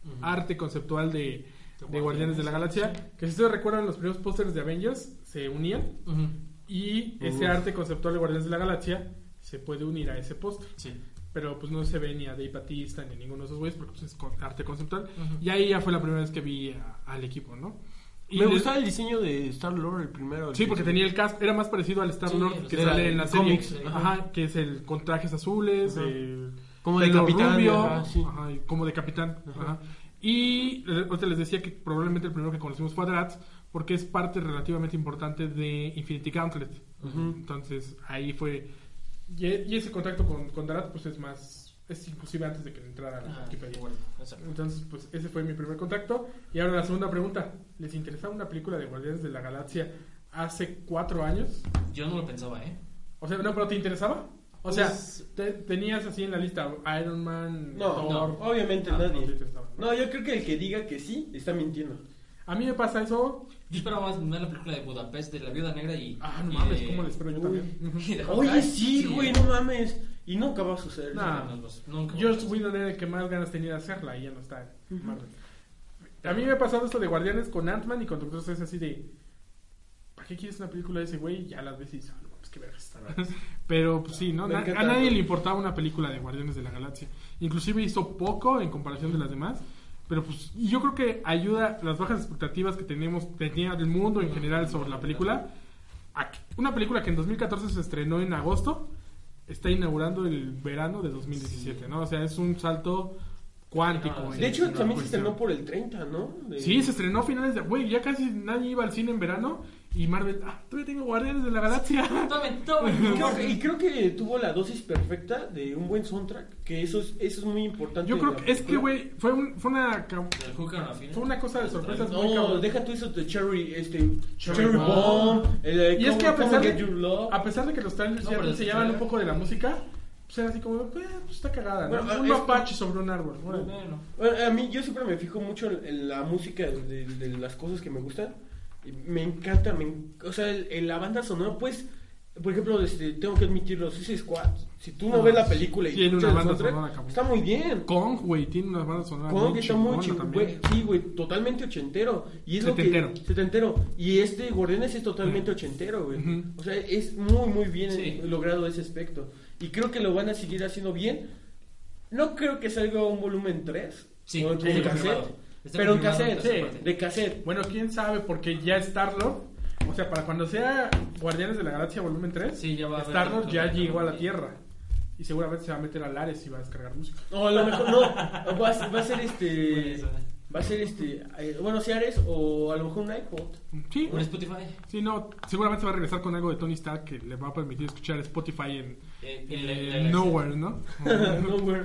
Ujú.
arte conceptual de,
De
de Guardianes de la Galaxia, que si ustedes recuerdan los primeros pósters de Avengers, se unían
Ujú.
y ese
Uf.
arte conceptual de Guardianes de la Galaxia se puede unir a ese póster.
Sí.
Pero pues no se ve ni a Dave Batista ni a ninguno de esos güeyes porque pues, es con- arte conceptual.
Ujú.
Y ahí ya fue la primera vez que vi a- al equipo, ¿no? Y
Me
les-
gustaba el diseño de Star Lord, el primero. el
Sí, porque tenía
principio.
el cast, era más parecido al Star
Sí,
Lord
el
que
de-
sale en la serie.
cómics,
Ajá, que es el con trajes azules,
Ajá.
el-
Como de
pelo
capitán,
rubio,
ajá, sí.
ajá, y como de capitán.
Ajá.
ajá. Y eh, ahorita les decía que probablemente el primero que conocimos fue a Drax, porque es parte relativamente importante de Infinity Gauntlet. Entonces ahí fue. Y, y ese contacto con, con Drax, pues es más. Es inclusive antes de que entrara a la
Ah,
Wikipedia.
bueno, exacto.
Entonces, pues ese fue mi primer contacto. Y ahora la segunda pregunta. ¿Les interesaba una película de Guardianes de la Galaxia hace cuatro años?
Yo no lo pensaba, ¿eh?
O sea, no, pero ¿te interesaba? O sea,
Pues-
te- tenías así en la lista Iron Man,
No,
Thor.
no, obviamente
Ah, no
nadie.
te interesaba, ¿no?
No, yo creo que el que diga que sí está mintiendo.
A mí me pasa eso.
Yo esperaba más ver la película de Budapest, de la Viuda Negra y.
Ah, no
y eh,
mames,
de-
¿cómo les espero yo
Eh, Uy.
también? Ujú.
y de Hawkeye.
Oye, sí, güey,
eh.
no mames. Y nunca va a suceder.
Nah.
No, no, no, nunca.
George Whedon era el que más ganas tenía de hacerla y ya no está en Marvel. A mí me ha pasado esto de Guardianes con Ant-Man y con Doctor Strange así de... ¿Para qué quieres una película de ese güey? Y Ya las ves y dices, "Ah, no, pues qué verga está". Pero pues sí, ¿no?
Me
Na-
encanta.
a nadie le importaba una película de Guardianes de la Galaxia. Inclusive hizo poco en comparación de las demás. Pero pues y yo creo que ayuda las bajas expectativas que tenemos, tenía el mundo en general sobre la película. a que- Una película que en 2014 se estrenó en agosto, está inaugurando el verano de 2017, ¿no? O sea, es un salto cuántico.
No,
en-
Ah, De hecho,
en la
también se
cuestión.
estrenó por el 30, ¿no? De-
pues Sí, se estrenó a finales de... Güey, ya casi nadie iba al cine en verano y Marvel... Ah, todavía tengo Guardianes de la Galaxia.
Tomen, tomen.
Y creo, que- y creo que tuvo la dosis perfecta de un buen soundtrack, que eso es, eso es muy importante.
Yo
en
creo
la
que es que,
película.
güey, fue, un- fue una... cam-
Del Hooker a la fila.
Fue una cosa de sorpresas muy
No,
cabrón.
deja tú eso de Cherry, este,
Cherry
Cherry,
Bomb.
Bomb. el de
Y es
Come-
que a
Come
pesar
Get
de-
Your Love.
A pesar de que los trailers
No,
ya
pero
te
el
enseñaban un
trailer-
poco de la música, pues era así como, eh, pues está cagada, ¿no?
Bueno,
un
es-
mapache sobre un árbol. órale.
Bueno.
Bueno, a mí yo siempre me fijo mucho en, en la música de, de las cosas que me gustan. Y Me encanta, me en- o sea, el- el- la banda sonora, pues, por ejemplo, este, tengo que admitirlo, Suicide Squad, si tú no
Ah,
ves la película y
tiene
escuchas
una
el
banda
soundtrack,
sonora, cabrón.
está muy bien.
Kong, güey, tiene unas bandas sonoras
Kong
Ah, muy
está muy
chingona
chingón,
también.
güey. Sí, güey, totalmente ochentero. Y es Lo
Setentero.
que, setentero. Y este Guardianes es totalmente ochentero, güey.
Ujú.
O sea, es muy, muy bien
Sí.
logrado ese aspecto. Y creo que lo van a seguir haciendo bien. No creo que salga un volumen 3.
Sí,
o
está
en
confirmado.
cassette.
Está
pero en
confirmado en
cassette,
tercera
sí,
parte.
de cassette.
Bueno, quién sabe, porque ya Star-Lord, o sea, para cuando sea Guardianes de la Galaxia volumen 3,
Sí, ya va a haber-
Star-Lord ya llegó a la Tierra. Y seguramente se va a meter al Ares y va a descargar música.
No, a lo mejor no. Va a, ser- va a ser este.
Bueno, eso.
Va a ser este. eh, bueno, si Ares o a lo mejor un iPod.
Sí,
Un Spotify. Eh,
sí, no, seguramente va a regresar con algo de Tony Stark que le va a permitir escuchar Spotify en,
Eh,
en
en la- en la-
Nowhere, ¿no?
no, güey.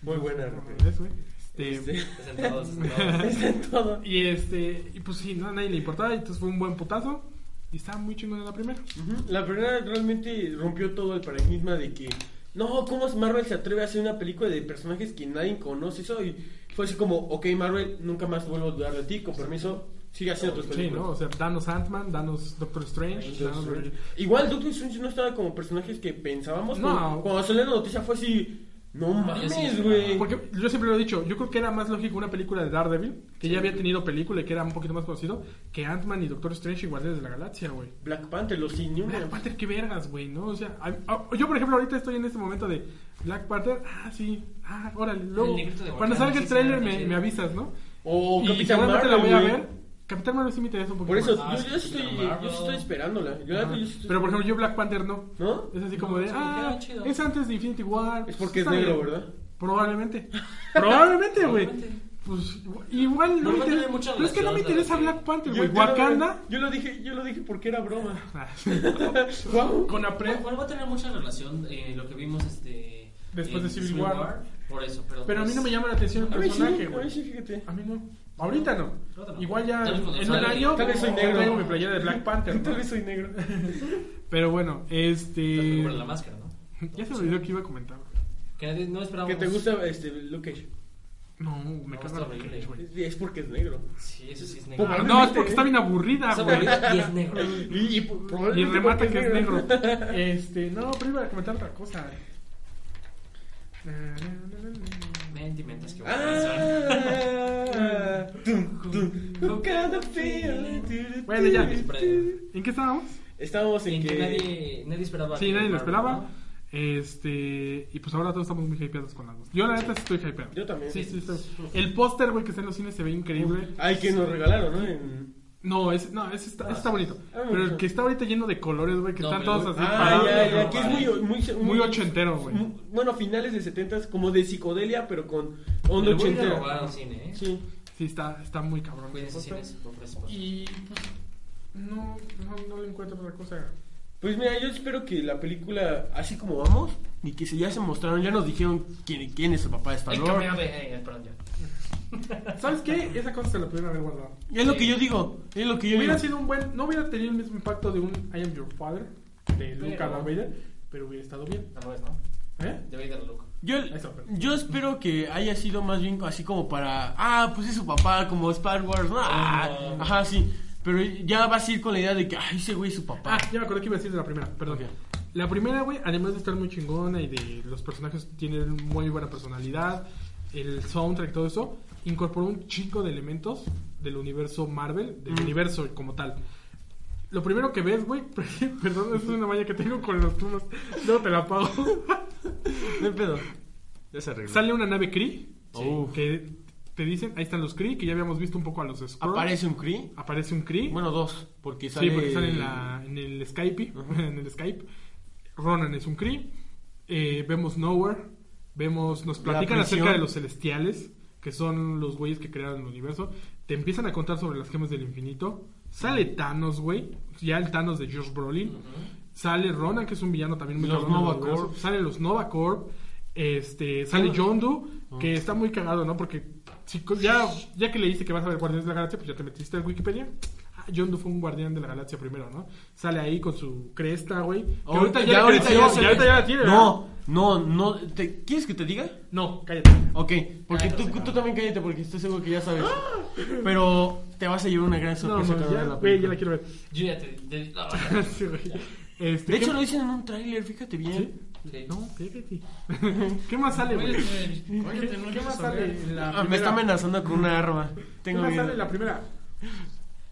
Muy buena, Rupert.
¿Ves, güey? Este,
Este,
Sentados, sentados.
está en todo.
Y este, y pues sí, no, a nadie le importaba, y entonces fue un buen putazo. Y estaba muy chingón en la primera.
Ujú, La primera realmente rompió todo el paradigma de que, no, ¿cómo es Marvel se atreve a hacer una película de personajes que nadie conoce? Eso y fue así como, ok, Marvel, nunca más vuelvo a dudar de ti, con permiso, sigue haciendo
Pues
tus
Sí, ¿no? O
películas.
sea, danos Ant-Man, danos Doctor Strange, danos...
Entonces, Igual Doctor Strange no estaba como personajes que pensábamos,
No.
pero cuando salió la noticia fue así, no
sí
mames,
esperaba.
güey.
Porque yo siempre lo he dicho, yo creo que era más lógico una película de Daredevil, que ya había tenido película y que era un poquito más conocido, que Ant-Man y Doctor Strange y Guardianes de la Galaxia, güey.
Black Panther, los
Black
Inhumans.
Panther, qué vergas, güey, ¿no? O sea, a- a- yo por ejemplo ahorita estoy en este momento de Black Panther, ah, sí, ah, órale, luego.
negrito de
Cuando
Wakanda,
salga el
sí,
trailer
sí,
me,
sí.
me avisas, ¿no?
O
y
Capitán
seguramente
Marvel,
la voy a
güey.
ver. Capitán Marvel sí me interesa un poquito
Por eso,
más.
Ah,
yo,
sí,
yo estoy,
Capitán
yo
Marvel.
estoy esperándola. Yo, la
Ajá.
neta, yo estoy-
Ah, Pero por ejemplo yo Black Panther no.
¿No?
Es así
No,
como de,
sí,
ah,
queda chido".
es antes de Infinity War. Pues,
Es porque es
Está
negro,
bien.
¿verdad?
Probablemente. Probablemente, güey.
Probablemente.
Pues igual no me
Normalmente
interesa.
hay mucha
Pero es que no me
relación,
interesa
¿no?
Black Panther,
Yo-
güey.
yo lo-
Wakanda.
Yo lo dije, yo lo dije porque era broma.
Con Apre.
Bueno, va a tener mucha relación eh, lo que vimos este,
Después
en
de Civil War.
Por eso, pero.
Pero a mí
pues,
no me llama la atención el
A mí sí,
personaje,
a
güey.
mí sí, fíjate.
A mí no. Ahorita no.
Ahorita no.
Igual ya
Tal vez cuando
en un
salga.
año
Tal vez soy negro.
traigo mi playera de Black Panther. ¿no?
Tal vez soy negro.
Pero bueno,
Está
este.
por la máscara, ¿no?
Ya se me olvidó que iba a comentar.
Que nadie- no esperábamos.
Que te gusta este Luke Cage.
No, me
No,
cago
está
en la
horrible.
leche, güey.
Es- Es porque es negro.
Sí, eso sí es negro.
Pum,
Ah,
Probablemente,
No, es porque
¿eh?
está bien aburrida,
Está
güey.
aburrida y es negro.
Y, y por-
Y
probablemente
remata
porque
que es negro. Este, no, pero iba a comentar otra cosa. Eh,
Mentimentas que voy a pensar.
Ah, tum, tum. Who got the feeling?
Bueno, ya.
Siempre.
¿En qué estábamos?
Estábamos en,
En
que.
que nadie, nadie esperaba.
Sí,
que
nadie lo
Marvel,
esperaba.
¿no?
Este, y pues ahora todos estamos muy hypeados con las dos. Yo la neta sí estoy hypeado.
Yo también. Ah.
Sí, sí, estoy. El póster, güey, que está en los cines se ve increíble.
Ay, que nos regalaron, ¿no? En-
No, es, no, ese está, ese está bonito.
Ah,
Pero el que está ahorita lleno de colores, güey, que
No,
están
pero-
todos así
Ah,
parados.
ya, ya,
¿no?
que es muy, muy,
Muy ochentero, güey.
mu- Bueno, finales de setentas, como de psicodelia, pero con onda
Me lo voy a ir a
ochentera.
robar al cine, ¿eh?
Sí.
Sí, está, está muy cabrón.
Cuídense, cines, por favor.
Y pues, no, no, no le encuentro otra cosa.
Pues mira, yo espero que la película, así como vamos, y que se, ya se mostraron, ya nos dijeron quién, quién es el papá de Star
El
Lord.
cameo de... eh, perdón, ya.
¿Sabes qué? Esa cosa se la pudieron haber guardado.
Y Es lo que yo digo, es lo que yo digo.
Hubiera sido un buen. No hubiera tenido el mismo impacto de un I am your father de Luca
Pero-
Darth Vader, pero hubiera estado bien.
No, es, ¿no?
¿Eh?
De Vader loco.
Yo,
Eso, pero-
yo espero que haya sido más bien así como para, ah, pues es su papá, como Star Wars, ah,
Ah.
ajá, sí. Pero ya vas a ir con la idea de que, ay, ese güey es su papá.
Ah, ya me acordé que iba a decir de la primera, perdón.
Ok.
La primera, güey, además de estar muy chingona y de los personajes tienen muy buena personalidad, el soundtrack, todo eso, incorporó un chingo de elementos del universo Marvel,
Mm.
del universo como tal. Lo primero que ves, güey, perdón, es una malla que tengo con los plumas, luego te la apago.
No hay pedo. Ya se arregló.
Sale una nave Kree, uh,
Uf.
que te dicen, ahí están los Kree, que ya habíamos visto un poco a los Skrulls.
Aparece un Cree.
Aparece un Kree.
Bueno, dos, porque sale...
Sí, porque sale en, la- en el Skype, en el Skype. Ronan es un Kree. Eh, vemos Nowhere. Vemos, nos platican
prisión.
acerca de los celestiales, que son los güeyes que crearon el universo. Te empiezan a contar sobre las gemas del infinito. Sale Thanos, güey. Ya el Thanos de Josh Brolin. Sale Ronan, que es un villano también muy
Los
cabrón del
Nova
universo.
Corp.
Salen los Nova Corp. Este, sale John Doe,
Ah.
que está muy cagado, ¿no? Porque si co- ya, ya que leíste que vas a ver Guardianes de la Galaxia, pues ya te metiste en Wikipedia. Ah, John Doe fue un guardián de la galaxia primero, ¿no? Sale ahí con su cresta, güey. Que
Ahorita
le
ya, ahorita
creció,
ya, se
Oh, ya
ve.
ahorita ya la tiene, ¿verdad?
No, no, no. ¿te- ¿Quieres que te diga?
No, cállate.
Ok, porque
Ay, no
tú,
sé.
tú también cállate porque estoy seguro que ya sabes. Pero te vas a llevar una gran
No,
sorpresa.
no,
cuando
ya,
veas la
güey, ya
película.
la quiero ver.
Yo ya te... de- no, ya.
Sí, güey. Este,
De hecho
¿qué-
lo dicen en un tráiler, fíjate bien.
¿Sí?
Sí.
No, cállate. ¿Qué más sale, güey?
eh,
Oye, oye,
¿Qué,
no
qué
quiero
más
saber.
sale en la
Ah, me está
primera?
amenazando con una arma.
¿Qué
Tengo
más sale
miedo.
en la primera?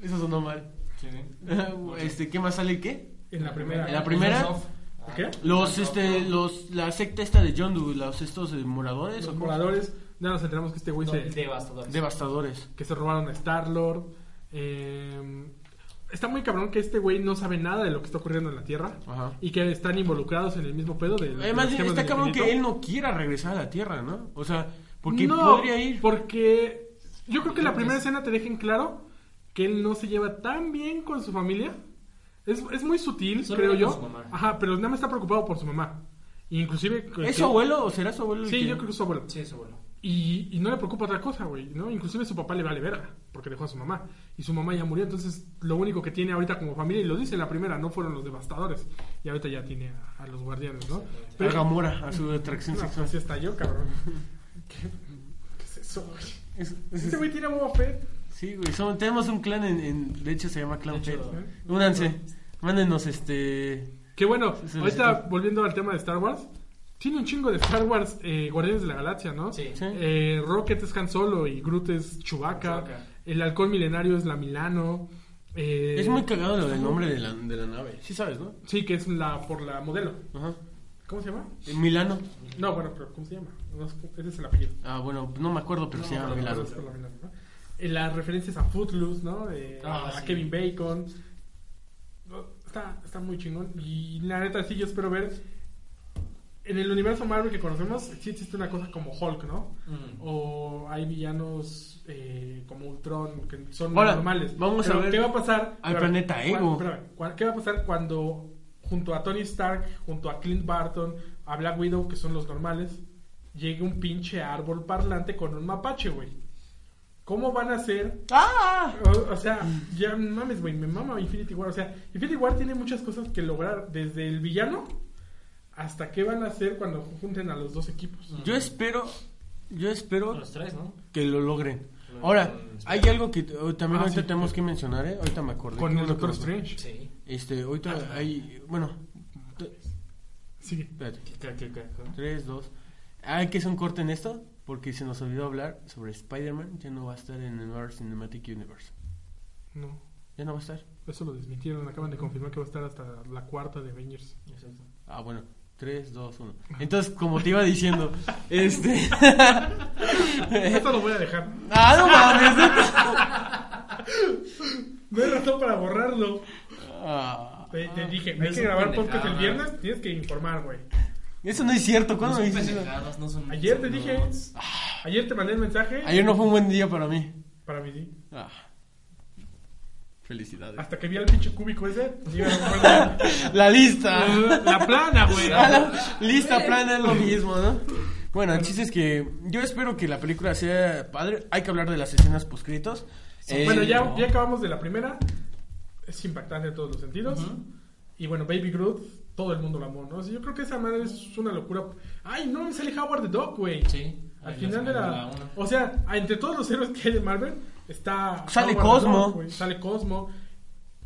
Eso sonó mal.
Sí.
este, ¿qué más sale qué?
En la primera.
¿En la primera?
Soft.
¿Qué?
Los
Ah,
este los la secta esta de John Doe, los estos eh, moradores
Los
o cómo?
moradores, ya nos enteramos que este güey
No,
se,
devastadores.
devastadores.
que se robaron a Star Lord. está muy cabrón que este güey no sabe nada de lo que está ocurriendo en la Tierra
Ajá.
y que están involucrados en el mismo pedo del.
Además
del esquema
Eh, está
del
cabrón
infinito.
que él no quiera regresar a la Tierra, ¿no? O sea, porque
No,
podría ir.
Porque yo creo que la primera escena te deja en claro que él no se lleva tan bien con su familia. Es, es muy sutil,
Solo
creo
con
yo.
su mamá.
Ajá, pero nada más está preocupado por su mamá. Inclusive...
¿Es
que-
su abuelo o será su abuelo? el
Sí,
que-
yo creo que es su abuelo.
Sí, eso bueno.
Y, y no le preocupa otra cosa, güey, ¿no? Inclusive su papá le vale verga, porque dejó a su mamá. Y su mamá ya murió, entonces lo único que tiene ahorita como familia, y lo dice en la primera, no fueron los devastadores. Y ahorita ya tiene a, a los guardianes, ¿no?
A Gamora, a su atracción
No,
sexual.
así está yo, cabrón. ¿Qué, qué es eso, güey? Este güey tiene a Boba Fett.
Sí, güey. son- tenemos un clan en, en- De hecho, se llama Clan
De
Fett.
hecho,
Únanse. Mándenos este.
Que bueno,
Sí, sí,
ahorita
sí.
volviendo al tema de Star Wars, tiene un chingo de Star Wars eh, Guardianes de la Galaxia, ¿no?
Sí.
Sí.
Eh, Rocket es Han Solo y Groot es Chewbacca.
Chewbacca.
El halcón milenario es la Milano. eh,
Es muy cagado lo del nombre de la, de la nave. Sí, sabes, ¿no?
Sí, que es la por la modelo.
Ajá.
¿Cómo se llama?
En Milano.
No, bueno, pero ¿cómo se llama? No es- ese es el apellido.
Ah, bueno, no me acuerdo, pero se
Ah,
llama
No, pero
Milano.
es por la Milano, ¿no? Eh, Las referencias a Footloose, ¿no? Eh,
Ah,
a
sí.
Kevin Bacon. No, Está, está muy chingón. Y la neta, sí, yo espero ver. En el universo Marvel que conocemos, sí existe una cosa como Hulk, ¿no?
Mm.
O hay villanos eh, como Ultron, que son
Ahora,
normales.
vamos a
Pero,
ver
¿Qué va a pasar?
al
espérame,
planeta
cua-
Ego.
espérame, cua- ¿Qué va a pasar cuando junto a Tony Stark, junto a Clint Barton, a Black Widow, que son los normales, llegue un pinche árbol parlante con un mapache, güey? ¿Cómo van a hacer?
¡Ah!
O, o sea, ya no mames, güey, me mama Infinity War. O sea, Infinity War tiene muchas cosas que lograr, desde el villano hasta qué van a hacer cuando junten a los dos equipos.
Yo espero. Yo espero
Los tres, ¿no?
que lo logren.
Lo-
Ahora,
lo-
hay algo que eh, también
este, Ah,
ahorita
sí.
tenemos que mencionar, ¿eh? Ahorita me acordé.
Con
Qué
el
bueno que
Doctor
lo-
Strange. Ah,
Sí.
Este, ahorita hay. Bueno. t-
Sigue.
Espérate.
¿Qué, qué, qué, qué?
3, 2. Hay que hacer un corte en esto porque se nos olvidó hablar sobre Spider-Man. Ya no va a estar en el Marvel Cinematic Universe.
No.
Ya no va a estar.
Eso lo desmintieron, acaban de confirmar que va a estar hasta la cuarta de Avengers.
Exacto.
Ah, bueno. 3, 2, 1. Entonces, como te iba diciendo, este.
Esto lo voy a dejar.
ah, no mames. neta.
No hay razón para borrarlo.
Ah,
Te, te dije, hay
es
que
un
grabar podcast el
pendejado.
viernes, tienes que informar, güey.
eso no es cierto.
No
¿Cuándo
son
me dijiste? eso?
pendejadas, no son-
Ayer te
son
dije.
nuts.
Ayer te mandé el mensaje.
Ayer no fue un buen día para mí.
Para mí sí.
Ah. Felicidades.
Hasta que vi al pinche cúbico ese. iba a-
La lista.
La plana, güey.
Ah, la lista plana es lo mismo, ¿no? Bueno, el chiste es que yo espero que la película sea padre. Hay que hablar de las escenas poscritos.
Eh,
Eh,
Bueno, ya, ya acabamos de la primera. Es impactante en todos los sentidos. Y bueno, Baby Groot, todo el mundo lo amó, ¿no? O sea, yo creo que esa madre es una locura. ¡Ay, no! Me sale Howard the Dog, güey.
Sí.
Al
ahí
final de
sacaron
la...
uno.
O sea, entre todos los héroes que hay de Marvel, está...
Sale
Howard the
Cosmo.
Dog, güey. Sale Cosmo.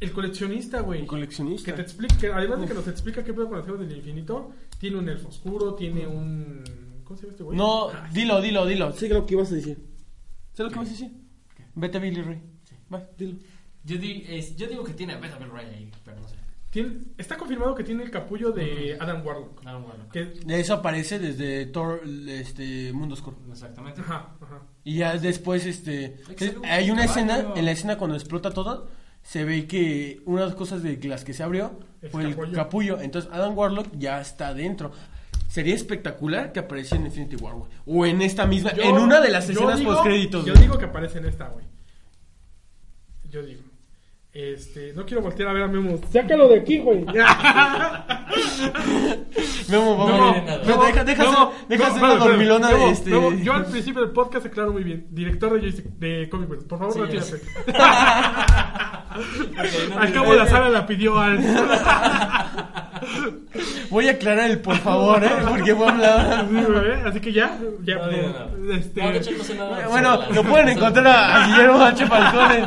El coleccionista, güey.
El coleccionista.
Que te explica, que además de que nos explica qué pedo con las gemas del infinito, tiene un elfo oscuro, tiene un... ¿Cómo se llama este güey?
No,
Ah,
dilo, dilo, dilo.
Sé lo que ibas a decir.
¿Sabes lo que vas a decir? Vete a Billy Ray. Va, dilo.
Yo, di- es- yo digo que tiene a Beta Bell Ray ahí, pero no sé.
tiene- está confirmado que tiene el capullo de Adam Warlock.
No, Ah, bueno.
Que...
Eso aparece desde Thor, este, Mundo Oscuro.
Exactamente.
Ajá, ajá.
Y ya después, este.
Hay que hacer un
Hay una
caballo.
escena, en la escena cuando explota todo, se ve que unas cosas de las que se abrió
Es
fue el
capullo.
capullo. Entonces, Adam Warlock ya está dentro. Sería espectacular que apareciera en Infinity War, güey. O en esta misma,
Yo-
en una de las
yo
escenas
digo-
postcréditos.
Yo
güey.
digo que aparece en esta, güey. Yo digo. Este, no quiero voltear a ver a Memo. Sácalo de aquí, güey.
Memo, vamos.
No,
Memo,
no,
deja- déjaselo- déjaselo
no,
la
espérame,
dormilona
Memo,
de este.
Memo, yo al principio del podcast aclaro muy bien. Director de, Joystick- de Comic World. Por favor,
Sí,
retírate.
Ok, no,
Al
no,
cabo
no,
la sala la pidió al. ¿eh?
Voy a aclarar el por favor, ¿eh? Porque voy a hablar.
Sí, güey, Así que ya. ya
No,
pues,
no, no.
Este,
No, de hecho, no sé nada.
Bueno,
sobre la-
lo pueden encontrar a, a Guillermo H. Falcone.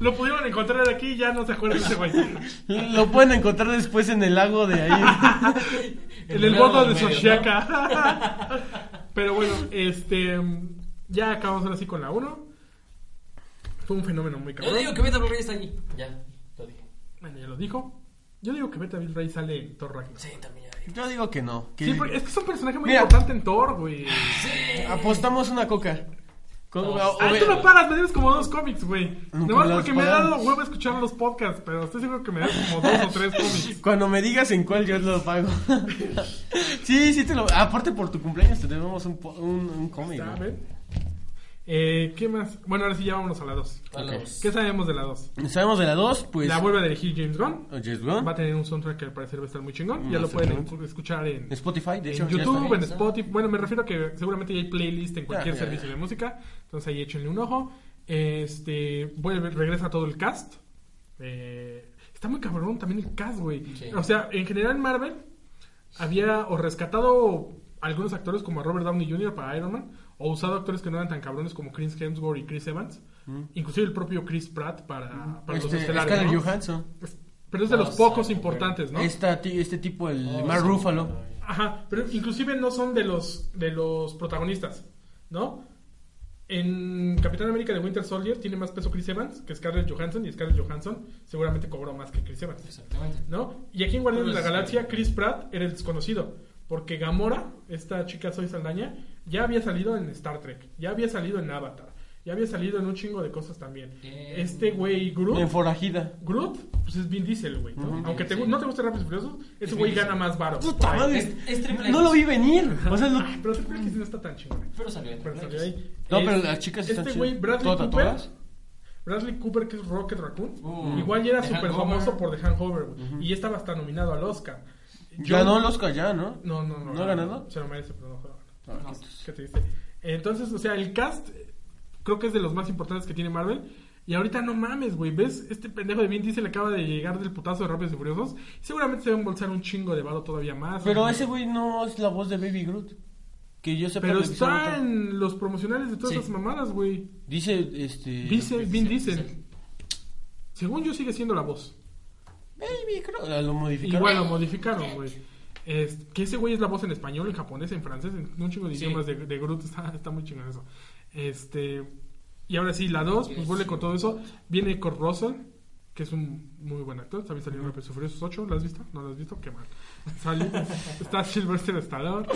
Lo pudieron encontrar aquí y ya no se acuerda de ese güey.
Lo pueden encontrar después en el lago de ahí.
En el
medio
bordo de
del medio, ¿no?
Soshiaka. Pero bueno, este. Ya acabamos ahora sí con la 1. Fue un fenómeno muy
Yo digo
cabrón.
que Beta Bell Ray está allí. Ya, lo dije.
Bueno, ya lo dijo. Yo digo que Beta Bill Ray sale en Thor Ragnarok.
Sí, también ya dije.
Yo digo que no. que-
Sí, porque es que es un personaje muy
Mira.
importante en Thor, güey.
Ah, pues,
Apostamos una coca. Con-
No,
a- o-
Ah, tú eh, no paras, me debes como dos cómics, güey.
Nunca
Nomás
me
porque
los
me ha
pagas.
dado huevo escuchar los podcasts, pero estoy seguro que me das como dos o tres cómics.
Cuando me digas en cuál yo lo pago. sí, sí te lo. Aparte por tu cumpleaños te debemos un, po- un, un cómic. güey.
¿Saben? Eh, ¿Qué más? Bueno, ahora sí ya vámonos a la 2.
A los-
¿Qué sabemos de la 2?
Sabemos de la 2, pues.
La vuelve a dirigir James Gunn.
Oh, yes, güey.
Va a tener un soundtrack que al parecer va a estar muy chingón.
Mm,
Ya lo pueden
exactamente.
escuchar en,
En Spotify, de
en
hecho. ya
YouTube,
está.
en Spotify. Bueno, me refiero a que seguramente ya hay playlist en cualquier
ya,
servicio
ya.
de música. Entonces ahí échenle un ojo. Este, vuelve, regresa todo el cast. Eh, está muy cabrón también el cast, güey.
Sí.
O sea, en general Marvel había o rescatado algunos actores como a Robert Downey Jr. para Iron Man o usado actores que no eran tan cabrones como Chris Hemsworth y Chris Evans. Inclusive el propio Chris Pratt para, para los
Mm. Este,
estelares.
Scarlett
¿no?
Johansson. Oh,
Pero es de los
Ah, sí,
pocos
ok.
importantes, ¿no?
Esta ti- este tipo, el
Oh,
Mark
sí.
Ruffalo.
Ajá, pero inclusive no son de los de los protagonistas, ¿no? En Capitán América de Winter Soldier tiene más peso Chris Evans que Scarlett Johansson y Scarlett Johansson seguramente cobró más que Chris Evans,
Exactamente.
¿no? Y aquí en Guardianes de la
Pues,
Galaxia
eh,
Chris Pratt era el desconocido, porque Gamora, esta chica soy Saldaña, ya había salido en Star Trek, ya había salido en Avatar, ya había salido en un chingo de cosas también.
Eh,
Este güey Groot
En Forajida.
Groot, pues es Vin Diesel, güey, ¿no?
Ujú.
Aunque te gu-
Sí.
no te guste Rápidos y Furiosos, ese
Vin
güey
Diesel.
gana más varo.
Puta madre.
Es- es triple
no
X.
lo vi venir. O sea, lo-
Ay, pero Triple X no está tan chingón.
Pero salió en
Pero
Triple
salió
X.
ahí.
No, pero
Es-
las chicas están
Este güey,
chidas.
Bradley
¿Todas
Cooper.
tatuadas?
Bradley Cooper, que es Rocket Raccoon.
Uh,
igual ya era
The
súper
Hangover.
famoso por The Hangover, güey. Y ya estaba hasta nominado al Oscar. Yo-
Ganó el Oscar ya, ¿no?
No, no, no.
¿No ha ganado?
Se lo merece, pero no fue ganado.
Ah,
No.
Qué triste. Entonces, o sea, el cast eh, creo que es de los más importantes que tiene Marvel. Y ahorita no mames, güey. ¿Ves? Este pendejo de Vin Diesel acaba de llegar del putazo de Rápidos y Furiosos. Seguramente se va a embolsar un chingo de varo todavía más.
Pero ese güey no es la voz de Baby Groot. Que yo sepa.
Pero
lo que hizo
está
ahorita.
en los promocionales de todas
Sí.
esas mamadas, güey.
Dice, este...
Dice, Vin Diesel.
Diesel.
Según yo sigue siendo la voz.
Baby Groot. Ah, Lo modificaron.
Igual lo modificaron, güey. Es- que ese güey es la voz en español, en japonés, en francés, en un chingo de
Sí.
idiomas de, de Groot. Está, está muy chingón eso. Este, y ahora sí, la 2, pues vuelve con todo eso. Viene con Russell. que es un muy buen actor. También salió en Rápidos y Furiosos 8. ¿La has visto? ¿No la has visto? Qué mal. Sale- está Sylvester Stallone.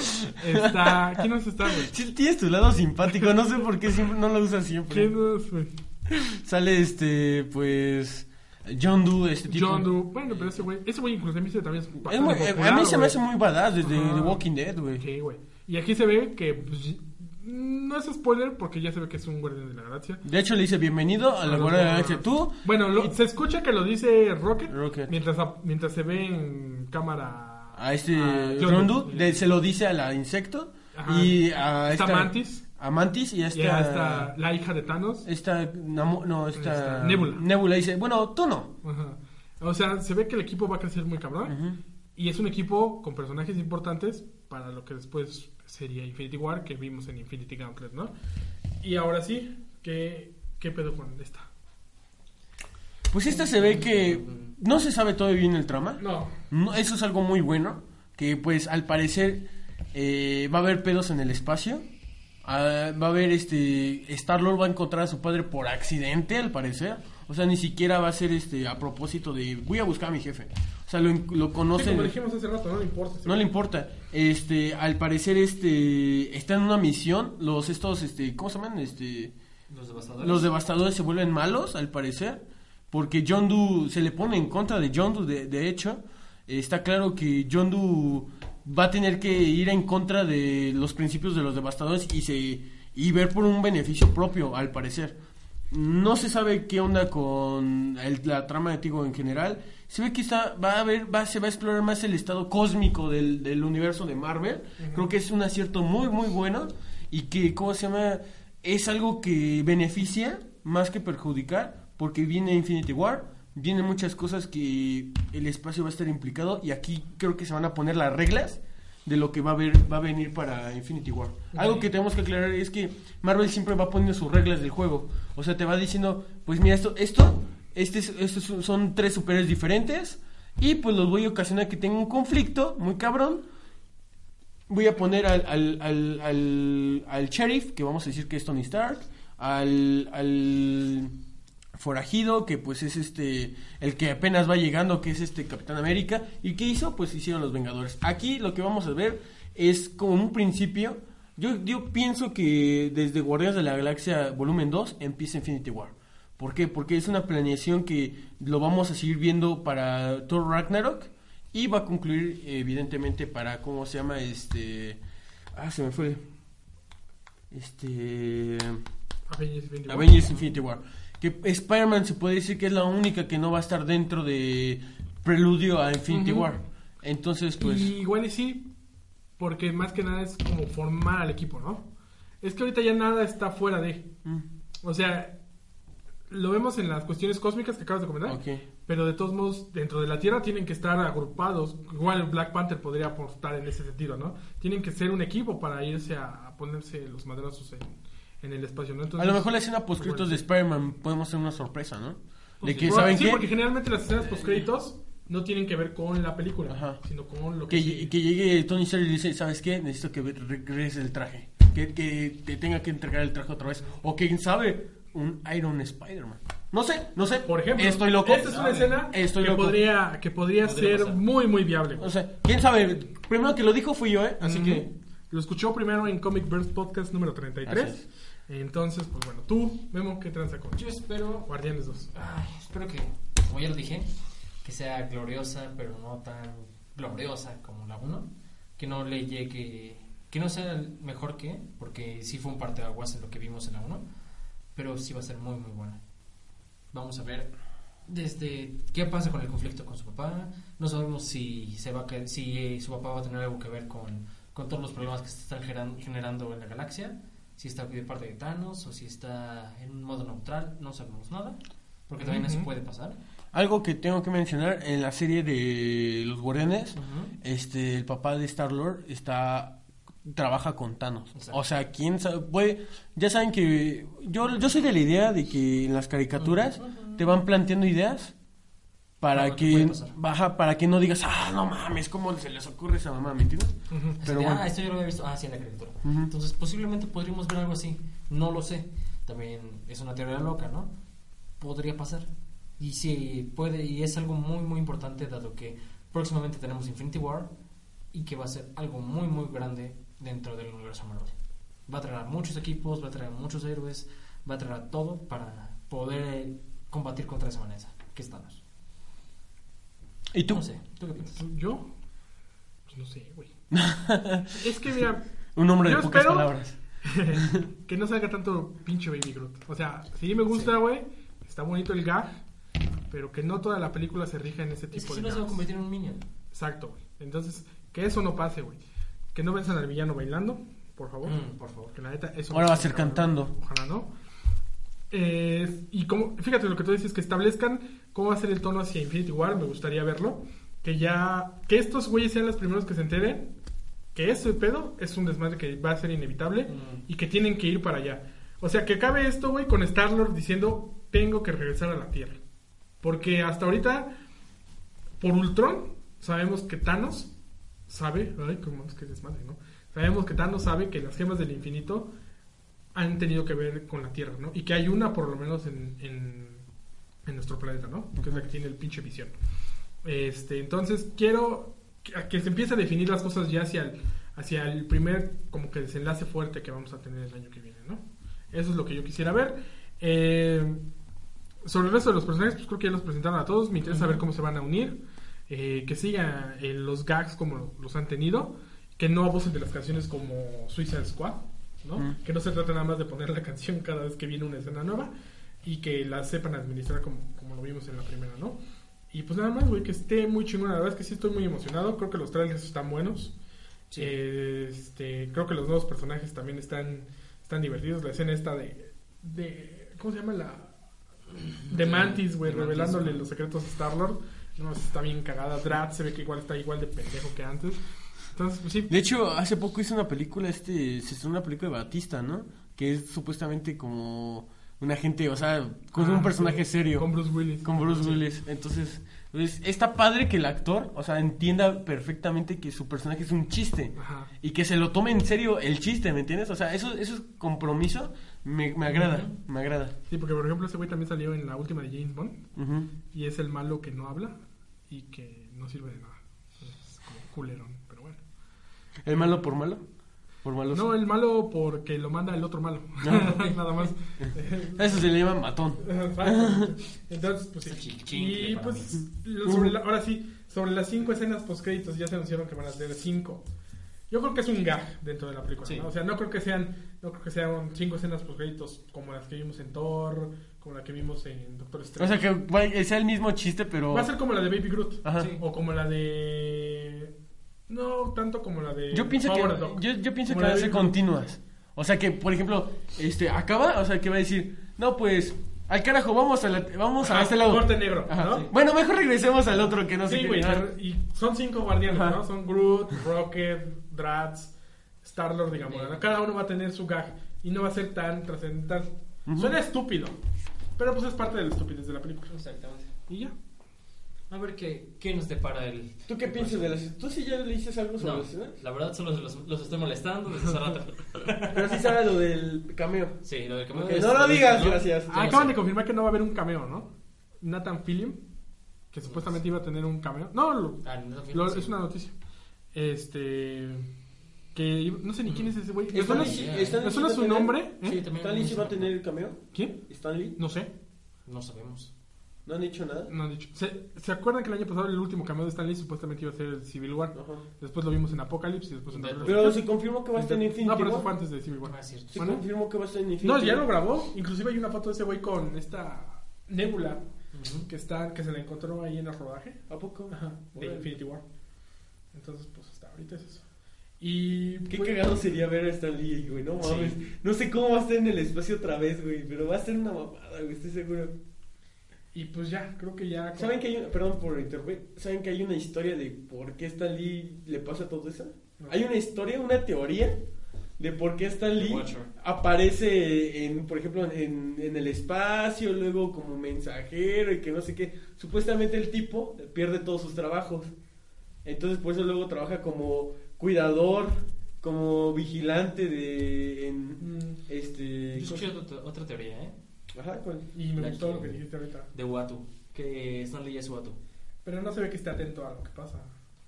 Está... ¿Quién más está, güey?
Sí, tienes tu lado simpático, no sé por qué siempre, no lo usas siempre.
¿Quién más, güey?
Sale este, pues. John Doe, este tipo.
John Doe. Bueno, pero ese güey... Ese güey incluso a mí se también es
Es
bastante
muy- eh, a
popular,
mí se me
güey.
hace muy badass desde
Ajá.
The Walking Dead, güey.
Sí, güey. Y aquí se ve que... pues, no es spoiler porque ya se ve que es un guardián de la galaxia.
De hecho, le dice bienvenido a la
Ah,
Guardia de la
no,
Galaxia.
no.
Tú,
Bueno, lo- se escucha que lo dice Rocket,
Rocket.
Mientras, a- mientras se ve en cámara
a este
a Ah, John
John
Doe.
Doe, le- se lo dice a la insecto.
Ajá.
Y a
Está
esta.
Mantis.
A Mantis y a esta.
Y a esta, la hija de Thanos.
esta Namo- no,
Esta,
esta.
Nebula.
dice, bueno, tú no.
Ajá. O sea, se ve que el equipo va a crecer muy cabrón. Y es un equipo con personajes importantes para lo que después sería Infinity War, que vimos en Infinity Gauntlet, ¿no? Y ahora sí, ¿qué, qué pedo con esta?
Pues esta se ve que no se sabe todavía bien el trama.
No.
No, eso es algo muy bueno, que pues al parecer eh, va a haber pedos en el espacio. Ah, va a haber este Star Lord va a encontrar a su padre por accidente al parecer. O sea, ni siquiera va a ser este a propósito de voy a buscar a mi jefe. O sea, lo, en- lo
Sí,
conocen.
como dijimos hace rato, no le importa.
No le importa. Este, al parecer este está en una misión, los estos este, ¿cómo se llaman? Este
Los devastadores.
los devastadores se vuelven malos, al parecer, porque John Doe se le pone en contra de John Doe, de, de hecho. Eh, Está claro que John Doe va a tener que ir en contra de los principios de los devastadores y, se, y ver por un beneficio propio, al parecer. No se sabe qué onda con el- la trama de Tigo en general. Se ve que está, va a haber, va, se va a explorar más el estado cósmico del, del universo de Marvel. Creo que es un acierto muy, muy bueno. Y que, ¿cómo se llama? Es algo que beneficia más que perjudicar. Porque viene Infinity War, vienen muchas cosas que el espacio va a estar implicado. Y aquí creo que se van a poner las reglas de lo que va a, haber, va a venir para Infinity War. Algo que tenemos que aclarar es que Marvel siempre va poniendo sus reglas del juego. O sea, te va diciendo, pues mira, esto, esto, este, es- estos son- son tres superhéroes diferentes y pues los voy a ocasionar que tenga un conflicto muy cabrón. Voy a poner al, al, al, al, al sheriff, que vamos a decir que es Tony Stark, al, al forajido, que pues es este, el que apenas va llegando, que es este Capitán América. ¿Y qué hizo? Pues hicieron los Vengadores. Aquí lo que vamos a ver es como un principio. Yo, yo pienso que desde Guardianes de la Galaxia Volumen 2 empieza Infinity War. ¿Por qué? Porque es una planeación que lo vamos a seguir viendo para Thor Ragnarok. Y va a concluir, evidentemente, para, ¿cómo se llama? Este... Ah, se me fue. Este...
Avengers Infinity War.
Avengers Infinity War. Que Spider-Man se puede decir que es la única que no va a estar dentro de preludio a Infinity
Ujú.
War. Entonces, pues...
Y igual y sí, porque más que nada es como formar al equipo, ¿no? Es que ahorita ya nada está fuera de.
mm,
O sea, lo vemos en las cuestiones cósmicas que acabas de comentar.
Ok.
Pero de todos modos, dentro de la Tierra tienen que estar agrupados. Igual Black Panther podría aportar en ese sentido, ¿no? Tienen que ser un equipo para irse a, a ponerse los madrazos en, en el espacio, ¿no?
A
Entonces,
lo mejor la escena postcritos de Spider-Man podemos hacer una sorpresa, ¿no? De que,
Bueno,
¿saben
Pues sí,
qué?
porque generalmente las escenas postcréditos no tienen que ver con la película,
Ajá.
sino con lo que...
Que,
sigue.
lle- que llegue Tony Stark y le dice, ¿sabes qué? Necesito que regrese el traje. Que, que te tenga que entregar el traje otra vez. O quién sabe, un Iron Spider-Man. No sé, no sé.
Por ejemplo,
Estoy loco. Ah,
Esta es una escena
Estoy
que,
loco.
Podría, que podría,
Podría
ser
pasar.
muy, muy viable. güey.
O sea, quién sabe. Primero que lo dijo fui yo, ¿eh? Así
Ujú.
que...
Lo escuchó primero en Comic Birds Podcast número 33.
Así
Entonces, pues bueno, tú, Memo, ¿qué tranza con
Yo espero.
Guardianes 2?
Ay, espero que, como ya lo dije, que sea gloriosa, pero no tan gloriosa como la 1. Que no le llegue. Que no sea el mejor que, porque sí fue un parteaguas en lo que vimos en la 1. Pero sí va a ser muy, muy buena. Vamos a ver desde qué pasa con el conflicto con su papá. No sabemos si se va a caer- si eh, su papá va a tener algo que ver con, con todos los problemas que se están geran- generando en la galaxia. Si está de parte de Thanos o si está en un modo neutral, no sabemos nada. Porque también eso
Ujú.
puede pasar.
Algo que tengo que mencionar en la serie de Los Guardianes,
Ujú.
este el papá de Star Lord está trabaja con Thanos.
Exacto.
O sea, quién sabe, puede- ya saben que yo yo soy de la idea de que en las caricaturas te van planteando ideas para
Algo que puede
que
pasar.
baja para que no digas, "Ah, no mames, cómo se les ocurre esa mamá", ¿me entiendes?
Ujú.
Así
Pero
de,
bueno.
Ah, esto yo lo había visto. Ah, sí, en la caricatura.
Ujú.
Entonces, posiblemente podríamos ver algo así. No lo sé. También es una teoría loca, ¿no? Podría pasar. Y sí, puede, y es algo muy, muy importante dado que próximamente tenemos Infinity War y que va a ser algo muy, muy grande dentro del universo Marvel. Va a traer a muchos equipos, va a traer a muchos héroes, va a traer a todo para poder combatir contra esa amenaza que estamos.
¿Y tú?
No sé, ¿tú qué piensas?
¿Yo? Pues no sé, güey. es que mira,
Un hombre de
Yo
pocas
espero-
palabras.
que no salga tanto pinche Baby Groot. O sea, sí me gusta, güey. Está bonito el gag. Pero que no toda la película se rija en ese
Es
tipo
que si
de
no se va a
gags.
convertir en un minion.
Exacto, güey. Entonces, que eso no pase, güey. Que no venzan al villano bailando, por favor.
Mm, por favor.
Que la neta, eso.
Ahora
no
va a
se
ser
acaba, güey.
cantando.
Ojalá no. Eh, y como, fíjate lo que tú dices, que establezcan cómo va a ser el tono hacia Infinity War, me gustaría verlo. Que ya, que estos güeyes sean los primeros que se enteren que ese pedo es un desmadre que va a ser inevitable
Mm.
y que tienen que ir para allá. O sea, que acabe esto, güey, con Star-Lord diciendo, tengo que regresar a la Tierra. Porque hasta ahorita, por Ultron, sabemos que Thanos sabe, ay, cómo es que desmadre, ¿no? Sabemos que Thanos sabe que las gemas del infinito han tenido que ver con la Tierra, ¿no? Y que hay una por lo menos en, en, en nuestro planeta, ¿no? Que es la que tiene el pinche visión. Este, entonces quiero que, a que se empiece a definir las cosas ya hacia el, hacia el primer como que desenlace fuerte que vamos a tener el año que viene, ¿no? Eso es lo que yo quisiera ver. Eh, sobre el resto de los personajes, pues creo que ya los presentaron a todos. Me interesa saber cómo se van a unir. eh, que sigan eh, los gags como los han tenido. Que no abusen de las canciones como Suicide Squad. ¿no?
Mm.
Que no se trata nada más de poner la canción cada vez que viene una escena nueva. Y que la sepan administrar como, como lo vimos en la primera, ¿no? Y pues nada más, güey, que esté muy chingona. La verdad es que sí estoy muy emocionado. Creo que los trailers están buenos.
Sí.
Este, creo que los nuevos personajes también están, están divertidos. La escena esta de, de... ¿Cómo se llama la...? De Mantis, güey,
De Mantis,
revelándole
güey.
los secretos a Star-Lord. No, está bien cagada. Drat se ve que igual está igual de pendejo que antes. Entonces, pues sí.
De hecho, hace poco hizo una película, este, se hizo una película de Batista, ¿no? Que es supuestamente como un agente, o sea, con
Ah,
un personaje
sí,
serio.
Con Bruce Willis.
Con Bruce Willis. Entonces, pues, está padre que el actor, o sea, entienda perfectamente que su personaje es un chiste.
Ajá.
Y que se lo tome en serio el chiste, ¿me entiendes? O sea, eso, eso es compromiso. Me, me agrada, me agrada.
Sí, porque por ejemplo ese güey también salió en la última de James Bond.
Ujú.
Y es el malo que no habla y que no sirve de nada. Es como culerón, pero bueno.
¿El malo por malo? Por malo.
No, el malo porque lo manda el otro malo.
Ah,
Nada más.
Eso se le llama matón.
Exacto. Entonces, pues
Es el
sí.
chichincle
Y
para
pues, lo- sobre la- ahora sí, sobre las cinco escenas post créditos ya se anunciaron que van a ser cinco. Yo creo que es un gag dentro de la película,
Sí.
¿no? O sea, no creo que sean, no creo que sean cinco escenas post créditos como las que vimos en Thor, como la que vimos en Doctor
O
Strange.
sea, que va- que sea el mismo chiste, pero...
Va a ser como la de Baby Groot.
Ajá.
Sí. O como la de. No tanto como la de.
Yo pienso que,
Power Dog.
yo, yo pienso que
Como
van
la
a
de
ser
Baby Groot.
continuas. O sea que, por ejemplo, este acaba, o sea que va a decir, no pues, al carajo, vamos a la, vamos a
Ajá,
este lado.
corte negro,
Ajá,
¿no?
sí. Bueno, mejor regresemos al otro que no sé
sí,
qué.
güey.
Ajá.
pero- Y son cinco guardianes,
Ajá.
¿no? Son Groot, Rocket, Drats, Star-Lord, digamos.
Sí.
¿no? Cada uno va a tener su gag y no va a ser tan trascendental.
Ujú.
Suena estúpido, pero pues es parte de la estupidez de la película.
Exactamente.
Y ya.
A ver qué, qué nos depara el.
¿Tú qué piensas de las? ¿Tú sí ya le dices algo sobre eh?
No,
las escenas?
la verdad solo los, los estoy molestando desde hace rato.
Pero sí sabes lo del cameo.
Sí, lo del
Ok,
cameo.
no lo digas, gracias.
Ah, acaban de confirmar que no va a haber un cameo, ¿no? Nathan Fillion, que supuestamente iba a tener un cameo. No, lo-
Ah, no,
Lo-
sí.
Es una noticia. Este. Que no sé ni quién es ese güey. ¿Me
¿Está
suena,
Lee-
ya.
está
me
Lee
suena
va a
su
tener-
nombre? ¿eh?
Sí, también.
¿Stanley sí va a tener el cameo?
¿Quién?
¿Stanley?
No sé.
No sabemos.
¿No han dicho nada?
No han dicho. ¿Se, se acuerdan que el año pasado el último cameo de Stanley supuestamente iba a ser el Civil War?
Ajá.
Después lo vimos en Apocalypse y después en
Pero-
Pero se confirmó que va a estar en Infinity
No, pero eso
War.
fue antes de Civil War.
Ah, es cierto.
Se
Bueno.
confirmó que va a estar en Infinity
No, ya lo
War.
grabó. Inclusive hay una foto de ese güey con esta Nebula
Ujú.
que está que se la encontró ahí en el rodaje.
¿A poco?
Ajá, de
Órale.
Infinity War. Entonces, pues hasta ahorita es eso. Y
Qué
pues,
cagado sería ver a Stan Lee, güey, no
Sí.
mames. No sé cómo va a estar en el espacio otra vez, güey, pero va a ser una mamada, güey, estoy seguro.
y pues ya, creo que ya.
¿Saben que hay una, perdón por interrumpir, ¿saben que hay una historia de por qué Stan Lee le pasa todo eso?
No.
Hay una historia, una teoría de por qué Stan Lee
Watcher.
aparece en, por ejemplo, en, en el espacio, luego como mensajero y que no sé qué. Supuestamente el tipo pierde todos sus trabajos. Entonces por eso luego trabaja como cuidador, como vigilante de este, en,
Mm.
este
Yo
¿cómo
escuché otra, otra teoría, ¿eh?
Ajá,
pues,
¿cuál?
pues, Y me
La
gustó
que-
lo que dijiste ahorita.
de Watu. Que Stanley ya es Watu.
Pero no se ve que esté atento a lo que pasa.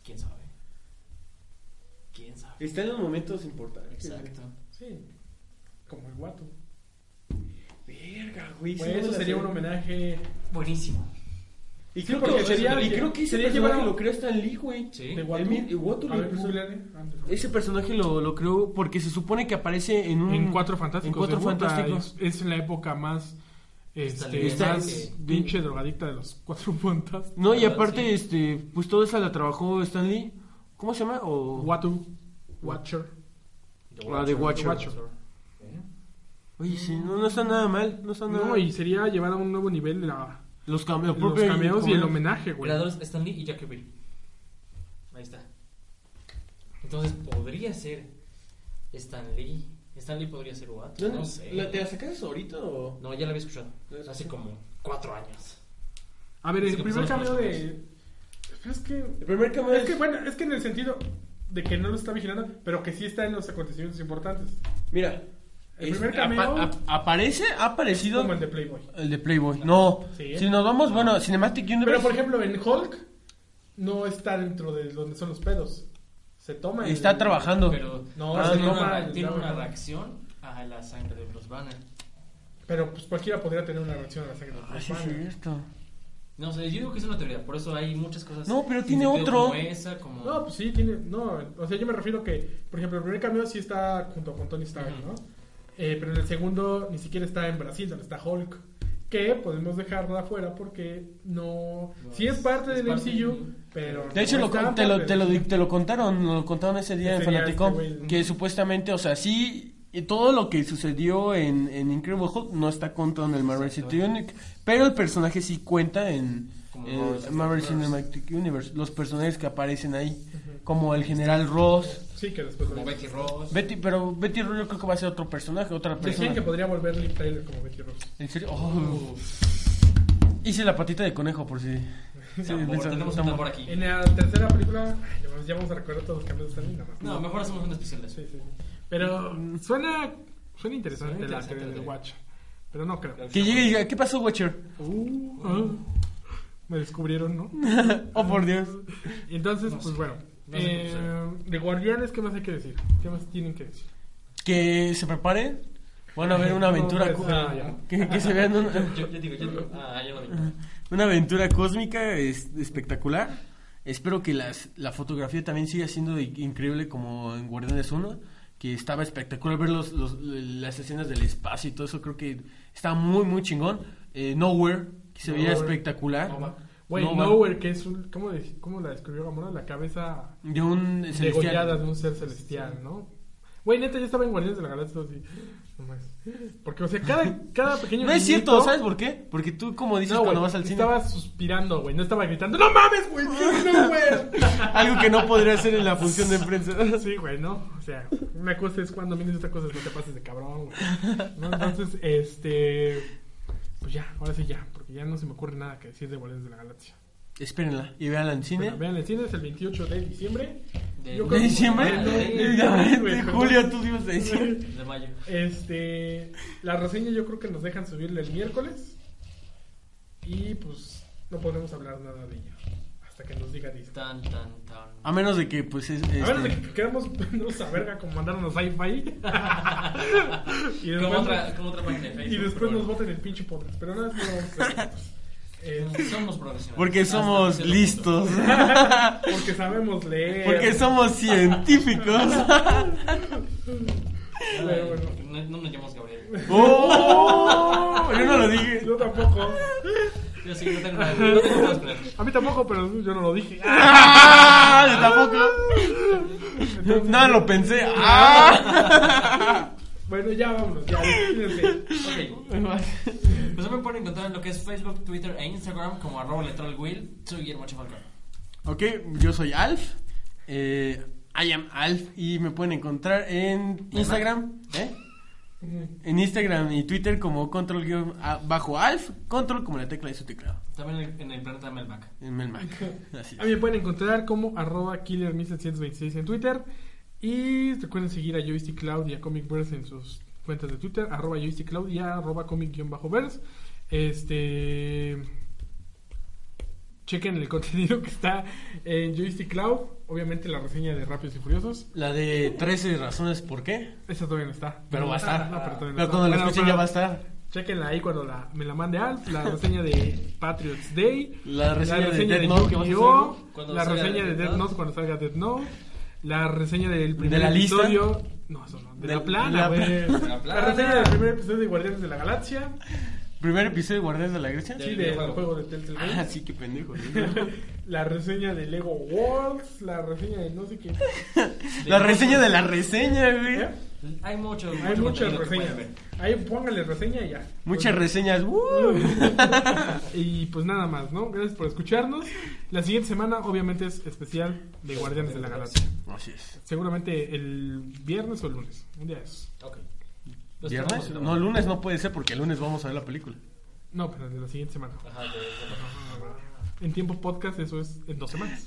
¿Quién sabe? ¿Quién sabe?
Está en los momentos importantes.
Exacto.
Sí. Como el guato.
Verga, güey. sí
Bueno,
me
Pues eso
la
sería
sé.
un homenaje
Buenísimo.
Y
Sí,
creo
porque
que
sería-
sería. Y creo que ese
sería
personaje
llevar a-
lo creó Stan Lee, güey.
Sí.
de
El
guato.
mi- el Watu
a
lo
ver,
puso.
pues, Leane, antes.
Ese personaje lo, lo creó porque se supone que aparece en un...
Mm, En Cuatro Fantásticos.
En Cuatro
de este, Buta,
Fantásticos.
Es, es la época más. Este,
Estalinista,
más
sí.
pinche drogadicta de los Cuatro Fantásticos.
No, y
Ah,
aparte,
sí.
este, pues toda esa la trabajó Stan Lee. ¿Cómo se llama? O...
Watu. Watcher.
Ah, de Watcher.
Watcher.
¿Eh?
Oye, sí, no, no está nada mal, no está nada
No,
mal.
y sería llevar a un nuevo nivel la,
Los, cam- los
los
propios-
cameos y el homenaje, güey.
Creadores Stanley y Jack Kirby. Ahí está. Entonces podría ser Stanley. Stanley podría ser Watu.
No,
No,
no,
sé.
¿La, ¿Te la sacas ahorita o.?
No, ya la había escuchado.
La había
Hace
escuchado.
como cuatro años.
A ver,
Sí,
el
que
primer
empezamos
cameo
con
de. Es que.
El primer cameo
Es que, bueno, es que en el sentido de que no lo está vigilando, pero que sí está en los acontecimientos importantes.
Mira,
El
Es-
primer
apa-
cameo
Apa- ap- aparece, ha
es
aparecido
como el de Playboy.
el de Playboy. No,
Sí, ¿eh?
si nos vamos, bueno, Cinematic Universe.
Pero, por ejemplo, en Hulk no está dentro de donde son los pedos. Se toma. el-
está trabajando.
Pero
No,
pero
se
tiene,
toma
una,
el-
tiene
la-
una reacción a la sangre de Bruce Banner.
Pero pues cualquiera podría tener una reacción a la sangre. de
Ah, sí,
Batman.
es cierto.
No sé, yo digo que es una teoría, por eso hay muchas cosas.
No, pero
sin
tiene
sentido
otro.
Como esa, como.
No, pues sí, tiene. No, o sea, yo me refiero que, por ejemplo, el primer cameo sí está junto con Tony Stark,
Ujú.
¿no? Eh, pero en el segundo ni siquiera está en Brasil, donde está Hulk. Que podemos dejarla afuera porque no.
No,
sí es
es-
parte
es
del
parte
MCU,
del-
pero.
De hecho,
no
lo
está
con- te, lo,
parte
te, lo,
del-
di- te lo contaron, nos lo contaron ese día en
Ese día
Fanaticom,
este güey, ¿no?
que supuestamente, o sea, sí, y todo lo que sucedió en, en Incredible Hulk no está contado en el Marvel
Exacto.
Cinematic Universe, pero el personaje sí cuenta en,
Como
en
Marvel
Marvel
Cinematic
Cinematic Universe, los personajes que aparecen ahí, como el General Ross,
Sí, que después.
Como Betty Ross.
Betty, pero Betty Ross yo creo que va a ser otro personaje, otra
Decían
persona.
que podría volver Liv Tyler como Betty Ross.
¿En serio? Oh. Hice la patita de conejo por si... si
Tambor,
pensaba-
tenemos un tambor aquí.
En la tercera película, ay, no mames, ya vamos a recordar todos los cambios de Stanley, nada más.
No, mejor hacemos un especial de eso.
Sí, sí, sí. Pero
Mm,
suena, suena interesante
Suena
la
interesante
teoría
la
del
teoría.
Watch. Pero no creo.
Que llegue y diga, ¿qué pasó, Watcher?
Uh, ah, me descubrieron, ¿no?
Oh, por Dios.
Entonces,
No
pues
sé.
bueno.
No sé cómo
eh, de Guardianes, ¿qué más hay que decir? ¿Qué más tienen que decir?
que se preparen. Van a ver una
No,
aventura
pues,
co-
ah, ya.
que, que se vean
Yo,
una,
yo- yo digo, yo digo. Ah, yo lo digo.
una aventura cósmica es- espectacular. Espero que las, la fotografía también siga siendo i- increíble como en Guardianes 1, que estaba espectacular ver los, los- las escenas del espacio y todo eso, creo que está muy muy chingón. Eh, Nowhere, que se veía
Nowhere.
espectacular.
Nova. Güey,
Nova.
Nowhere, que es un... ¿Cómo, de- cómo la describió Gamora? La cabeza
De un
degollada
celestial.
de un ser celestial, ¿no? Güey, neta, yo estaba en Guardianes de la Galaxia así. no mames. Porque, o sea, cada, cada pequeño.
No es
guiñito-
cierto, ¿sabes por qué? Porque tú como dices
No,
cuando
güey,
vas al cine...
Estaba suspirando, güey. No estaba gritando. ¡No mames, güey! ¡Sí, no, güey!
Algo que no podría hacer en la función de prensa.
Sí, güey, ¿no? O sea, una cosa es cuando mientes, otra cosa es no te pases de cabrón, güey. ¿No? Entonces, este. Pues ya, ahora sí ya, porque ya no se me ocurre nada que decir de Guardianes de la Galaxia.
Espérenla y véanla en cine.
Bueno, vean, el cine es el 28 de diciembre.
De-
Yo
¿De
creo-
diciembre?
Ah,
de-
Ya ves,
güey,
de
perdón.
julio tú ibas a decir.
De mayo.
Este, la reseña yo creo que nos dejan subirla el miércoles. Y pues no podemos hablar nada de ella hasta que nos diga Disney.
Tan, tan, tan.
Ah,
A menos de que, pues, es,
A ver, de
este,
que queramos vernos a verga como mandaron a sci-fi. y
Como
después,
otra, como otra página
y
de Facebook.
después
pero
nos
bueno.
voten el pinche podcast. Pero nada, más no vamos a hacer. Eh,
Somos profesionales.
porque
Hasta
somos
ese punto.
listos.
porque sabemos leer.
porque somos científicos.
Ay,
Pero Ah, bueno.
No, no nos llamamos Gabriel.
¡Oh! Yo no lo dije.
Yo tampoco.
Yo sí, no tengo nada. No tengo nada que esperar.
A mí tampoco, pero yo no lo dije.
¡Ah! Yo Tampoco. No, lo pensé. ¡Ah!
Bueno, ya vámonos, ya. despídense.
Ok. Pues me pueden encontrar en lo que es Facebook, Twitter e Instagram como arroba letral will. Soy Guillermo Chafalcón.
ok, yo soy Alf. Eh, I am Alf. Y me pueden encontrar en Instagram. ¿Eh? En Instagram y Twitter como control guión a- bajo alf, control como la tecla de su teclado.
También en el- en el planeta Melmac.
En el Mac. Así
A mí
es.
me pueden encontrar como arroba killer1726 en Twitter. Y recuerden seguir a Joystick Cloud y a Comic Verse en sus cuentas de Twitter, arroba joystickcloud y arroba comic-verse. Este... Chequen el contenido que está en Joystick Cloud. Obviamente la reseña de Rápidos y Furiosos.
La de 13 razones por qué.
Esa todavía no está.
Pero va a estar.
No, pero todavía no
Pero
está.
cuando la
Bueno,
escuchen
pero
ya va a estar.
Chequenla ahí cuando la, me la mande Alf. La reseña de Patriots Day.
La reseña de Death
de
Note que vas a
Yu-Gi-Oh,
hacer,
¿no? Cuando
La
salga
reseña de
Death
Death
Note.
Note cuando salga Death Note. La reseña del primer
¿De la lista?
episodio. No, eso no. De,
De-
la plana,
de la
güey.
plana.
La,
La plana.
reseña del primer episodio de Guardianes de la Galaxia.
Primer episodio de Guardianes de la Grecia.
Sí,
Del
del
videojuego.
juego de Telltale
Ah,
Games.
sí, qué pendejo.
La reseña de Lego Worlds. La reseña de no sé qué.
La reseña de la reseña, güey.
¿Eh?
Hay mucho.
Hay
mucho
muchas
contenido que
reseñas.
pueden ver.
Ahí póngale reseña y ya.
Muchas
Pues,
reseñas. ¡uh!
y pues nada más, ¿no? Gracias por escucharnos. La siguiente semana, obviamente, es especial de Guardianes de la Galaxia.
Así es.
Seguramente el viernes o el lunes. Un día es.
Ok. Los
¿Viernes?
tenemos,
No, lunes no puede ser porque el lunes vamos a ver la película.
No, pero de la siguiente semana.
Ajá, de- de-
En tiempo podcast, eso es en dos semanas.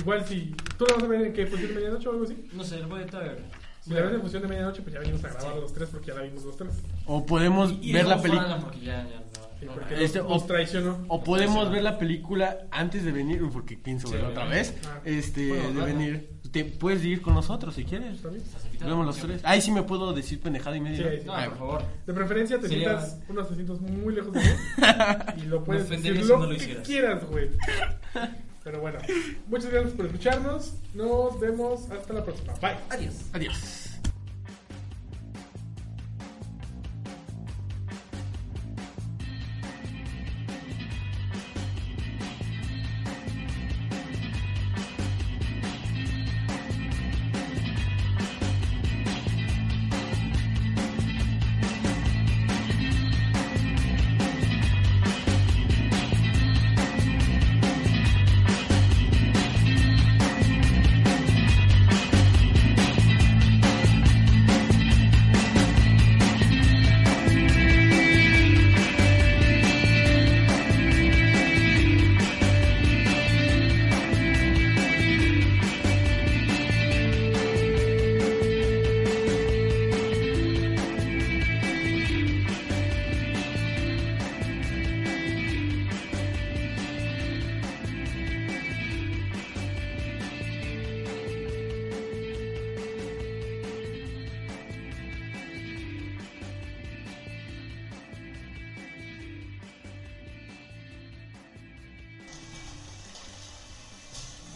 Igual si. ¿Tú la vas a ver en qué? ¿Fusión de medianoche o algo así?
No sé, lo voy a traer.
Si la ves en fusión de medianoche, pues ya venimos a grabar los tres porque ya la vimos los tres.
O podemos ver la película.
Porque ya, ya no-
Sí,
no,
porque
no.
Este,
nos, nos
o-
traicionó.
O podemos ver la película antes de venir, uy, porque pienso
Sí,
verla otra vez.
ah.
Este,
Bueno,
de
vale.
venir. Te puedes ir con nosotros si quieres.
¿Está bien?
Estás invitado.
Vemos los tres. Ay, sí me puedo decir pendejada y media. Ah,
Sí, sí.
No,
Ay,
por favor.
De preferencia te
Sí,
sientas unos asientos muy lejos de mí y lo puedes
ofendería
decir
si
lo
no lo
que
hicieras.
quieras, güey. Pero bueno, muchas gracias por escucharnos. Nos vemos hasta la próxima. Bye.
Adiós.
Adiós.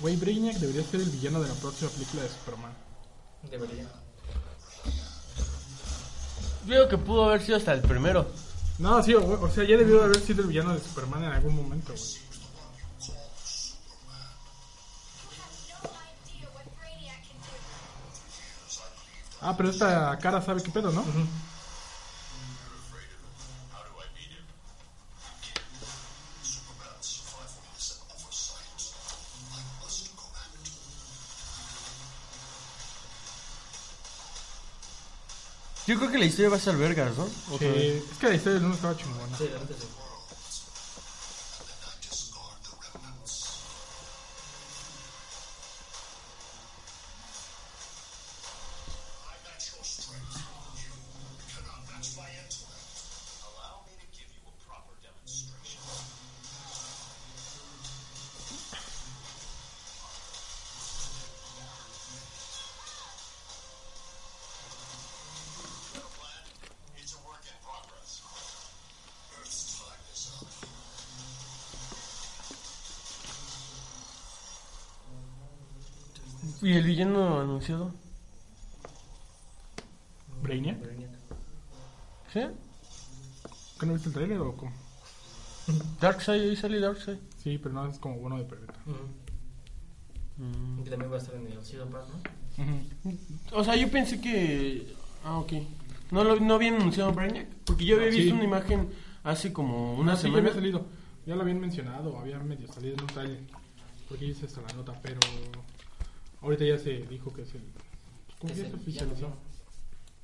Güey, Brainiac debería ser el villano de la próxima película de Superman.
Debería.
Veo que pudo haber sido hasta el primero.
No, sí, o, o sea, ya debió de haber sido el villano de Superman en algún momento, güey. Ah, pero esta cara sabe qué pedo, ¿no?
Yo creo que la historia va a ser vergas, ¿no?
Sí, es que la historia del uno estaba chingona.
Sí, la neta sí.
¿Y el villano anunciado?
¿Brainiac?
¿Sí?
¿Que no viste el trailer o cómo?
Darkseid, ahí sale Darkseid.
Sí, pero no es como bueno de perrito.
Ujú. Que también va a estar en el Ciudad Paz, ¿no?
Mm. O sea, yo pensé que... Ah, ok. No, lo, no habían anunciado Brainiac. Porque yo había
Sí.
visto una imagen hace como una
Una sí, ya
semana.
había salido. Ya lo habían mencionado, había medio salido en un trailer. Porque hice hasta la nota, pero. Ahorita ya se dijo que es el. ¿Cómo
Es
que
el
se oficializó?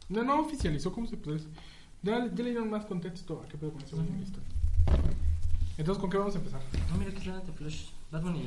No, no oficializó, ¿cómo se puede decir? Ya, ya le dieron más contexto a Ah, qué pedo con ese güey, listo. Entonces, ¿con qué vamos a empezar?
No, mira que es la de Flash. Batman y